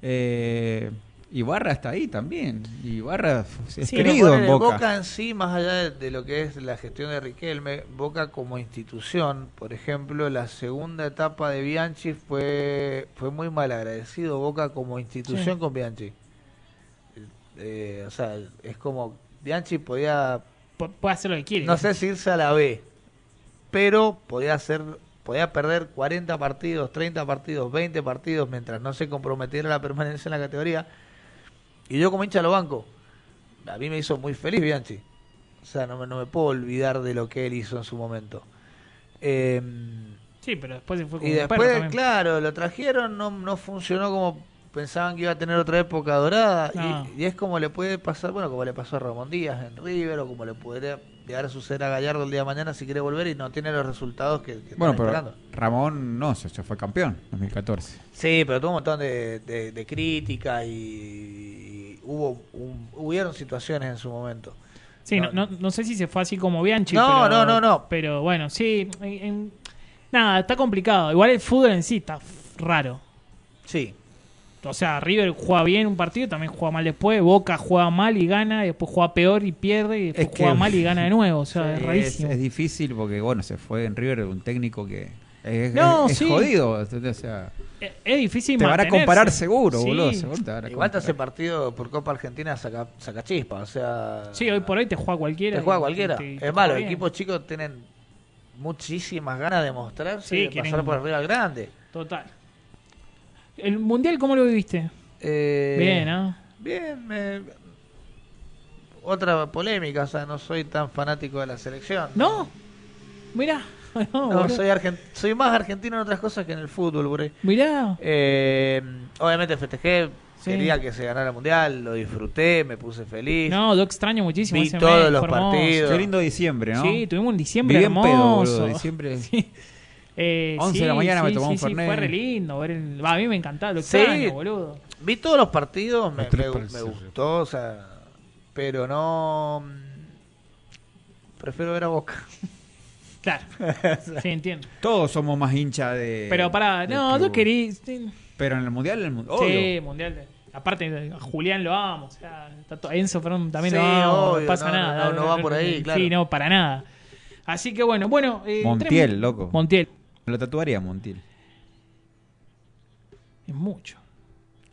Speaker 4: Eh, Ibarra está ahí también. Ibarra es
Speaker 3: Sí,
Speaker 4: querido en
Speaker 5: Ponerle
Speaker 4: Boca.
Speaker 5: en sí, más allá de, de lo que es la gestión de Riquelme, Boca como institución, por ejemplo, la segunda etapa de Bianchi fue, fue muy mal agradecido Boca como institución
Speaker 3: Sí.
Speaker 5: con Bianchi. Eh, o sea, es como Bianchi podía
Speaker 3: Pu- Puede hacer lo que quiere.
Speaker 5: no sé si irse a la B, pero podía hacer, podía perder 40 partidos, 30 partidos, 20 partidos mientras no se comprometiera la permanencia en la categoría. Y yo como hincha lo banco. A mí me hizo muy feliz Bianchi. O sea, no me, no me puedo olvidar de lo que él hizo en su momento. Eh,
Speaker 3: Sí, pero después se fue como
Speaker 5: y
Speaker 3: un perro
Speaker 5: después,
Speaker 3: también.
Speaker 5: claro, lo trajeron, no, no funcionó como pensaban que iba a tener otra época dorada. y-
Speaker 3: No.
Speaker 5: Y, es como le puede pasar, bueno, como le pasó a Ramón Díaz en River, o como le podría llegar a suceder a Gallardo el día de mañana si quiere volver y no tiene los resultados que, que
Speaker 4: Bueno,
Speaker 5: están
Speaker 4: pero
Speaker 5: esperando.
Speaker 4: Ramón no, se se fue campeón en 2014.
Speaker 5: Sí, pero tuvo un montón de, de, de críticas y, y hubo un- hubieron situaciones en su momento.
Speaker 3: Sí, no, no, no sé si se fue así como Bianchi.
Speaker 5: No,
Speaker 3: pero-
Speaker 5: no, no, no.
Speaker 3: Pero bueno, sí. en- en- nada, está complicado. Igual el fútbol en sí está f- raro.
Speaker 5: Sí,
Speaker 3: O sea, River juega bien un partido, también juega mal después. Boca juega mal y gana, y después juega peor y pierde, y después
Speaker 4: Es que-
Speaker 3: juega mal y gana de nuevo. O sea, es
Speaker 4: Es-
Speaker 3: rarísimo.
Speaker 4: Es, difícil porque, bueno, se fue en River un técnico que es,
Speaker 3: No,
Speaker 4: es- es
Speaker 3: sí.
Speaker 4: jodido. ¿entendés? O sea,
Speaker 3: Es, es difícil
Speaker 4: te van a
Speaker 3: mantenerse.
Speaker 4: comparar seguro,
Speaker 3: Sí.
Speaker 4: boludo. seguro te van a
Speaker 5: igual te hace
Speaker 4: comparar.
Speaker 5: partido por Copa Argentina saca, saca chispa, o sea...
Speaker 3: Sí, hoy por hoy te juega cualquiera.
Speaker 5: Te
Speaker 3: y-
Speaker 5: juega
Speaker 3: y
Speaker 5: cualquiera.
Speaker 3: te- te
Speaker 5: es malo,
Speaker 3: juega
Speaker 5: los
Speaker 3: bien.
Speaker 5: equipos chicos tienen muchísimas ganas de mostrarse
Speaker 3: Sí,
Speaker 5: y de
Speaker 3: quieren-
Speaker 5: pasar por arriba al grande.
Speaker 3: Total. ¿El mundial cómo lo viviste?
Speaker 5: Eh,
Speaker 3: Bien, ¿ah? ¿no?
Speaker 5: Bien, me- otra polémica, o sea, no soy tan fanático de la selección.
Speaker 3: No. Mirá. No,
Speaker 5: No,
Speaker 3: boludo.
Speaker 5: soy, argen- soy más argentino en otras cosas que en el fútbol, por ahí.
Speaker 3: Mirá.
Speaker 5: Eh, obviamente festejé,
Speaker 3: Sí.
Speaker 5: quería que se ganara el mundial, lo disfruté, me puse feliz.
Speaker 3: No, yo extraño muchísimo.
Speaker 5: Vi
Speaker 3: ese
Speaker 5: todos
Speaker 3: mes,
Speaker 5: los
Speaker 3: fue hermoso.
Speaker 5: partidos.
Speaker 4: Qué lindo diciembre, ¿no?
Speaker 3: Sí, tuvimos un diciembre
Speaker 4: Viví en
Speaker 3: hermoso.
Speaker 4: pedo, boludo. Diciembre.
Speaker 3: Eh,
Speaker 4: 11 de la mañana me tomé un
Speaker 3: sí, fue
Speaker 4: Fernet.
Speaker 3: re lindo. ver el- va, a mí me encantaba. Lo
Speaker 5: Sí.
Speaker 3: extraño, boludo.
Speaker 5: Vi todos los partidos, me,
Speaker 6: Los tres
Speaker 5: me-
Speaker 6: parece
Speaker 5: me
Speaker 6: ser.
Speaker 5: gustó, o sea, pero no... mm, Prefiero ver a Boca.
Speaker 3: Claro. sí, entiendo.
Speaker 4: Todos somos más hincha de.
Speaker 3: Pero pará,
Speaker 4: del
Speaker 3: no,
Speaker 4: club.
Speaker 3: yo quería. Sí,
Speaker 4: Pero en el mundial, en el mundial.
Speaker 3: sí, mundial. de- Aparte, a Julián lo amo. O sea, está to- a Enzo Fernández también
Speaker 5: Sí,
Speaker 3: lo amo.
Speaker 5: obvio,
Speaker 3: no pasa
Speaker 5: no, no,
Speaker 3: nada.
Speaker 5: no, no va por ahí,
Speaker 3: Sí,
Speaker 5: claro.
Speaker 3: no, para nada. Así que bueno, bueno. eh,
Speaker 4: Montiel,
Speaker 3: entremos-
Speaker 4: loco.
Speaker 3: Montiel.
Speaker 4: Me lo tatuaría Montiel.
Speaker 3: Es mucho.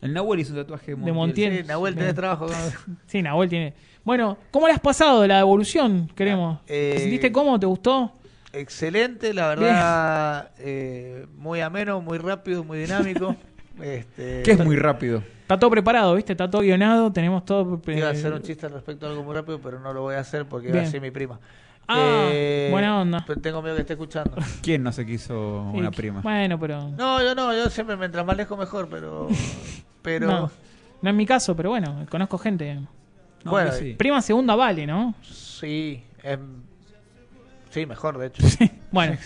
Speaker 4: El Nahuel hizo un tatuaje de Montiel.
Speaker 3: Montiel.
Speaker 5: Sí, Nahuel,
Speaker 3: Sí.
Speaker 5: tenés trabajo con-
Speaker 3: Sí, Nahuel tiene. Bueno, ¿cómo le has pasado de la devolución, queremos?
Speaker 5: Eh,
Speaker 3: ¿Te sentiste cómo? ¿Te gustó?
Speaker 5: Excelente, la verdad, eh, muy ameno, muy rápido, muy dinámico. este,
Speaker 4: Que es muy rápido.
Speaker 3: Está todo preparado, ¿viste? Está todo guionado, tenemos todo... eh, pre-
Speaker 5: Iba a hacer un chiste al respecto a algo muy rápido, pero no lo voy a hacer porque iba a
Speaker 3: Bien.
Speaker 5: ser mi prima. Eh,
Speaker 3: Ah, buena onda.
Speaker 5: Pero tengo miedo que esté escuchando.
Speaker 4: ¿Quién no se quiso
Speaker 3: Sí,
Speaker 4: una prima?
Speaker 3: Bueno, pero... No,
Speaker 5: No, yo no, yo siempre mientras más lejos mejor, pero. Pero.
Speaker 3: no. es mi caso, pero bueno, conozco gente.
Speaker 4: No,
Speaker 5: bueno,
Speaker 4: que sí.
Speaker 3: Prima segunda vale, ¿no?
Speaker 5: sí, es- sí, mejor de hecho.
Speaker 3: Bueno,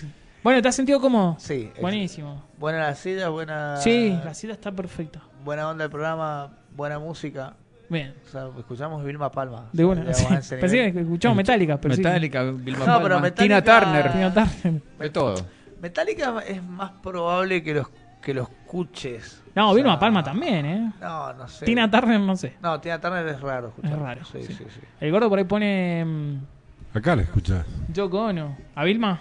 Speaker 3: bueno ¿te has sentido cómo?
Speaker 5: Sí, es-
Speaker 3: Buenísimo.
Speaker 5: Buena la silla, buena.
Speaker 3: Sí, la cita está perfecta.
Speaker 5: Buena onda del programa, buena música.
Speaker 3: Bien.
Speaker 5: O sea, escuchamos Vilma Palma.
Speaker 3: De
Speaker 5: O
Speaker 3: una.
Speaker 5: sea,
Speaker 3: sí.
Speaker 5: digamos, a ese
Speaker 3: Pensé
Speaker 5: nivel.
Speaker 3: que escuchamos Metallica, pero sí.
Speaker 4: Metallica, Vilma
Speaker 5: No, pero
Speaker 4: Palma,
Speaker 5: Metallica-
Speaker 4: Tina Turner.
Speaker 3: Metallica.
Speaker 4: De todo.
Speaker 5: Metallica es más probable que lo que lo escuches.
Speaker 3: No,
Speaker 5: O
Speaker 3: vino
Speaker 5: sea,
Speaker 3: a Palma también, ¿eh?
Speaker 5: No, no sé.
Speaker 3: Tina Turner, no sé.
Speaker 5: No, Tina Turner es raro escuchar.
Speaker 3: Es raro,
Speaker 5: Sí,
Speaker 3: sí.
Speaker 5: sí, sí.
Speaker 3: El gordo por ahí pone. mm,
Speaker 6: Acá la escuchás.
Speaker 3: Yoko Ono. ¿A Vilma?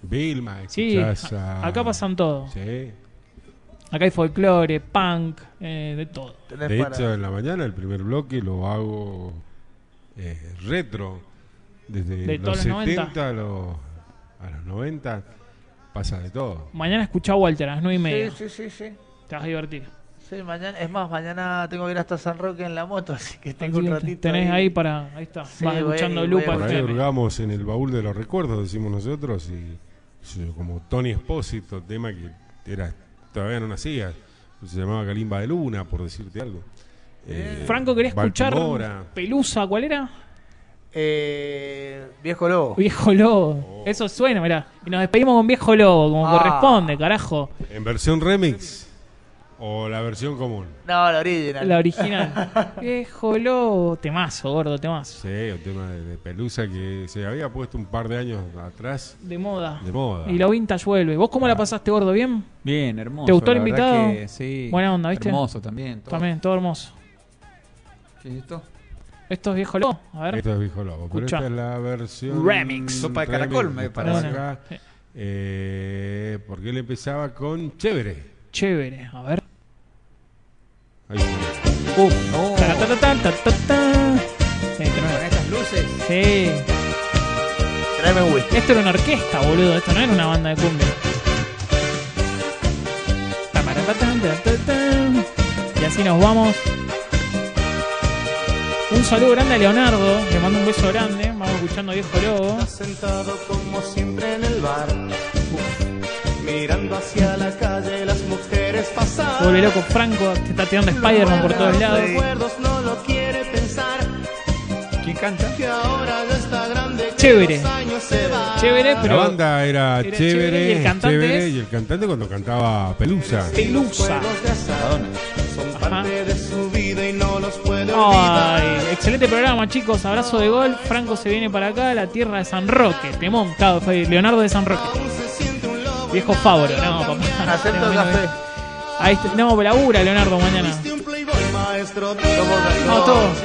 Speaker 6: Vilma,
Speaker 3: Sí,
Speaker 6: escuchás
Speaker 3: a-
Speaker 6: a-
Speaker 3: acá pasan todo.
Speaker 6: Sí.
Speaker 3: Acá hay folclore, punk, eh, de todo.
Speaker 6: De hecho, eh. en la mañana el primer bloque lo hago eh, retro. Desde
Speaker 3: De
Speaker 6: los
Speaker 3: todos los 90.
Speaker 6: 70 a los, a los 90 pasa de todo.
Speaker 3: Mañana escucha a Walter a las 9 y media.
Speaker 5: Sí, sí, sí, sí.
Speaker 3: Te vas a divertir.
Speaker 5: Sí, mañana, es más, mañana tengo que ir hasta San Roque en la moto, así que tengo
Speaker 3: Así
Speaker 5: un
Speaker 3: que
Speaker 5: ratito.
Speaker 3: Tenés ahí para. Ahí está.
Speaker 5: Sí,
Speaker 3: vas
Speaker 5: voy
Speaker 3: escuchando
Speaker 5: ahí,
Speaker 3: Lupa.
Speaker 6: Por ahí
Speaker 3: FM.
Speaker 6: hurgamos en el baúl de los recuerdos, decimos nosotros, y sí, como Tony Espósito, tema que era todavía no nacía, se llamaba Galimba de Luna, por decirte algo. Eh,
Speaker 3: Franco, quería escuchar.
Speaker 6: Baltimora.
Speaker 3: Pelusa, ¿cuál era?
Speaker 5: Eh, viejo lobo.
Speaker 3: Viejo Lobo. Eso suena, mirá. Y nos despedimos con Viejo Lobo, como
Speaker 5: Ah.
Speaker 3: corresponde, carajo.
Speaker 6: ¿En versión remix o la versión común?
Speaker 5: No, la original.
Speaker 3: La original. viejo Lobo. Temazo, gordo, temazo.
Speaker 6: Sí, el tema de, de Pelusa que se había puesto un par de años atrás
Speaker 3: De moda.
Speaker 6: de moda.
Speaker 3: Y lo vintage vuelve. ¿Vos cómo la pasaste, gordo? ¿Bien?
Speaker 4: Bien, hermoso.
Speaker 3: ¿Te gustó
Speaker 4: la
Speaker 3: el
Speaker 4: verdad
Speaker 3: invitado?
Speaker 4: que sí.
Speaker 3: Buena onda, ¿viste?
Speaker 4: Hermoso también. todo.
Speaker 3: También, todo hermoso.
Speaker 4: ¿Qué es esto?
Speaker 3: Esto es Viejo Lobo. A ver.
Speaker 6: Esto es Viejo Lobo, pero
Speaker 3: Escucha.
Speaker 6: esta es la versión
Speaker 4: Remix. Sopa de caracol, me
Speaker 6: que está
Speaker 4: parece.
Speaker 6: acá. Eh, porque él empezaba con Chévere.
Speaker 3: Chévere, a ver.
Speaker 6: Ahí está.
Speaker 3: Uh, Taratatán, tatatán. Sí, tremendo.
Speaker 4: Con estas luces.
Speaker 3: Sí.
Speaker 5: Tráeme un whisky.
Speaker 3: Esto era una orquesta, boludo. Esto no era una banda de cumbia. Taparatán, tatatán. Y así nos vamos. Un saludo grande a Leonardo. Le mando un beso grande. Vamos escuchando Viejo Lobo.
Speaker 15: sentado como siempre en el bar, mirando hacia la calle las mujeres pasar.
Speaker 3: Vuelve loco Franco. Te está tirando Spider-Man por todos lados.
Speaker 15: Recuerdos no lo quiere pensar.
Speaker 4: ¿Quién canta?
Speaker 15: Que ahora ya está grande. que
Speaker 3: Chévere.
Speaker 15: los años se van.
Speaker 3: Chévere,
Speaker 6: La
Speaker 3: pero.
Speaker 6: banda era,
Speaker 3: era
Speaker 6: chévere,
Speaker 3: chévere, y el cantante
Speaker 6: chévere,
Speaker 3: es-
Speaker 6: y el cantante cuando cantaba Pelusa.
Speaker 3: Pelusa.
Speaker 15: Juegos de azar son parte de su vida y no los puede olvidar.
Speaker 3: Ay, excelente programa, chicos. Abrazo de gol. Franco se viene para acá, la tierra de San Roque. Temón, claro, fue Leonardo de San Roque. Viejo Fabro, no, papá.
Speaker 5: Acepto
Speaker 3: No,
Speaker 5: café.
Speaker 3: Ahí está. No, labura, Leonardo, mañana.
Speaker 15: Fuiste un playboy, maestro de
Speaker 3: No,
Speaker 15: la
Speaker 3: todo.
Speaker 15: noche.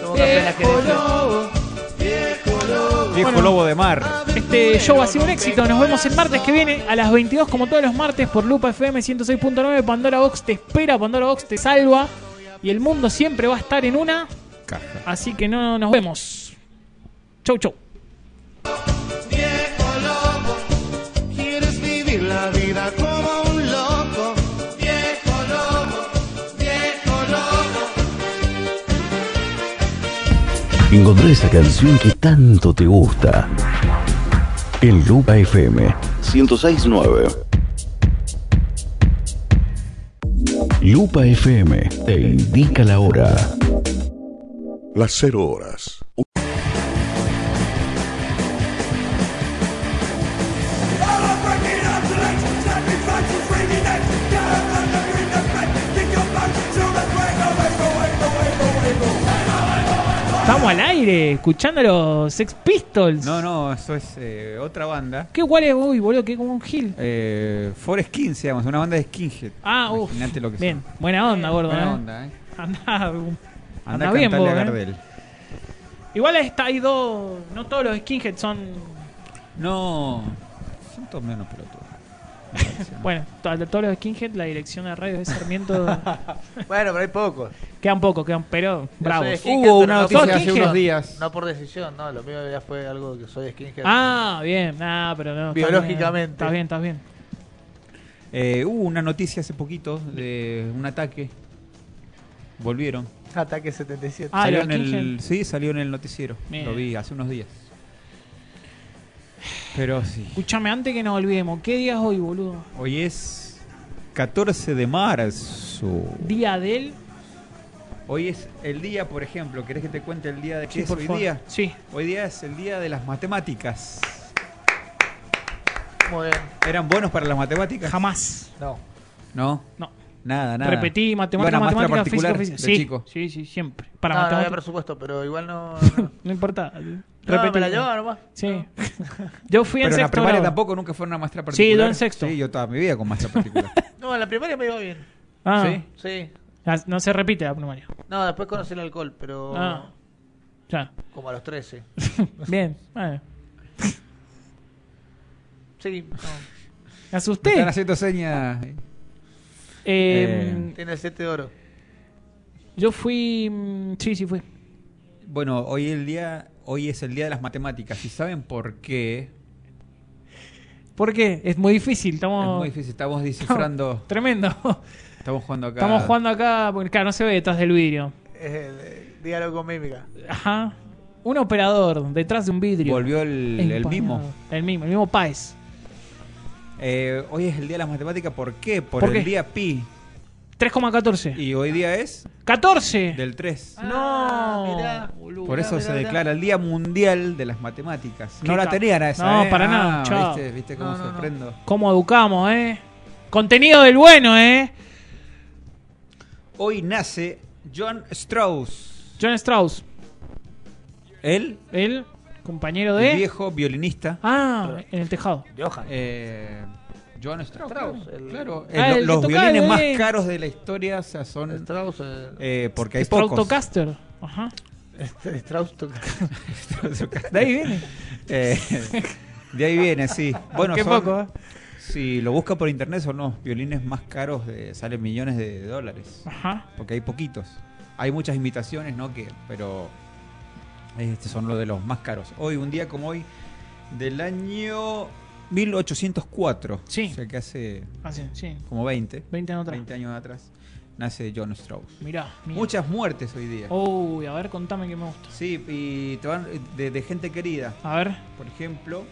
Speaker 5: Tomo café en la
Speaker 15: Viejo
Speaker 5: gerencia.
Speaker 15: lobo, viejo lobo.
Speaker 4: Viejo Lobo de Mar.
Speaker 3: Este show ha sido un éxito. Nos vemos el martes que viene a las 22, como todos los martes, por Lupa FM 106.9. Pandora Box te espera, Pandora Box te salva. Y el mundo siempre va a estar en una. Así que no nos vemos. Chau, chau.
Speaker 15: Viejo lobo, quieres vivir la vida como un loco. Viejo lobo, viejo lobo.
Speaker 1: Encontré esa canción que tanto te gusta. En Lupa FM 1069. Lupa FM te indica la hora.
Speaker 16: Las cero horas.
Speaker 3: Estamos al aire, escuchando a los Sex Pistols.
Speaker 4: No, no, eso es eh, otra banda.
Speaker 3: Qué guay es, uy, boludo, qué como un gil.
Speaker 4: Eh, Forest 15, digamos, una banda de skinhead.
Speaker 3: Ah, uff.
Speaker 4: Imagínate lo que
Speaker 3: Bien,
Speaker 4: son.
Speaker 3: buena onda, gordo.
Speaker 4: Buena
Speaker 3: eh.
Speaker 4: onda, eh.
Speaker 3: Andá, andá
Speaker 4: Anda a
Speaker 3: bien, vos,
Speaker 4: cantarle a
Speaker 3: eh.
Speaker 4: Gardel.
Speaker 3: Igual está, hay dos. No todos los skinheads son.
Speaker 4: No, son todos menos pelotudos.
Speaker 3: Bueno, to- todos los skinheads, la dirección de radio es Sarmiento.
Speaker 5: Bueno, pero hay pocos.
Speaker 3: quedan pocos, quedan, pero
Speaker 5: Yo soy
Speaker 3: bravos.
Speaker 5: skinhead,
Speaker 4: Hubo
Speaker 5: pero
Speaker 4: una
Speaker 5: no
Speaker 4: noticia
Speaker 5: por-
Speaker 4: hace unos días.
Speaker 5: No por decisión, no. Lo mío ya fue algo que soy skinhead.
Speaker 3: Ah, bien, ah, pero no. está bien,
Speaker 5: Biológicamente.
Speaker 3: Estás bien, estás bien.
Speaker 4: Eh, hubo una noticia hace poquito de un ataque. Volvieron.
Speaker 5: Ataque 77.
Speaker 3: Ah,
Speaker 4: salió
Speaker 3: los
Speaker 4: en el,
Speaker 3: Kinkel.
Speaker 4: sí, salió en el noticiero.
Speaker 3: Bien.
Speaker 4: Lo vi hace unos días. Pero sí.
Speaker 3: Escúchame, antes que nos olvidemos, ¿qué día es hoy, boludo?
Speaker 4: Hoy es 14 de marzo.
Speaker 3: Día del.
Speaker 4: Hoy es el día, por ejemplo, ¿querés que te cuente el día de qué
Speaker 3: Sí,
Speaker 4: es
Speaker 3: por
Speaker 4: hoy
Speaker 3: favor.
Speaker 4: día?
Speaker 3: Sí.
Speaker 4: Hoy día es el día de las matemáticas.
Speaker 5: Muy bien.
Speaker 4: ¿Eran buenos para las matemáticas?
Speaker 3: Jamás.
Speaker 5: No.
Speaker 4: ¿No?
Speaker 3: No.
Speaker 4: Nada, nada.
Speaker 3: Repetí matemática,
Speaker 4: Iba a una maestra
Speaker 3: matemática, física,
Speaker 4: particular
Speaker 3: física.
Speaker 4: de
Speaker 3: Sí,
Speaker 4: chico.
Speaker 3: sí, sí, siempre. Para
Speaker 5: no, Ah, no había
Speaker 3: matemática.
Speaker 5: presupuesto, pero igual no.
Speaker 3: No importa.
Speaker 5: no,
Speaker 3: Repetí.
Speaker 5: me la llevaba nomás.
Speaker 3: Sí. Yo fui en
Speaker 4: Pero en la
Speaker 3: sexto
Speaker 4: primaria
Speaker 3: grado.
Speaker 4: tampoco nunca fue una maestra
Speaker 3: Sí, yo
Speaker 4: particular.
Speaker 3: en sexto.
Speaker 4: Sí, yo toda mi vida con maestra particular.
Speaker 5: No, en la primaria me iba bien.
Speaker 3: Ah,
Speaker 4: Sí.
Speaker 5: Sí.
Speaker 3: La- no se repite la primaria.
Speaker 5: No, después conocí el alcohol, pero.
Speaker 3: Ah. Ya.
Speaker 5: Como a los 13.
Speaker 3: Bien. Bueno.
Speaker 5: Sí. no.
Speaker 3: Me
Speaker 4: Me
Speaker 3: asusté.
Speaker 4: Están haciendo señas.
Speaker 3: Eh,
Speaker 5: Tiene el 7 de oro.
Speaker 3: Yo fui. mm, Sí, sí, fui.
Speaker 4: Bueno, hoy el día, hoy es el día de las matemáticas. ¿Y saben por qué?
Speaker 3: ¿Por qué? Es muy difícil. Estamos.
Speaker 4: Es muy difícil. Estamos descifrando.
Speaker 3: Tremendo.
Speaker 4: Estamos jugando acá.
Speaker 3: Estamos jugando acá. Porque, claro, no se ve detrás del vidrio.
Speaker 5: Es el eh, diálogo con mímica.
Speaker 3: Ajá. Un operador detrás de un vidrio.
Speaker 4: Volvió el, el
Speaker 3: Empanado.
Speaker 4: mismo.
Speaker 3: El mismo, el mismo Paez.
Speaker 4: Eh, hoy es el día de las matemáticas. ¿Por qué? Por,
Speaker 3: ¿Por
Speaker 4: el
Speaker 3: qué?
Speaker 4: día pi.
Speaker 3: 3,14.
Speaker 4: Y hoy día es
Speaker 3: ¡14!
Speaker 4: del 3.
Speaker 3: Ah, no.
Speaker 5: Ah, mirá,
Speaker 4: Por eso se declara el Día Mundial de las Matemáticas.
Speaker 3: Qué
Speaker 4: No la
Speaker 3: ca-
Speaker 4: tenían a esa.
Speaker 3: No,
Speaker 4: ¿eh?
Speaker 3: para
Speaker 4: Ah,
Speaker 3: nada, chao.
Speaker 4: ¿Viste, ¿Viste cómo sorprendo?
Speaker 3: ¿Cómo educamos, eh? Contenido del bueno, eh.
Speaker 4: Hoy nace John Strauss.
Speaker 3: John Strauss,
Speaker 4: Él,
Speaker 3: el compañero
Speaker 4: el
Speaker 3: de.
Speaker 4: viejo violinista.
Speaker 3: Ah, en el tejado.
Speaker 5: De hoja.
Speaker 4: Eh, John Strauss.
Speaker 5: Strauss,
Speaker 4: claro.
Speaker 5: el-
Speaker 4: claro.
Speaker 3: Ah,
Speaker 4: Eh, lo-
Speaker 3: el que
Speaker 4: los
Speaker 3: tocaba
Speaker 4: violines
Speaker 3: el
Speaker 4: más
Speaker 3: violín.
Speaker 4: caros de la historia o sea, son.
Speaker 5: Strauss. eh,
Speaker 4: eh, porque hay pocos.
Speaker 3: Stratocaster. Ajá.
Speaker 5: este, Strauss toca.
Speaker 3: De ahí viene.
Speaker 4: Eh, de ahí viene, sí. Bueno,
Speaker 3: Qué
Speaker 4: son-
Speaker 3: poco, ¿eh?
Speaker 4: Si lo busca por internet, son los violines más caros. de- salen millones de dólares.
Speaker 3: Ajá.
Speaker 4: Porque hay poquitos. Hay muchas imitaciones, ¿no? Que, pero estos son los de los más caros. Hoy, un día como hoy, del año 1804.
Speaker 3: Sí.
Speaker 4: O sea que hace
Speaker 3: Así, Ah, sí.
Speaker 4: como 20,
Speaker 3: 20 años atrás.
Speaker 4: 20 años atrás, nace John Strauss.
Speaker 3: Mirá. mira.
Speaker 4: Muchas muertes hoy
Speaker 3: Oh.
Speaker 4: día.
Speaker 3: Uy, a ver, contame que me gusta.
Speaker 4: Sí, y te van de, de gente querida.
Speaker 3: A ver.
Speaker 4: Por ejemplo,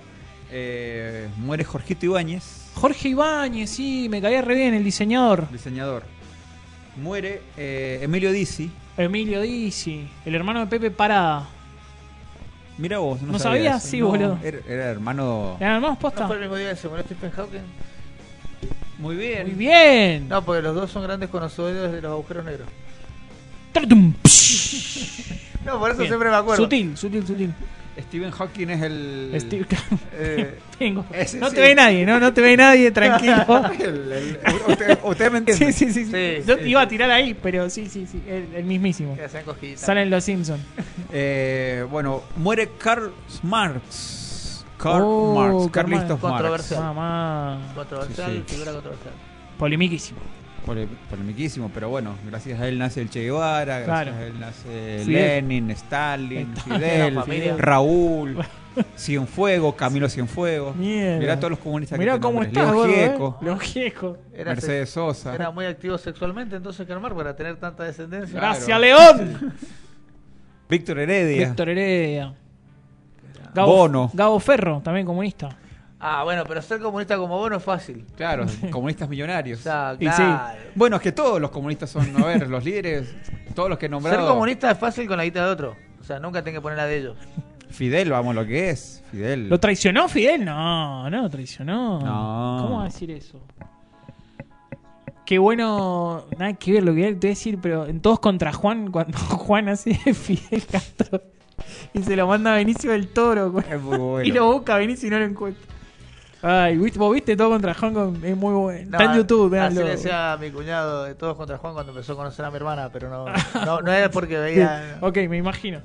Speaker 4: eh, muere Jorgito Ibáñez,
Speaker 3: Jorge Ibáñez, sí, me caía re bien el diseñador.
Speaker 4: diseñador. Muere eh, Emilio Dizzi.
Speaker 3: Emilio Dizzi, el hermano de Pepe Parada.
Speaker 4: Mira vos, no,
Speaker 3: ¿No sabías?
Speaker 4: eso.
Speaker 3: Sí,
Speaker 4: No,
Speaker 3: boludo.
Speaker 4: Era, era hermano.
Speaker 3: ¿Le armamos
Speaker 5: ¿No
Speaker 3: posta?
Speaker 5: fue el mismo día que se murió Stephen Hawking?
Speaker 4: Muy bien.
Speaker 3: Muy bien.
Speaker 5: No, porque los dos son grandes conocedores de los agujeros negros.
Speaker 3: Tratum.
Speaker 5: No, por eso
Speaker 3: Bien.
Speaker 5: siempre me acuerdo.
Speaker 3: Sutil, sutil, sutil.
Speaker 4: Stephen Hawking es el.
Speaker 3: Steve-
Speaker 4: eh,
Speaker 3: Tengo.
Speaker 4: Ese
Speaker 3: No
Speaker 4: sí.
Speaker 3: te ve nadie, no, no te ve nadie, tranquilo.
Speaker 4: el- el- usted, usted me
Speaker 3: Sí,
Speaker 4: entiende.
Speaker 3: sí, sí. sí.
Speaker 5: Sí,
Speaker 3: Yo
Speaker 5: sí,
Speaker 3: iba a tirar ahí, pero sí, sí, sí. El, el mismísimo.
Speaker 5: Que hacían cosquillitas.
Speaker 3: Salen los Simpsons.
Speaker 4: Eh, bueno, muere Karl Marx. Karl
Speaker 3: Oh, Karl
Speaker 4: Marx, Carlitos
Speaker 5: Marx.
Speaker 4: Marx.
Speaker 5: Controversial.
Speaker 3: Mamá.
Speaker 5: Controversial,
Speaker 4: Sí, sí.
Speaker 5: figura controversial.
Speaker 3: Polimiquísimo.
Speaker 4: Pole- Polemiquísimo, pero bueno, gracias a él nace el Che Guevara, gracias
Speaker 3: Claro.
Speaker 4: a él nace
Speaker 3: Fidel.
Speaker 4: Lenin, Stalin,
Speaker 3: Stalin,
Speaker 4: Fidel,
Speaker 5: la familia.
Speaker 4: Raúl, Cienfuegos, Camilo Cienfuegos.
Speaker 3: Mierda.
Speaker 4: Mirá todos los comunistas
Speaker 3: Mirá
Speaker 4: que
Speaker 3: cómo
Speaker 4: tenemos.
Speaker 3: estás,
Speaker 4: León
Speaker 3: gordo. eh.
Speaker 4: Gieco,
Speaker 3: León Gieco.
Speaker 5: Era,
Speaker 4: Mercedes Sosa.
Speaker 5: era muy activo sexualmente, entonces, Carmar, para tener tanta descendencia.
Speaker 3: Gracias, León.
Speaker 4: Víctor Heredia.
Speaker 3: Víctor Heredia.
Speaker 4: Bono.
Speaker 3: Gabo Ferro, también comunista.
Speaker 5: Ah, bueno, pero ser comunista como vos no es fácil.
Speaker 4: Claro, comunistas millonarios.
Speaker 5: O sea,
Speaker 3: Y sí.
Speaker 5: claro.
Speaker 4: Bueno, es que todos los comunistas son, a ver, los líderes, todos los que he
Speaker 5: Ser
Speaker 4: nombrado.
Speaker 5: comunista es fácil con la guita de otro. O sea, nunca tenés que poner la de ellos.
Speaker 4: Fidel, vamos, lo que es. Fidel.
Speaker 3: ¿Lo traicionó Fidel? No, no lo traicionó.
Speaker 4: No.
Speaker 3: ¿Cómo va a decir eso? Qué bueno, nada que ver lo que te voy a decir, pero en todos contra Juan, cuando Juan hace de Fidel Castro y se lo manda a Benicio del Toro güey.
Speaker 4: Es muy bueno.
Speaker 3: y lo busca a Benicio y no lo encuentra. Ay, ¿viste- vos viste todo contra Juan, con- es muy bueno.
Speaker 5: No,
Speaker 3: Está en YouTube,
Speaker 5: Así
Speaker 3: véanlo.
Speaker 5: le decía a mi cuñado de todos contra Juan cuando empezó a conocer a mi hermana, pero no, no, no era porque veía.
Speaker 3: Ok, me imagino.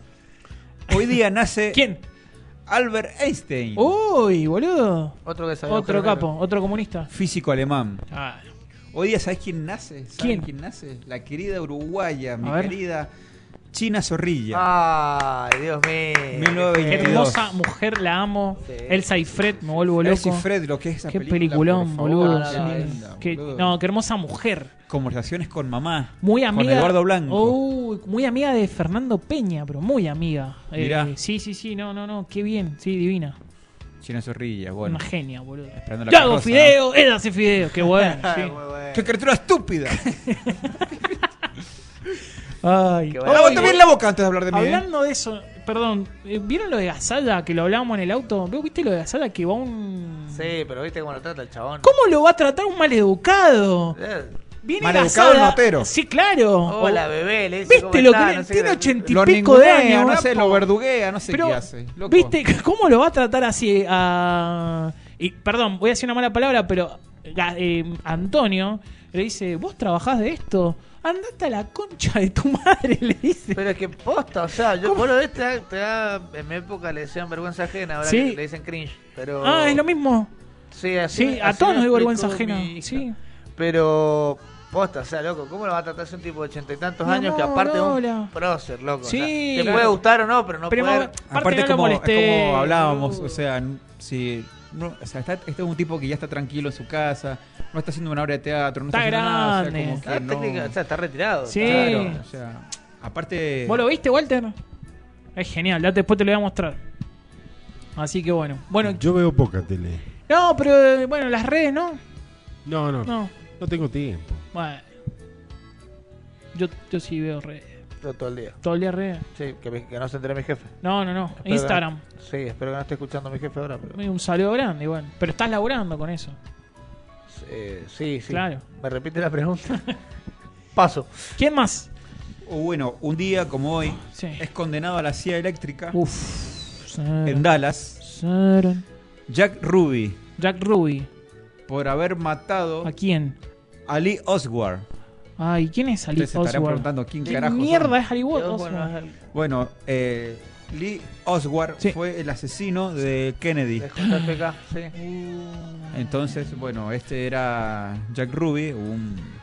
Speaker 4: Hoy día nace
Speaker 3: ¿Quién? Oh.
Speaker 4: Albert Einstein,
Speaker 3: Uy, boludo.
Speaker 5: Otro que sabía.
Speaker 3: Otro capo, otro comunista.
Speaker 4: físico alemán.
Speaker 3: Ah,
Speaker 4: Hoy día, ¿sabes quién nace? ¿Saben
Speaker 3: ¿Quién?
Speaker 4: nace? La querida uruguaya, mi
Speaker 3: ver. Ah,
Speaker 4: querida China Zorrilla.
Speaker 5: Ay, Dios mío.
Speaker 4: 1922.
Speaker 3: hermosa mujer, la amo.
Speaker 5: Sí.
Speaker 3: El Saifred, me vuelvo loco.
Speaker 4: Elsie Fred, lo que es esa
Speaker 3: Qué
Speaker 4: película,
Speaker 3: peliculón,
Speaker 4: por favor,
Speaker 3: boludo.
Speaker 5: No, no, no,
Speaker 4: tremenda,
Speaker 3: Qué-
Speaker 4: boludo.
Speaker 3: no, qué hermosa mujer.
Speaker 4: Conversaciones con mamá.
Speaker 3: Muy amiga.
Speaker 4: Con Eduardo Blanco.
Speaker 3: Uy, muy amiga de Fernando Peña, pero muy amiga. Eh,
Speaker 4: Mirá.
Speaker 3: sí, sí, sí, no, no, no. Qué bien, sí, divina.
Speaker 4: China Zorrilla, bueno.
Speaker 3: Una genia, boludo.
Speaker 4: Esperando la
Speaker 3: Yo hago
Speaker 4: carroza,
Speaker 3: fideo, él hace fideo. Qué bueno, sí.
Speaker 5: Muy bueno.
Speaker 4: ¡Qué criatura estúpida!
Speaker 3: Ay,
Speaker 5: Qué bueno.
Speaker 3: Oye,
Speaker 4: Lavate bien la boca antes de hablar de mí. ¿eh?
Speaker 3: Hablando de eso, perdón, eh, ¿vieron lo de Gasalla que lo hablábamos en el auto? ¿Vos ¿Viste lo de Gasalla que va un.
Speaker 5: Sí, pero viste cómo lo trata el chabón.
Speaker 3: ¿Cómo lo va a tratar un maleducado?
Speaker 5: Eh,
Speaker 3: Viene
Speaker 4: Maleducado el
Speaker 3: gasada.
Speaker 4: notero.
Speaker 3: Sí, claro.
Speaker 5: Hola, bebé, le dice,
Speaker 3: Oh. ¿Viste
Speaker 5: ¿cómo
Speaker 3: lo
Speaker 5: está?
Speaker 3: que
Speaker 5: No sé
Speaker 3: tiene
Speaker 5: qué-
Speaker 3: ochenta y
Speaker 4: Lo
Speaker 3: pico de
Speaker 4: ningunea,
Speaker 3: años?
Speaker 4: no sé,
Speaker 3: Napo.
Speaker 4: lo verduguea, no sé
Speaker 3: Pero,
Speaker 4: qué hace. loco.
Speaker 3: ¿Viste cómo lo va a tratar así a... Y perdón, voy a decir una mala palabra, pero ga- eh, Antonio le dice, vos trabajás de esto, andate a la concha de tu madre, le dice.
Speaker 5: Pero es que posta, o sea, yo por lo ves, te da- te da- en mi época le decían vergüenza ajena, ahora
Speaker 3: Sí.
Speaker 5: le dicen cringe.
Speaker 4: Oh.
Speaker 5: Pero...
Speaker 3: Ah, es lo mismo.
Speaker 5: Sí, así,
Speaker 3: Sí, a
Speaker 5: así
Speaker 3: todos
Speaker 5: me
Speaker 3: nos dio vergüenza
Speaker 5: explicó
Speaker 3: ajena.
Speaker 5: mi hija.
Speaker 3: Sí.
Speaker 5: Pero, posta, o sea, loco, ¿cómo lo va a tratar ese un tipo de ochenta y tantos
Speaker 3: Mi
Speaker 5: años que
Speaker 3: amor,
Speaker 5: aparte es un
Speaker 3: hola.
Speaker 5: prócer, loco? o sea,
Speaker 3: Sí,
Speaker 5: te
Speaker 3: claro.
Speaker 5: puede gustar o no, pero no
Speaker 3: Pero
Speaker 5: puede...
Speaker 3: aparte
Speaker 4: Aparte,
Speaker 3: no
Speaker 4: es,
Speaker 3: lo
Speaker 4: como, es
Speaker 3: molesté.
Speaker 4: como hablábamos, o sea, n- si. no, o sea, está- este es un tipo que ya está tranquilo en su casa, no está haciendo una obra de teatro, no está,
Speaker 3: Está
Speaker 4: haciendo nada, o sea,
Speaker 3: grande.
Speaker 4: como que
Speaker 5: Está
Speaker 4: Ah, no-
Speaker 5: técnica- o sea, está retirado.
Speaker 3: Sí.
Speaker 4: Claro, o sea, aparte.
Speaker 3: ¿Vos lo viste, Walter? Es genial, ya después te lo voy a mostrar. Así que bueno. Bueno,
Speaker 6: Yo veo poca tele.
Speaker 3: no, pero eh, bueno, las redes, ¿no?
Speaker 6: No, no. No,
Speaker 3: No.
Speaker 6: tengo tiempo.
Speaker 3: Bueno. Yo, yo sí veo redes.
Speaker 5: Todo, todo el día.
Speaker 3: Todo el día redes.
Speaker 5: Sí, que, me- que no se entere mi jefe.
Speaker 3: No, no, no.
Speaker 5: Espero-
Speaker 3: Instagram.
Speaker 5: Sí, espero que no esté escuchando mi jefe ahora, pero...
Speaker 3: Un saludo grande, igual. Pero estás laburando con eso.
Speaker 5: eh, sí, sí.
Speaker 3: Claro.
Speaker 5: ¿Me repite la pregunta? Paso.
Speaker 3: ¿Quién más?
Speaker 4: O bueno, un día como hoy,
Speaker 3: Sí.
Speaker 4: es condenado a la silla eléctrica
Speaker 3: Uf.
Speaker 4: en Dallas
Speaker 3: Saran.
Speaker 4: Jack Ruby
Speaker 3: Jack Ruby.
Speaker 4: por haber matado
Speaker 3: ¿A quién?
Speaker 4: a Lee Oswald.
Speaker 3: Ay, ¿quién es Ali
Speaker 4: Ustedes se estarán
Speaker 3: Oswald?
Speaker 4: preguntando quién
Speaker 3: ¿Qué
Speaker 4: carajo son?
Speaker 3: mierda es Ali
Speaker 5: Yo,
Speaker 3: Oswald?
Speaker 5: bueno,
Speaker 4: Bueno, eh, Lee Oswald fue el asesino de Kennedy.
Speaker 5: de JFK, sí.
Speaker 3: Uh.
Speaker 4: Entonces, bueno, este era Jack Ruby, un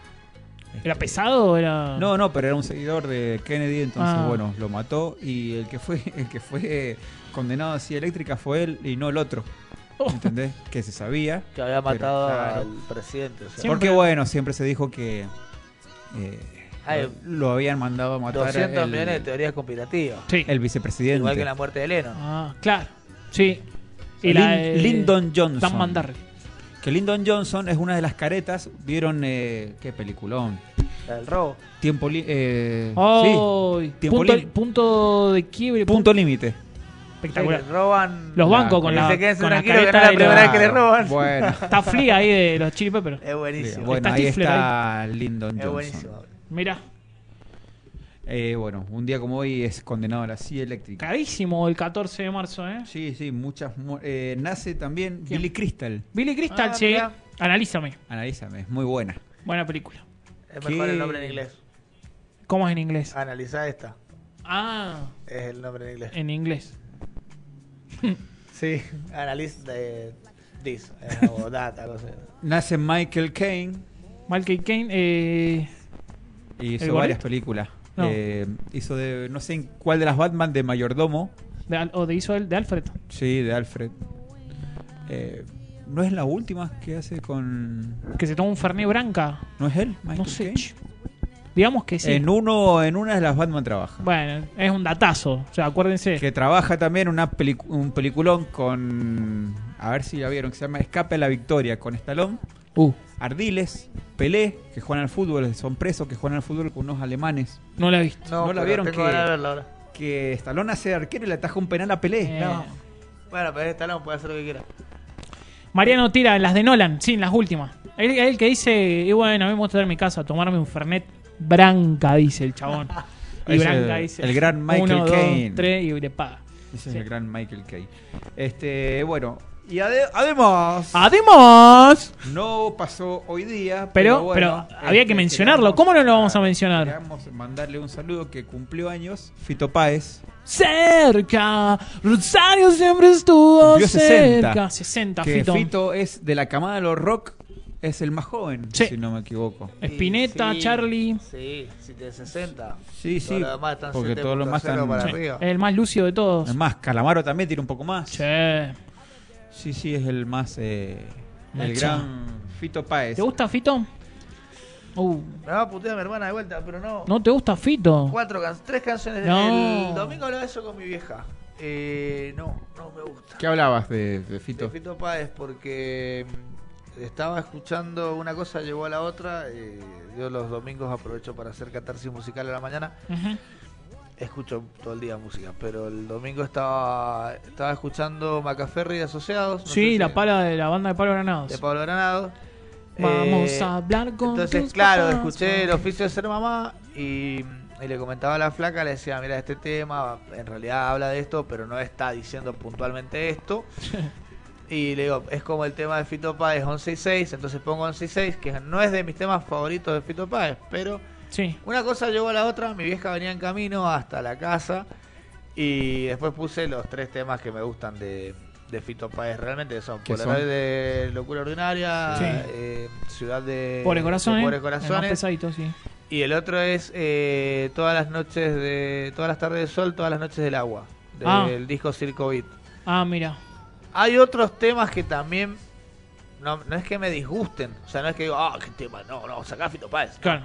Speaker 3: ¿Era pesado o era.?
Speaker 4: No, no, pero era un seguidor de Kennedy, entonces
Speaker 3: Ah.
Speaker 4: bueno, lo mató y el que fue el que fue condenado así eléctrica fue él y no el otro. ¿Entendés? Que se sabía.
Speaker 5: Que había
Speaker 4: pero,
Speaker 5: matado
Speaker 4: claro.
Speaker 5: al presidente. o sea.
Speaker 4: Porque bueno, siempre se dijo que eh,
Speaker 5: Ay,
Speaker 4: lo habían mandado a matar
Speaker 5: 200 millones de
Speaker 4: el,
Speaker 5: teorías conspirativas.
Speaker 3: Sí.
Speaker 4: el vicepresidente.
Speaker 5: Igual que la muerte de Lennon.
Speaker 3: Ah, claro. Sí.
Speaker 4: Lin-
Speaker 3: eh,
Speaker 4: Lyndon Johnson.
Speaker 3: Dan Mandarre.
Speaker 4: Que Lyndon Johnson es una de las caretas. Vieron eh, qué peliculón.
Speaker 5: La del robo.
Speaker 4: Tiempo li- eh,
Speaker 3: Oh,
Speaker 4: sí, tiempo
Speaker 3: punto,
Speaker 4: lim-
Speaker 3: punto de quiebre.
Speaker 4: punto límite.
Speaker 3: espectacular.
Speaker 5: Sí, le roban.
Speaker 3: Los bancos con
Speaker 5: que
Speaker 3: la,
Speaker 5: se queden
Speaker 3: con la
Speaker 5: tranquilos que no
Speaker 3: careta
Speaker 5: es la
Speaker 3: de
Speaker 5: primera
Speaker 3: los-
Speaker 5: vez que le roban.
Speaker 4: Bueno.
Speaker 3: Está fría ahí de los chili peppers.
Speaker 5: Es buenísimo.
Speaker 4: Bueno,
Speaker 3: Está
Speaker 4: ahí
Speaker 3: Stifler
Speaker 4: está Lyndon
Speaker 5: Es
Speaker 4: Johnson.
Speaker 5: buenísimo.
Speaker 3: Mirá,
Speaker 4: Eh, bueno, un día como hoy es condenado a la silla eléctrica.
Speaker 3: carísimo el 14 de marzo, ¿eh?
Speaker 4: Sí, sí, muchas mu- eh, Nace también
Speaker 3: ¿Quién?
Speaker 4: Billy Crystal.
Speaker 3: Billy Crystal,
Speaker 5: Ah,
Speaker 3: sí.
Speaker 5: mirá.
Speaker 3: Analízame.
Speaker 4: Analízame, es muy buena.
Speaker 3: Buena película.
Speaker 5: Es mejor
Speaker 4: ¿Qué?
Speaker 5: el nombre en inglés.
Speaker 3: ¿Cómo es en inglés?
Speaker 5: Analiza esta.
Speaker 3: Ah,
Speaker 5: Es el nombre en inglés.
Speaker 3: en inglés.
Speaker 5: Sí.
Speaker 3: Eh.
Speaker 5: Analiza de this. eh, o that, algo así.
Speaker 4: Nace Michael Caine
Speaker 3: Michael Kane, eh,
Speaker 4: y hizo
Speaker 3: gordito?
Speaker 4: varias películas.
Speaker 3: No.
Speaker 4: Eh, hizo de, no sé en cuál de las Batman, de Mayordomo.
Speaker 3: de Al- o de hizo el de Alfred.
Speaker 4: Sí, de Alfred. Eh, ¿No es la última que hace con.
Speaker 3: Que se toma un Fernet Branca.
Speaker 4: ¿No es él? Michael
Speaker 3: No sé.
Speaker 4: Caine? Eh,
Speaker 3: ch- Digamos que sí.
Speaker 4: En, uno, en una de las Batman trabaja.
Speaker 3: Bueno, es un datazo. O sea, acuérdense.
Speaker 4: que trabaja también una pelic- un peliculón con a ver si la vieron que se llama Escape a la Victoria con Stallone
Speaker 3: Uh,
Speaker 4: Ardiles Pelé que juegan al fútbol son presos que juegan al fútbol con unos alemanes
Speaker 3: no la he visto.
Speaker 4: No la
Speaker 5: pero
Speaker 4: vieron
Speaker 5: tengo
Speaker 4: que-
Speaker 5: ganas de verla ahora.
Speaker 4: que Stallone hace de arquero y le ataja un penal a Pelé
Speaker 3: Eh,
Speaker 4: No.
Speaker 5: Bueno, pero este talón puede hacer lo que quiera.
Speaker 3: Mariano tira las de Nolan, sí, las últimas. Él es el que dice, y bueno, a mí me gusta estar en mi casa, tomarme un Fernet Branca, dice el chabón. Y
Speaker 4: Es
Speaker 3: Branca
Speaker 4: el-
Speaker 3: dice.
Speaker 4: el gran Michael
Speaker 3: uno, dos,
Speaker 4: Caine.
Speaker 3: tres y le paga.
Speaker 4: ese es
Speaker 3: Sí.
Speaker 4: el gran Michael Caine este bueno y ade- además
Speaker 3: Además,
Speaker 4: no pasó hoy día
Speaker 3: Ah. pero,
Speaker 4: bueno,
Speaker 3: pero había
Speaker 4: este,
Speaker 3: que mencionarlo.
Speaker 4: queríamos-
Speaker 3: ¿Cómo no lo vamos a mencionar?
Speaker 4: queríamos mandarle un saludo que cumplió años Fito Páez
Speaker 3: Cerca, Rosario siempre estuvo
Speaker 4: Cumplió 60.
Speaker 3: cerca. 60,
Speaker 4: que
Speaker 3: Fito.
Speaker 4: Fito. es de la camada de los rock, es el más joven,
Speaker 3: Sí.
Speaker 4: si no me equivoco.
Speaker 3: Eh, Spinetta,
Speaker 5: Sí,
Speaker 3: Charlie.
Speaker 5: Sí, si tiene 60.
Speaker 4: Sí,
Speaker 5: Todos
Speaker 4: sí,
Speaker 5: los demás están
Speaker 4: porque todos los más
Speaker 5: 7.0 para
Speaker 4: están-
Speaker 5: arriba.
Speaker 3: Eh, El más lúcido de todos.
Speaker 4: Es más, Calamaro también tiene un poco más.
Speaker 3: Che.
Speaker 4: Sí, sí, es el más. eh, el
Speaker 3: Macho.
Speaker 4: gran Fito Páez.
Speaker 3: ¿Te gusta Fito? Uh,
Speaker 5: Me va a putear a mi hermana de vuelta, pero no.
Speaker 3: ¿No te gusta Fito?
Speaker 5: Cuatro can- tres canciones.
Speaker 3: No.
Speaker 5: El domingo hablaba eso con mi vieja. Eh, no, no me gusta.
Speaker 4: ¿Qué hablabas de, de Fito?
Speaker 5: De Fito Páez porque mm, estaba escuchando una cosa, llegó a la otra. eh, yo los domingos aprovecho para hacer catarsis musical a la mañana.
Speaker 3: Ujú.
Speaker 5: Escucho todo el día música, pero el domingo estaba estaba escuchando Macaferri y Asociados. no sé
Speaker 3: Sí,
Speaker 5: si-
Speaker 3: la pala de la banda de Pablo Granados.
Speaker 5: De Pablo Granado.
Speaker 3: Vamos a hablar con
Speaker 5: Eh, Entonces,
Speaker 3: tus
Speaker 5: claro,
Speaker 3: papás,
Speaker 5: escuché el
Speaker 3: porque-
Speaker 5: oficio de ser mamá y, y le comentaba a la flaca, le decía, mira, este tema en realidad habla de esto, pero no está diciendo puntualmente esto. Y le digo, es como el tema de Fito Páez 11 y 6, entonces pongo 11 y 6, que no es de mis temas favoritos de Fito Páez, pero una cosa llevó a la otra, mi vieja venía en camino hasta la casa y después puse los tres temas que me gustan de, de Fito Páez realmente, que son
Speaker 14: Que son-
Speaker 5: Polaroid de Locura Ordinaria,
Speaker 3: Sí.
Speaker 5: eh, Ciudad de
Speaker 3: Pobre corazón,
Speaker 5: de
Speaker 3: ¿eh?
Speaker 5: Pobre
Speaker 3: El más
Speaker 5: Corazones,
Speaker 3: pesadito, sí.
Speaker 5: y el otro es eh, Todas las noches de todas las tardes del sol, todas las noches del agua, del
Speaker 3: Ah.
Speaker 5: disco Circo Beat.
Speaker 3: Ah, mira.
Speaker 5: Hay otros temas que también no, no es que me disgusten, o sea, no es que digo, ah, qué tema, no, no, sacá a Fito Páez.
Speaker 3: Claro.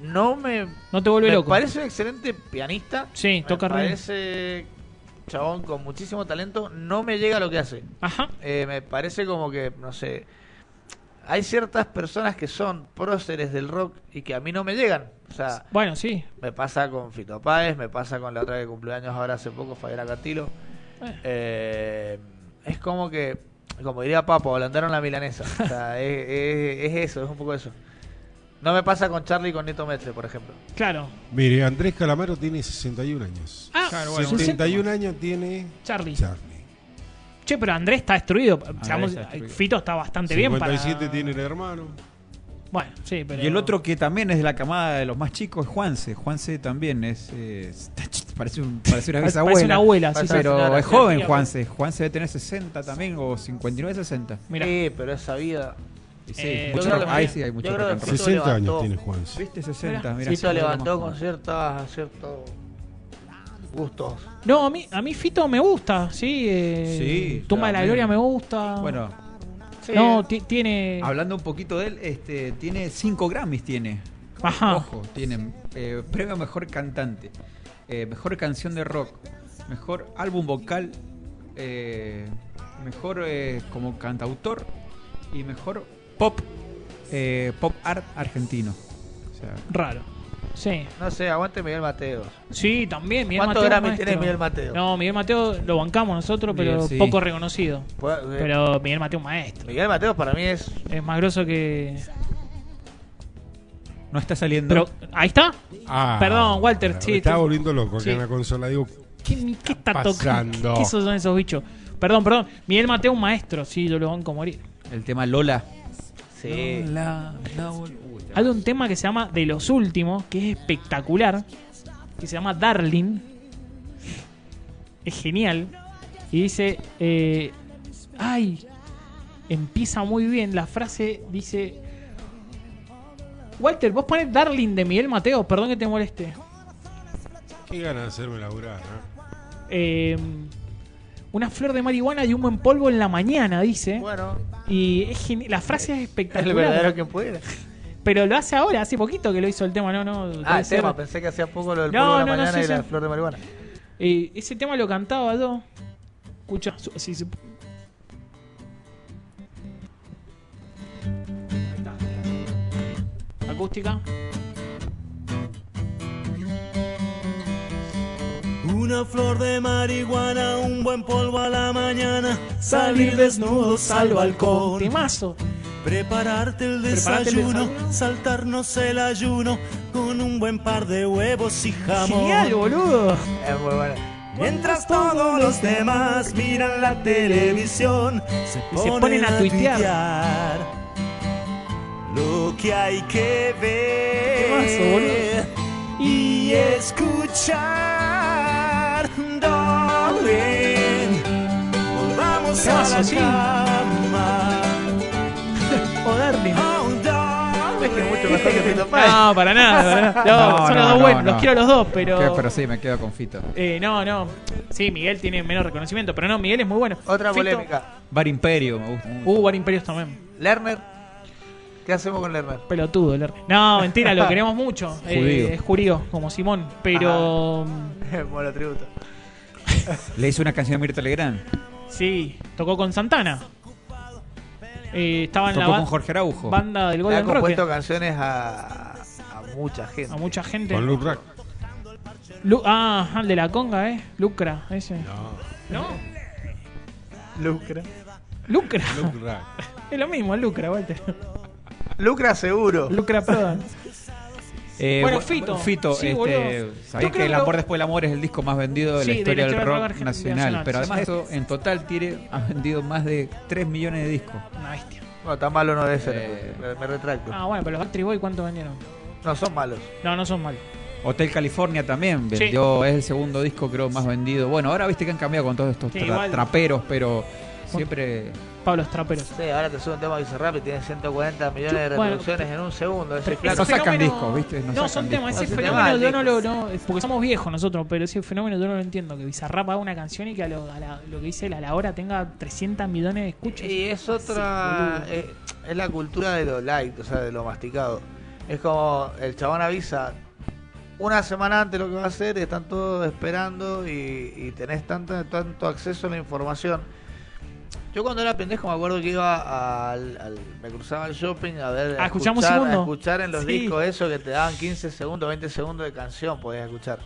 Speaker 5: No me.
Speaker 3: No te vuelve
Speaker 5: me
Speaker 3: loco.
Speaker 5: Parece un excelente pianista.
Speaker 3: Sí,
Speaker 5: me
Speaker 3: toca re bien.
Speaker 5: Parece chabón con muchísimo talento. No me llega lo que hace. Eh,
Speaker 3: Ajá.
Speaker 5: me parece como que, no sé. Hay ciertas personas que son próceres del rock y que a mí no me llegan. O sea,
Speaker 3: Bueno, sí.
Speaker 5: me pasa con Fito Páez, me pasa con la otra que cumplió años ahora hace poco, Fabiola Cantilo. Eh, es como que, como diría Papo, ablandaron la milanesa. O sea, es, es- es eso, es un poco eso. No me pasa con Charlie y con Neto Mestre, por ejemplo.
Speaker 3: Claro.
Speaker 6: Mire, Andrés Calamaro tiene 61 años.
Speaker 3: Ah, Claro, bueno.
Speaker 6: 71 años tiene
Speaker 3: Charlie.
Speaker 6: Charlie.
Speaker 3: Che, pero Andrés está destruido. Seamos-
Speaker 6: está destruido.
Speaker 3: Fito está bastante bien para...
Speaker 6: 57 tiene el hermano.
Speaker 3: Bueno, sí, pero...
Speaker 4: Y el otro que también es de la camada de los más chicos es Juanse. Juanse también es. eh, parece, un- parece una
Speaker 3: Parece
Speaker 4: bisabuela.
Speaker 3: una abuela, sí, sí. Parece
Speaker 4: Pero
Speaker 3: una
Speaker 4: es joven
Speaker 3: abuela.
Speaker 4: Juanse. Juanse debe tener 60 también, o 59, 60.
Speaker 5: Sí, pero esa vida.
Speaker 4: Y sí,
Speaker 3: Eh,
Speaker 4: mucho rock- ahí sí hay mucho rock and roll.
Speaker 6: 60 años tiene Juanse.
Speaker 4: Viste, 60, mira.
Speaker 5: Fito levantó con ciertas, ciertos gustos.
Speaker 3: No, a mí, a mí Fito me gusta, sí. eh,
Speaker 4: Sí,
Speaker 3: Tumba de la
Speaker 4: también.
Speaker 3: Gloria me gusta.
Speaker 4: Bueno.
Speaker 3: No, ti- tiene...
Speaker 4: Hablando un poquito de él, este, tiene 5 Grammys, tiene.
Speaker 3: Ajá.
Speaker 4: Ojo, tiene eh, premio a mejor cantante, eh, mejor canción de rock, mejor álbum vocal, eh, mejor eh, como cantautor y mejor pop, eh, pop art argentino. O sea,
Speaker 3: Raro. Sí.
Speaker 5: No sé, aguante Miguel Mateos.
Speaker 3: Sí, también Miguel
Speaker 5: ¿Cuántos
Speaker 3: Mateo.
Speaker 5: Grammy
Speaker 3: maestro.
Speaker 5: tiene Miguel Mateo?
Speaker 3: No, Miguel Mateo lo bancamos nosotros, pero
Speaker 5: Bien, sí.
Speaker 3: poco reconocido.
Speaker 5: Pues, eh.
Speaker 3: Pero Miguel Mateo es maestro.
Speaker 5: Miguel Mateos para mí es.
Speaker 3: Es eh, más grosso que...
Speaker 4: no está saliendo.
Speaker 3: Pero, ¿ahí está?
Speaker 6: Ah,
Speaker 3: Perdón, Walter.
Speaker 6: Me
Speaker 3: sí,
Speaker 6: estaba
Speaker 3: tú-
Speaker 6: volviendo loco
Speaker 3: Sí.
Speaker 6: acá en la consola. Digo,
Speaker 3: ¿Qué, qué está
Speaker 6: pasando?
Speaker 3: tocando? ¿Qué esos son esos bichos? Perdón, perdón. Miguel Mateo, un maestro. Sí, yo lo banco a morir.
Speaker 4: El tema Lola.
Speaker 5: Sí.
Speaker 3: Hay un tema que se llama De los últimos, que es espectacular. Que se llama Darling. Es genial. Y dice. eh, ay. Empieza muy bien. La frase dice. Walter, vos pones Darling de Miguel Mateo. Perdón que te moleste.
Speaker 6: qué ganas de hacerme laburar. ¿eh?
Speaker 3: Eh, una flor de marihuana y humo en polvo en la mañana, dice.
Speaker 5: Bueno.
Speaker 3: Y es geni- la frase es
Speaker 5: El
Speaker 3: espectacular.
Speaker 5: verdadero que puede.
Speaker 3: Pero lo hace ahora, hace poquito que lo hizo el tema, no, no.
Speaker 5: Ah,
Speaker 3: debe
Speaker 5: el
Speaker 3: ser-
Speaker 5: tema, pensé que hacía poco lo del
Speaker 3: No,
Speaker 5: polvo de la
Speaker 3: no, no,
Speaker 5: mañana
Speaker 3: sí,
Speaker 5: y la
Speaker 3: sí.
Speaker 5: flor de marihuana.
Speaker 3: Eh, ese tema lo cantaba yo. Escucha, su- si se- acústica.
Speaker 17: Una flor de marihuana, un buen polvo a la mañana,
Speaker 3: Salir
Speaker 17: salir desnudos al balcón.
Speaker 3: Temazo.
Speaker 17: Prepararte el
Speaker 3: Prepararte el
Speaker 17: desayuno, saltarnos el ayuno con un buen par de huevos y jamón.
Speaker 3: Genial, boludo.
Speaker 5: Es muy bueno.
Speaker 17: Mientras todos los demás miran la televisión, se
Speaker 3: Y se
Speaker 17: ponen,
Speaker 3: ponen a
Speaker 17: a
Speaker 3: tuitear.
Speaker 17: tuitear. Lo que hay que
Speaker 3: Temazo,
Speaker 17: ver y escuchar. Darling, volvamos a
Speaker 3: Temazo,
Speaker 17: la
Speaker 3: sí.
Speaker 17: cama.
Speaker 3: O darle.
Speaker 17: Oh, darling.
Speaker 3: No, para nada. para nada. No,
Speaker 4: No,
Speaker 3: son
Speaker 4: no,
Speaker 3: los dos
Speaker 4: no,
Speaker 3: buenos.
Speaker 4: no.
Speaker 3: Los quiero a los dos, pero.
Speaker 4: Que- pero sí, me quedo con Fito.
Speaker 3: Eh, no, no. Sí, Miguel tiene menos reconocimiento, pero no, Miguel es muy bueno.
Speaker 5: Otra
Speaker 3: Fito-
Speaker 5: polémica.
Speaker 4: Bar Imperio, me gusta.
Speaker 3: Uh, Bar Imperios también.
Speaker 5: Lerner. ¿Qué hacemos con Lerner?
Speaker 3: Pelotudo, Lerner. No, mentira, lo queremos mucho. Eh,
Speaker 4: Judío.
Speaker 3: es judío, como Simón. Pero. mm,
Speaker 5: Bueno, tributo.
Speaker 4: Le hizo una canción a Mirta Legrand.
Speaker 3: Sí, tocó con Santana. Eh, estaba en
Speaker 4: Tocó
Speaker 3: la ba-
Speaker 4: con Jorge Araujo.
Speaker 3: banda del
Speaker 5: Le ha
Speaker 3: Golden Rock.
Speaker 5: compuesto canciones a, a mucha gente.
Speaker 3: A mucha gente.
Speaker 6: Con Luke Rack.
Speaker 3: Lu- ah, ajá, el de la conga, ¿eh? Lucra, ese. No.
Speaker 5: Lucra.
Speaker 3: Lucra.
Speaker 6: Luke Rack.
Speaker 3: Es lo mismo, Lucra, Walter.
Speaker 5: Lucra seguro.
Speaker 3: Lucra Prodan.
Speaker 4: Eh,
Speaker 3: Bueno,
Speaker 4: bu-
Speaker 3: Fito.
Speaker 4: Fito,
Speaker 3: Sí, boludo.
Speaker 4: este,
Speaker 3: Yo
Speaker 4: sabés
Speaker 3: creo
Speaker 4: que El
Speaker 3: que lo-
Speaker 4: amor después del amor es el disco más vendido de
Speaker 3: Sí,
Speaker 4: la
Speaker 3: de la
Speaker 4: historia del
Speaker 3: historia
Speaker 4: rock,
Speaker 3: del rock argent-
Speaker 4: nacional,
Speaker 3: nacional,
Speaker 4: Pero
Speaker 3: sí,
Speaker 4: además
Speaker 3: sí.
Speaker 4: eso, en total, tiene, ha vendido más de 3 millones de discos.
Speaker 3: Una bestia.
Speaker 5: No, tan malo no debe ser. me, me retracto.
Speaker 3: Ah, bueno, pero los Backstreet Boys, ¿cuánto vendieron?
Speaker 5: No son malos.
Speaker 3: No, no son malos.
Speaker 4: Hotel California también
Speaker 3: Sí.
Speaker 4: vendió, es el segundo disco creo más vendido. Bueno, ahora viste que han cambiado con todos estos
Speaker 3: Sí,
Speaker 4: tra-
Speaker 3: igual.
Speaker 4: traperos, pero siempre...
Speaker 3: Pablo Straperos.
Speaker 5: Sí, ahora te sube un tema Bizarrap y tiene 140 millones de
Speaker 3: Bueno,
Speaker 5: reproducciones en un segundo. Ese
Speaker 3: Pero
Speaker 5: flaco.
Speaker 3: ese fenómeno- No, son
Speaker 5: sacan
Speaker 3: temas.
Speaker 5: discos.
Speaker 3: Ese
Speaker 5: No,
Speaker 3: fenómeno yo
Speaker 5: discos.
Speaker 3: no lo. No, es porque somos viejos nosotros, pero ese fenómeno yo no lo entiendo. Que Bizarrap haga una canción y que a lo, a la- lo que dice él a la hora tenga 300 millones de escuchas.
Speaker 5: Y es otra.
Speaker 3: Ah, Sí, boludo.
Speaker 5: eh, es, la cultura de lo light, o sea, de lo masticado. Es como el chabón avisa una semana antes lo que va a hacer, están todos esperando y, y tenés tanto, tanto acceso a la información. Yo cuando era pendejo me acuerdo que iba al. al- me cruzaba el shopping a ver.
Speaker 3: A escuchar Ah, un
Speaker 5: escuchar, a
Speaker 3: segundo.
Speaker 5: escuchar en los
Speaker 3: Sí.
Speaker 5: discos eso que te daban 15 segundos, 20 segundos de canción, podías escuchar.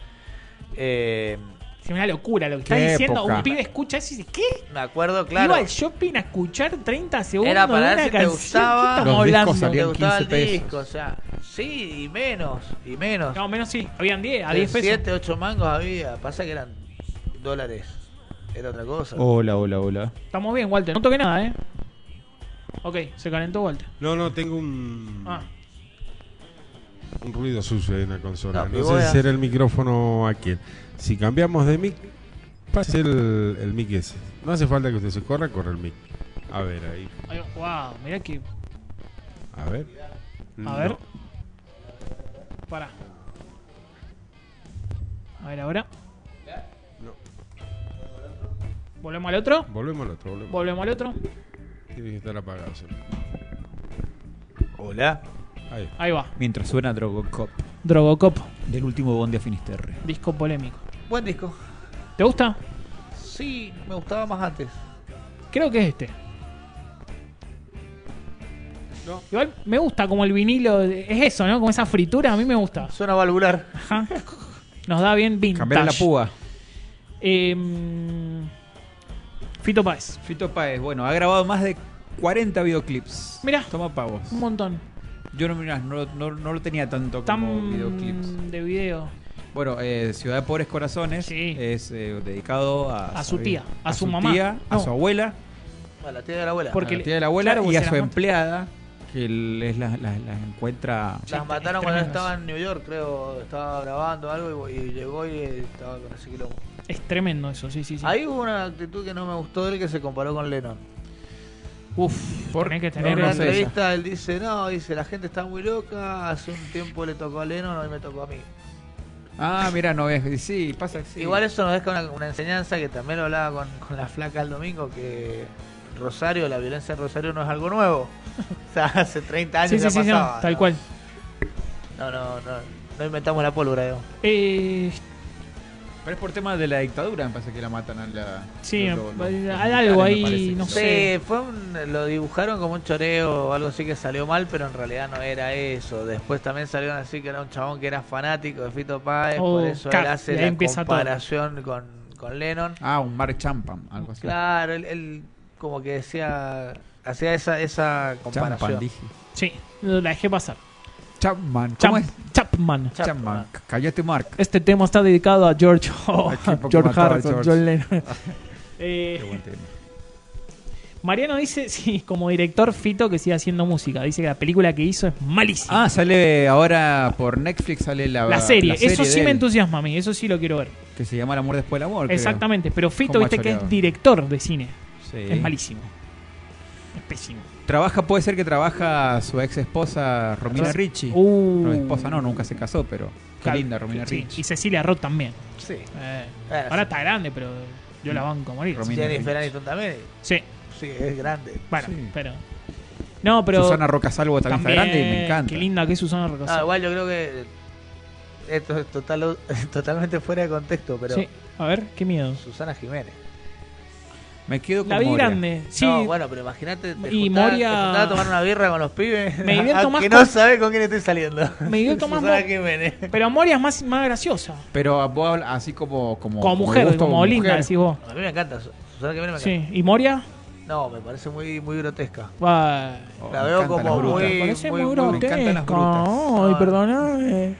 Speaker 5: Eh,
Speaker 3: Es una locura lo que está
Speaker 5: Qué
Speaker 3: diciendo.
Speaker 5: época.
Speaker 3: Un pibe escucha eso y dice: ¿Qué?
Speaker 5: me acuerdo, claro.
Speaker 3: Iba al shopping a escuchar 30 segundos
Speaker 5: Era para
Speaker 3: de
Speaker 5: ver
Speaker 3: una
Speaker 5: si te
Speaker 3: canción. ¿Qué
Speaker 5: gustaba.
Speaker 3: estamos hablando?
Speaker 5: te gustaba el disco, o sea, sí, y menos, y menos.
Speaker 3: No, menos sí. Habían 10, a
Speaker 5: De
Speaker 3: 10 pesos.
Speaker 5: siete, ocho mangos había. Pasa que eran dólares. Era otra cosa.
Speaker 4: Oh,
Speaker 7: Hola, hola, hola.
Speaker 3: Estamos bien, Walter. No toqué nada, ¿eh? Ok, se calentó Walter.
Speaker 6: No, no, tengo un.
Speaker 3: Ah.
Speaker 6: Un ruido sucio ahí en la consola.
Speaker 3: No,
Speaker 6: No,
Speaker 3: y voy
Speaker 6: sé
Speaker 3: a-
Speaker 6: si era el micrófono aquel. Si cambiamos de mic, pase el, el mic ese. No hace falta que usted se corra, corre el mic. A ver, ahí.
Speaker 3: Ay, wow, mirá que.
Speaker 6: A ver.
Speaker 3: A ver. Pará. A ver ahora.
Speaker 6: No.
Speaker 3: ¿Volvemos al otro?
Speaker 6: Volvemos al otro, volvemos.
Speaker 3: ¿Volvemos al otro?
Speaker 6: Tiene que estar apagado. siempre.
Speaker 4: Hola.
Speaker 6: Ahí.
Speaker 3: Ahí va.
Speaker 4: Mientras suena Drogocop.
Speaker 3: Drogocop.
Speaker 4: Del último Bondi a Finisterre.
Speaker 3: Disco polémico.
Speaker 5: Buen disco.
Speaker 3: ¿Te gusta?
Speaker 5: Sí, me gustaba más antes.
Speaker 3: Creo que es este.
Speaker 5: No.
Speaker 3: Igual me gusta como el vinilo. de- Es eso, ¿no? Como esa fritura, a mí me gusta.
Speaker 5: Suena valvular.
Speaker 3: Ajá. Nos da bien vintage.
Speaker 4: Cambiar la púa.
Speaker 3: Em, Fito Páez.
Speaker 4: Fito Páez, bueno, ha grabado más de 40 videoclips.
Speaker 3: Mirá.
Speaker 4: Toma pavos.
Speaker 3: Un montón.
Speaker 4: Yo no, mirá, no, no- no lo tenía tanto como videoclips.
Speaker 3: Mm, De video.
Speaker 4: Bueno, eh, Ciudad de Pobres Corazones es eh, dedicado a,
Speaker 3: A su tía, a su
Speaker 4: tía,
Speaker 3: mamá.
Speaker 4: a
Speaker 3: No.
Speaker 4: su abuela,
Speaker 5: A la tía de la abuela.
Speaker 4: a Ah, la tía de la abuela y a su em- empleada que les las las- las encuentra.
Speaker 5: Las mataron cuando estaba en New York, creo. Estaba grabando algo y, y llegó y estaba con ese quilombo.
Speaker 3: Es tremendo eso, sí, sí, sí.
Speaker 5: Ahí hubo una actitud que no me gustó de él que se comparó con Lennon.
Speaker 3: Uf, tenés que tener
Speaker 5: en la entrevista él dice, no, dice, la gente está muy loca, hace un tiempo le tocó a Lennon, hoy me tocó a mí.
Speaker 4: Ah, mira, no ves, sí, pasa que sí.
Speaker 5: Igual eso nos deja una, una enseñanza que también lo hablaba con, con la flaca el domingo, que Rosario, la violencia en Rosario no es algo nuevo. O sea, hace 30 años
Speaker 3: Sí, sí,
Speaker 5: ya
Speaker 3: sí, no,
Speaker 5: pasaba.
Speaker 3: tal
Speaker 5: ¿no?
Speaker 3: cual.
Speaker 5: No, no, no, no inventamos la pólvora, digamos.
Speaker 3: Eh,
Speaker 4: Pero es por tema de la dictadura, me parece que la matan a la.
Speaker 3: Sí,
Speaker 4: lo- lo- lo-
Speaker 3: hay
Speaker 4: los
Speaker 3: algo
Speaker 4: militares,
Speaker 3: ahí,
Speaker 4: me parece que
Speaker 3: no
Speaker 4: sí.
Speaker 3: sé.
Speaker 5: Sí, fue un- lo dibujaron como un choreo o algo así que salió mal, pero en realidad no era eso. Después también salieron así que era un chabón que era fanático de Fito Páez,
Speaker 4: Oh,
Speaker 5: por eso
Speaker 4: ca-
Speaker 5: él hace
Speaker 4: y ahí
Speaker 5: la
Speaker 4: empieza todo.
Speaker 5: comparación con, con Lennon.
Speaker 4: Ah, un Mark Champan, algo así.
Speaker 5: Claro, él, él como que decía, hacía esa, esa comparación.
Speaker 4: Champan, dije.
Speaker 3: Sí, la dejé pasar.
Speaker 4: Chapman,
Speaker 3: Chap- Chapman.
Speaker 4: Chapman. Cállate, Mark.
Speaker 3: Este tema está dedicado a George,
Speaker 4: Al tipo que
Speaker 3: George
Speaker 4: mató a
Speaker 3: Harrison,
Speaker 4: George.
Speaker 3: John Lennon. Eh,
Speaker 4: Qué buen tema.
Speaker 3: Mariano dice, sí, como director Fito que sigue haciendo música. Dice que la película que hizo es malísima.
Speaker 4: Ah, sale ahora por Netflix, sale la,
Speaker 3: la serie,
Speaker 4: la serie
Speaker 3: eso sí
Speaker 4: de
Speaker 3: me
Speaker 4: él,
Speaker 3: entusiasma a mí, eso sí lo quiero ver.
Speaker 4: Que se llama El amor después del amor. creo.
Speaker 3: Exactamente, pero Fito,
Speaker 4: Con
Speaker 3: viste que es
Speaker 4: Machoreado.
Speaker 3: director de cine.
Speaker 4: Sí.
Speaker 3: Es malísimo. Es pésimo.
Speaker 4: Trabaja, puede ser que trabaja su ex esposa Romina
Speaker 3: Entonces,
Speaker 4: Ricci.
Speaker 3: uh.
Speaker 4: No, esposa no, nunca se casó, pero qué
Speaker 3: Cal-
Speaker 4: linda Romina
Speaker 3: sí,
Speaker 4: Ricci.
Speaker 3: Y Cecilia Roth también.
Speaker 5: Sí.
Speaker 3: Eh,
Speaker 5: Bueno,
Speaker 3: ahora
Speaker 5: sí.
Speaker 3: está grande, pero yo la banco a morir.
Speaker 4: Romina
Speaker 5: Jennifer Aniston también. Ah,
Speaker 3: Sí.
Speaker 5: Sí, es grande.
Speaker 3: Bueno, pero. No, pero.
Speaker 4: Susana Roca Salvo también, está grande y me encanta.
Speaker 3: Qué linda que es Susana Roca
Speaker 5: Ah,
Speaker 3: Salvo.
Speaker 5: igual yo creo que esto es total, totalmente fuera de contexto, pero
Speaker 3: Sí, a ver, qué miedo.
Speaker 5: Susana Jiménez.
Speaker 4: Me quedo con
Speaker 3: La vi
Speaker 4: Moria.
Speaker 3: grande, sí.
Speaker 5: No, bueno, pero imagínate, te
Speaker 3: Y
Speaker 5: juntás-
Speaker 3: Moria-
Speaker 5: te juntás a tomar una birra con los pibes.
Speaker 3: Me divierto
Speaker 5: a
Speaker 3: más
Speaker 5: que
Speaker 3: con-
Speaker 5: no sabes con quién estoy saliendo.
Speaker 3: Me divierto más
Speaker 5: Susana
Speaker 3: mo-
Speaker 5: Jiménez.
Speaker 3: Pero Moria es más, más graciosa.
Speaker 4: Pero vos hablas así como. Como,
Speaker 3: Como mujer,
Speaker 4: gusto,
Speaker 3: como linda,
Speaker 4: mujer.
Speaker 3: decís vos.
Speaker 5: A mí me encanta, Susana Jiménez me
Speaker 3: Sí,
Speaker 5: encanta.
Speaker 3: ¿y Moria?
Speaker 5: No, No, me parece muy, muy grotesca.
Speaker 3: Va.
Speaker 4: Oh,
Speaker 5: la veo como
Speaker 3: Me
Speaker 5: muy,
Speaker 3: parece muy,
Speaker 5: muy-
Speaker 3: grotesca. Ay, perdóname.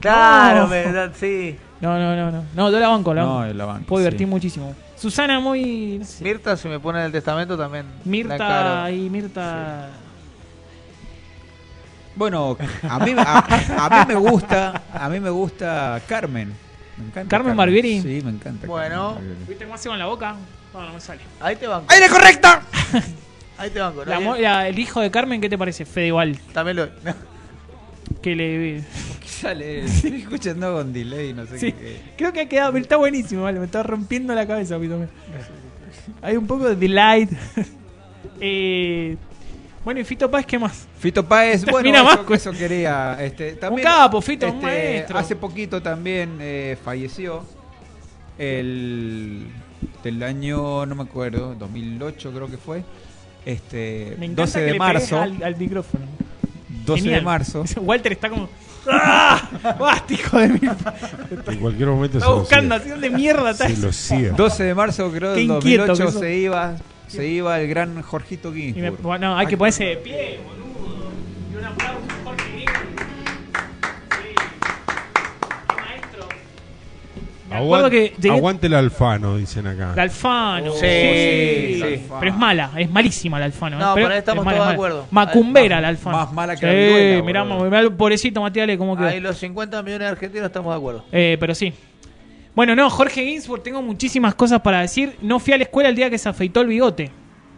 Speaker 5: Claro,
Speaker 3: No.
Speaker 5: me- sí.
Speaker 3: No, no, no, no. No, yo la banco, la
Speaker 5: No,
Speaker 3: banco.
Speaker 5: yo la banco,
Speaker 3: Puedo divertir
Speaker 5: sí.
Speaker 3: muchísimo. Susana muy... no sé,
Speaker 5: Mirta, si me pone en el testamento también. la encaro.
Speaker 3: Mirta y Mirta...
Speaker 4: Bueno, a mí, a, a mí me gusta, a mí me gusta Carmen. Me encanta
Speaker 3: Carmen Barbieri.
Speaker 4: Sí, me encanta.
Speaker 5: Bueno.
Speaker 4: Carmen Barbieri.
Speaker 3: ¿Viste cómo hace con la boca? No, no me sale.
Speaker 5: Ahí te banco.
Speaker 3: ¡Aire correcta!
Speaker 5: Ahí te banco. ¿no?
Speaker 3: La mo- la- el hijo de Carmen, ¿qué te parece? Fedeval.
Speaker 5: También lo...
Speaker 3: Que le...
Speaker 4: Sale, estoy escuchando con delay, no sé
Speaker 3: Sí.
Speaker 4: qué.
Speaker 3: Creo que ha quedado... Está buenísimo, vale. Me está rompiendo la cabeza. a mí también. Hay un poco de delight. Eh, bueno, y Fito Paz, ¿qué más?
Speaker 4: Fito Páez, bueno,
Speaker 3: Termina
Speaker 4: eso,
Speaker 3: más. pues.
Speaker 4: eso quería. Este, también, este,
Speaker 3: capo, Fito, un maestro.
Speaker 4: Hace poquito también eh, falleció. El del año, no me acuerdo, 2008 creo que fue. Este,
Speaker 3: Me encanta
Speaker 4: 12
Speaker 3: que
Speaker 4: de
Speaker 3: le
Speaker 4: marzo.
Speaker 3: pegues Al, al micrófono.
Speaker 4: 12 de
Speaker 3: Genial.
Speaker 4: marzo.
Speaker 3: Walter está como. ¡Ah! ¡Basta, hijo de mí!
Speaker 6: En cualquier momento
Speaker 3: Está
Speaker 6: se lo
Speaker 3: buscando,
Speaker 6: cierra.
Speaker 3: ¿así dónde mierda está
Speaker 6: Se
Speaker 3: eso?
Speaker 6: lo cierra.
Speaker 4: 12 de marzo creo
Speaker 3: Qué
Speaker 4: del
Speaker 3: inquieto
Speaker 4: 2008
Speaker 3: que sos.
Speaker 4: se iba, se iba el gran Jorgito Ginsburg.
Speaker 3: Y me- bueno, hay que ponerse de pie, boludo. Y un aplauso a Jorge Ginsburg. Sí. Qué maestro. Me acuerdo
Speaker 6: Aguan-
Speaker 3: que llegué-
Speaker 6: Aguante el alfano, dicen acá.
Speaker 3: La Alfano.
Speaker 5: Sí, sí.
Speaker 3: Pero es mala, es malísima la Alfano. ¿eh?
Speaker 5: No,
Speaker 3: Pero
Speaker 5: por ahí estamos
Speaker 3: es mala,
Speaker 5: todos de
Speaker 3: es mala.
Speaker 5: acuerdo.
Speaker 3: Macumbera la Alfano.
Speaker 4: más mala que
Speaker 3: Sí,
Speaker 4: la viruela,
Speaker 3: mirá,
Speaker 4: boludo.
Speaker 3: mirá, pobrecito Matiale, cómo quedó.
Speaker 5: Ahí los 50 millones de argentinos estamos de acuerdo.
Speaker 3: Eh, pero sí. Bueno, no, Jorge Ginsburg, tengo muchísimas cosas para decir. No fui a la escuela el día que se afeitó el bigote.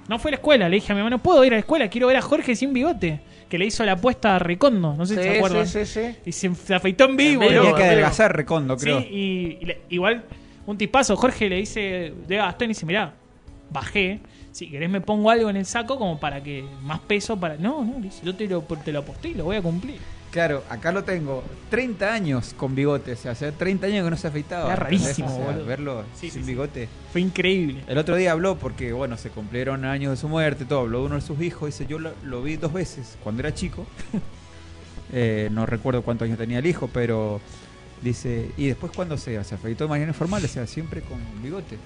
Speaker 3: No fui a la escuela, le dije a mi mamá, no puedo ir a la escuela, quiero ver a Jorge sin bigote. Que le hizo la apuesta a Recondo, no sé si se acuerdan.
Speaker 5: sí, sí, sí.
Speaker 3: Y se, se afeitó en vivo.
Speaker 5: vivo,
Speaker 4: Tenía
Speaker 3: loco.
Speaker 4: que adelgazar Recondo, creo.
Speaker 3: Sí, y, y le- igual un tipazo, Jorge le dice, llega Gastón y dice, mirá, bajé. Si querés me pongo algo en el saco como para que más peso para... No, no, le dice, yo te lo, te lo aposté y lo voy a cumplir.
Speaker 4: Claro, acá lo tengo. 30 años con bigote, o sea, hace 30 años que no se afeitaba.
Speaker 3: Era rarísimo,
Speaker 4: ¿entendés? O sea,
Speaker 3: boludo.
Speaker 4: Verlo sin bigote.
Speaker 3: Fue increíble.
Speaker 4: El otro día habló porque, bueno, se cumplieron años de su muerte, todo. Habló de uno de sus hijos, dice, yo lo, lo vi dos veces cuando era chico. Eh, no recuerdo cuántos años tenía el hijo, pero dice, y después cuando se, se afeitó de manera formal, o sea, siempre con bigote.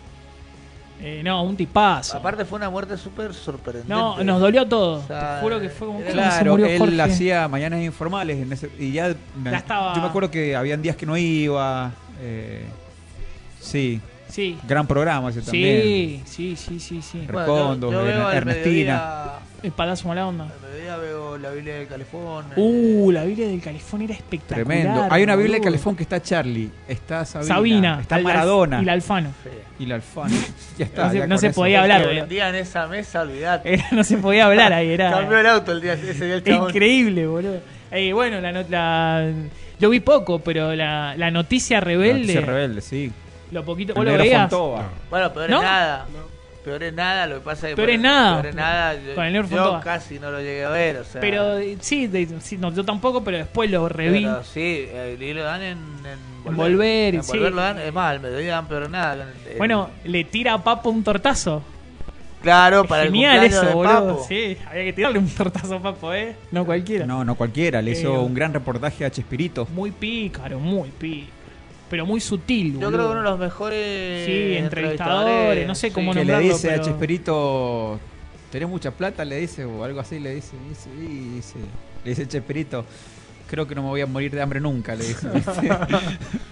Speaker 3: Eh, no, un tipazo.
Speaker 5: Aparte fue una muerte súper sorprendente.
Speaker 3: No, nos dolió a todos.
Speaker 5: O sea,
Speaker 3: Te juro que fue como ¿cómo se
Speaker 4: Claro,
Speaker 3: murió
Speaker 4: él
Speaker 3: Jorge?
Speaker 4: hacía mañanas informales en ese- y ya, me-
Speaker 3: Ya estaba-
Speaker 4: yo me acuerdo que habían días que no iba. eh, sí,
Speaker 3: Sí.
Speaker 4: gran programa ese también.
Speaker 3: Sí, sí, sí, sí, sí.
Speaker 4: Bueno, Recondo,
Speaker 5: Yo veo al
Speaker 4: Ernestina.
Speaker 5: mediodía,
Speaker 3: El palazo mala onda.
Speaker 5: al mediodía veo la Biblia de California.
Speaker 3: Uh, la Biblia del Calefón era espectacular.
Speaker 4: Tremendo. Hay una Biblia de
Speaker 3: boludo.
Speaker 4: Calefón que está Charlie, está Sabina,
Speaker 3: Sabina,
Speaker 4: está
Speaker 3: Al-
Speaker 4: Maradona
Speaker 3: Y la Alfano.
Speaker 4: y la Alfano. ya está,
Speaker 3: No se-
Speaker 4: ya
Speaker 3: no
Speaker 4: con
Speaker 3: se
Speaker 4: eso.
Speaker 3: podía hablar,
Speaker 5: Que
Speaker 3: boludo.
Speaker 5: vendía en esa mesa, olvidate.
Speaker 3: Era- Eh, no se podía hablar ahí,
Speaker 5: Cambió
Speaker 3: era
Speaker 5: el auto el día, ese día el chabón.
Speaker 3: increíble, boludo. Eh, bueno, la, not- la- yo vi poco, pero la, la noticia
Speaker 4: Noticia
Speaker 3: rebelde,
Speaker 4: rebelde, sí.
Speaker 3: lo poquito,
Speaker 4: El
Speaker 3: vos lo
Speaker 4: negro
Speaker 3: veías,
Speaker 4: Fontova.
Speaker 5: Bueno, peor
Speaker 3: ¿No?
Speaker 5: es nada. Peor es nada, lo que pasa es que.
Speaker 3: Peor
Speaker 5: por-
Speaker 3: es nada.
Speaker 5: Peor es nada. yo-
Speaker 3: Con el Nero
Speaker 5: Yo
Speaker 3: Fontova.
Speaker 5: casi no lo llegué a ver, o sea.
Speaker 3: pero eh, sí, de- sí, no, yo tampoco, pero después lo reví.
Speaker 5: Pero sí, eh, y lo dan en, en
Speaker 3: En Volver,
Speaker 5: En
Speaker 3: sí.
Speaker 5: volver lo dan, es más, al mediodía dan peor nada. con el-
Speaker 3: bueno, le tira a Papo un tortazo.
Speaker 5: claro, para
Speaker 3: Genial
Speaker 5: el cumpleaños
Speaker 3: eso,
Speaker 5: de
Speaker 3: boludo.
Speaker 5: Papo.
Speaker 3: Sí, había que tirarle un tortazo a Papo, ¿eh? No cualquiera.
Speaker 4: No, no cualquiera, le hizo
Speaker 3: Eh,
Speaker 4: un gran reportaje a Chespirito.
Speaker 3: Muy pícaro, muy pícaro. Pero muy sutil,
Speaker 5: Yo
Speaker 3: boludo.
Speaker 5: creo que uno de los mejores
Speaker 3: Sí, entrevistadores, no sé cómo
Speaker 4: que le
Speaker 3: nombrarlo,
Speaker 4: dice
Speaker 3: pero-
Speaker 4: a Chespirito, tenés mucha plata, le dice, o algo así, le dice, y dice, y dice- le dice Chespirito, creo que no me voy a morir de hambre nunca, le dice. ¿viste?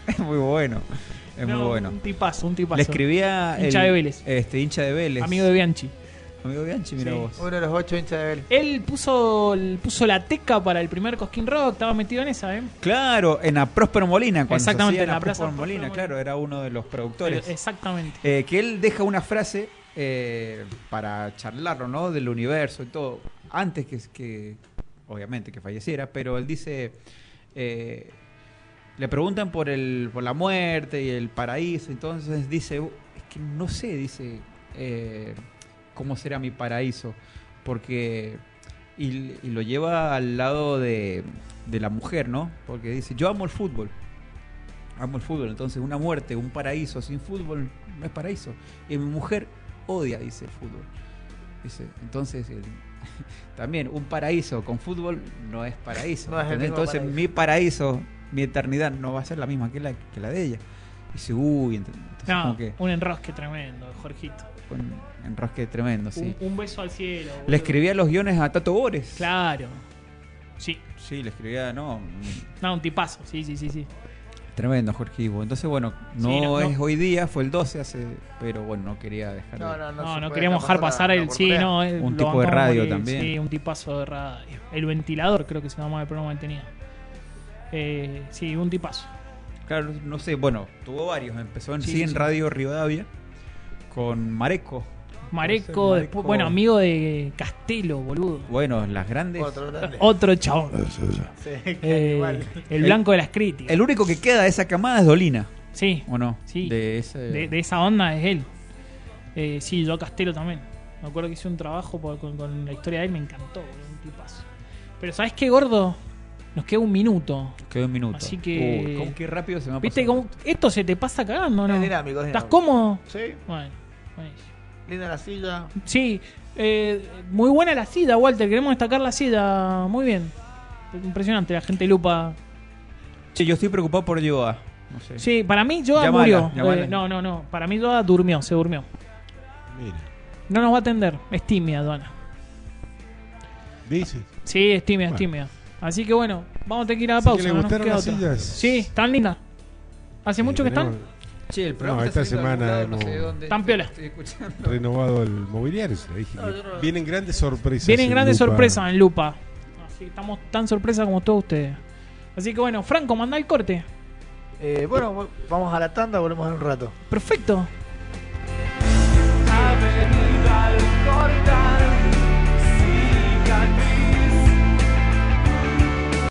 Speaker 4: es muy bueno, es
Speaker 3: No,
Speaker 4: muy bueno.
Speaker 3: Un tipazo, un tipazo.
Speaker 4: Le escribía...
Speaker 3: Hincha
Speaker 4: el-
Speaker 3: de Vélez.
Speaker 4: Este, hincha de Vélez.
Speaker 3: Amigo de Bianchi.
Speaker 4: Amigo de Bianchi, mira
Speaker 3: Sí.
Speaker 4: vos.
Speaker 5: Uno de los ocho hinchas de Vélez.
Speaker 3: Él puso, puso la teca para el primer Cosquín Rock, estaba metido en esa, ¿eh?
Speaker 4: Claro, en la Próspero Molina, cuando
Speaker 3: Exactamente,
Speaker 4: se hacía en
Speaker 3: en
Speaker 4: la
Speaker 3: la plaza
Speaker 4: Próspero
Speaker 3: Próspero
Speaker 4: Molina,
Speaker 3: Molina.
Speaker 4: claro, era uno de los productores.
Speaker 3: Exactamente.
Speaker 4: Eh, que él deja una frase eh, para charlarlo, ¿no? Del universo y todo, antes que, que obviamente, que falleciera, pero él dice, eh, le preguntan por, el, por la muerte y el paraíso, entonces dice, "Uh, es que no sé, dice, eh, cómo será mi paraíso, porque... Y, y lo lleva al lado de, de la mujer, ¿no? Porque dice, yo amo el fútbol amo el fútbol, entonces una muerte, un paraíso sin fútbol no es paraíso. Y mi mujer odia, dice el fútbol. Dice, entonces el- también un paraíso con fútbol no es paraíso.
Speaker 5: No es el
Speaker 4: ¿entendés?
Speaker 5: mismo
Speaker 4: entonces
Speaker 5: paraíso.
Speaker 4: mi paraíso, mi eternidad no va a ser la misma que la, que la de ella. Dice, uy, ent- entonces
Speaker 3: No,
Speaker 4: como que
Speaker 3: un enrosque tremendo, Jorgito.
Speaker 4: fue un enrosque tremendo, sí.
Speaker 3: Un, un beso al cielo.
Speaker 4: Le
Speaker 3: boludo.
Speaker 4: escribía los guiones a Tato Bores.
Speaker 3: Claro. Sí.
Speaker 4: Sí, le escribía, no.
Speaker 3: No, un tipazo. Sí, sí, sí, sí.
Speaker 4: Tremendo, Jorge Ivo. Entonces, bueno, no,
Speaker 3: Sí, no, no.
Speaker 4: es hoy día, fue el 12 hace. Pero bueno, no quería dejar. de-
Speaker 5: No, no,
Speaker 3: No,
Speaker 5: no. se
Speaker 3: no
Speaker 5: puede
Speaker 3: queríamos dejar
Speaker 5: escapar
Speaker 3: pasar
Speaker 5: la- la
Speaker 3: el. Sí,
Speaker 5: oportunidad.
Speaker 3: no, eh,
Speaker 4: Un
Speaker 3: lo
Speaker 4: tipo de
Speaker 3: bancamos
Speaker 4: radio
Speaker 3: morir,
Speaker 4: también.
Speaker 3: Sí, un tipazo de radio. El ventilador, creo que se llamaba el programa que tenía. Eh, sí, un tipazo.
Speaker 4: Claro, no sé, bueno, tuvo varios. Empezó en,
Speaker 3: Sí,
Speaker 4: sí,
Speaker 3: sí,
Speaker 4: en
Speaker 3: sí.
Speaker 4: Radio Rivadavia con Mareco.
Speaker 3: Mareco,
Speaker 4: Mareco.
Speaker 3: después, bueno, amigo de Castelo, boludo.
Speaker 4: Bueno, las grandes.
Speaker 5: Otro grande.
Speaker 3: Otro chabón.
Speaker 5: Sí,
Speaker 3: Eh,
Speaker 5: igual.
Speaker 3: el blanco de las críticas.
Speaker 4: El único que queda de esa camada es Dolina,
Speaker 3: Sí,
Speaker 4: ¿o no?
Speaker 3: Sí.
Speaker 4: De ese.
Speaker 3: de, de esa onda es él. Eh, sí, yo a Castelo también. Me acuerdo que hice un trabajo por- con, con la historia de él, me encantó, boludo, un tipazo. Pero ¿sabes qué, gordo? Nos queda un minuto.
Speaker 4: Quedó un minuto.
Speaker 3: Así que-
Speaker 4: Uy, ¿cómo- qué rápido se me ha
Speaker 3: ¿Viste
Speaker 4: pasado?
Speaker 3: cómo esto se te pasa cagando, no?
Speaker 5: Es dinámico, es
Speaker 3: ¿Estás
Speaker 5: dinámico.
Speaker 3: cómodo?
Speaker 5: Sí,
Speaker 3: Bueno, buenísimo.
Speaker 5: linda la silla.
Speaker 3: Sí, eh, muy buena la sida, Walter. Queremos destacar la sida. Muy bien. Impresionante, la gente lupa.
Speaker 4: Che, yo estoy preocupado por Yoda. No sé.
Speaker 3: Sí, para mí Yoda
Speaker 4: Llamala,
Speaker 3: murió.
Speaker 4: llamala.
Speaker 3: Eh, no, no, no. Para mí Yoda durmió, se durmió. No nos va a atender. Es tímida, Duana.
Speaker 6: Dice.
Speaker 3: Sí, es tímida,
Speaker 6: Bueno.
Speaker 3: es tímida. Así que bueno, vamos a tener que ir a la
Speaker 6: Así
Speaker 3: pausa.
Speaker 6: que le
Speaker 3: no nos
Speaker 6: gustaron
Speaker 3: queda
Speaker 6: las
Speaker 3: otra.
Speaker 6: sillas.
Speaker 3: Sí, están lindas. ¿Hace mucho que están?
Speaker 4: Che, el
Speaker 6: eh, No, esta semana hemos
Speaker 3: Tan piola.
Speaker 4: Estoy escuchando.
Speaker 6: renovado el mobiliario. se lo dije. Vienen grandes sorpresas.
Speaker 3: Vienen
Speaker 6: en
Speaker 3: grandes
Speaker 6: Lupa.
Speaker 3: sorpresas en Lupa. Así que estamos tan sorpresas como todos ustedes. Así que bueno, Franco, manda el corte.
Speaker 5: Eh, bueno, vamos a la tanda, volvemos en un rato.
Speaker 3: Perfecto.
Speaker 2: Avenida al corte.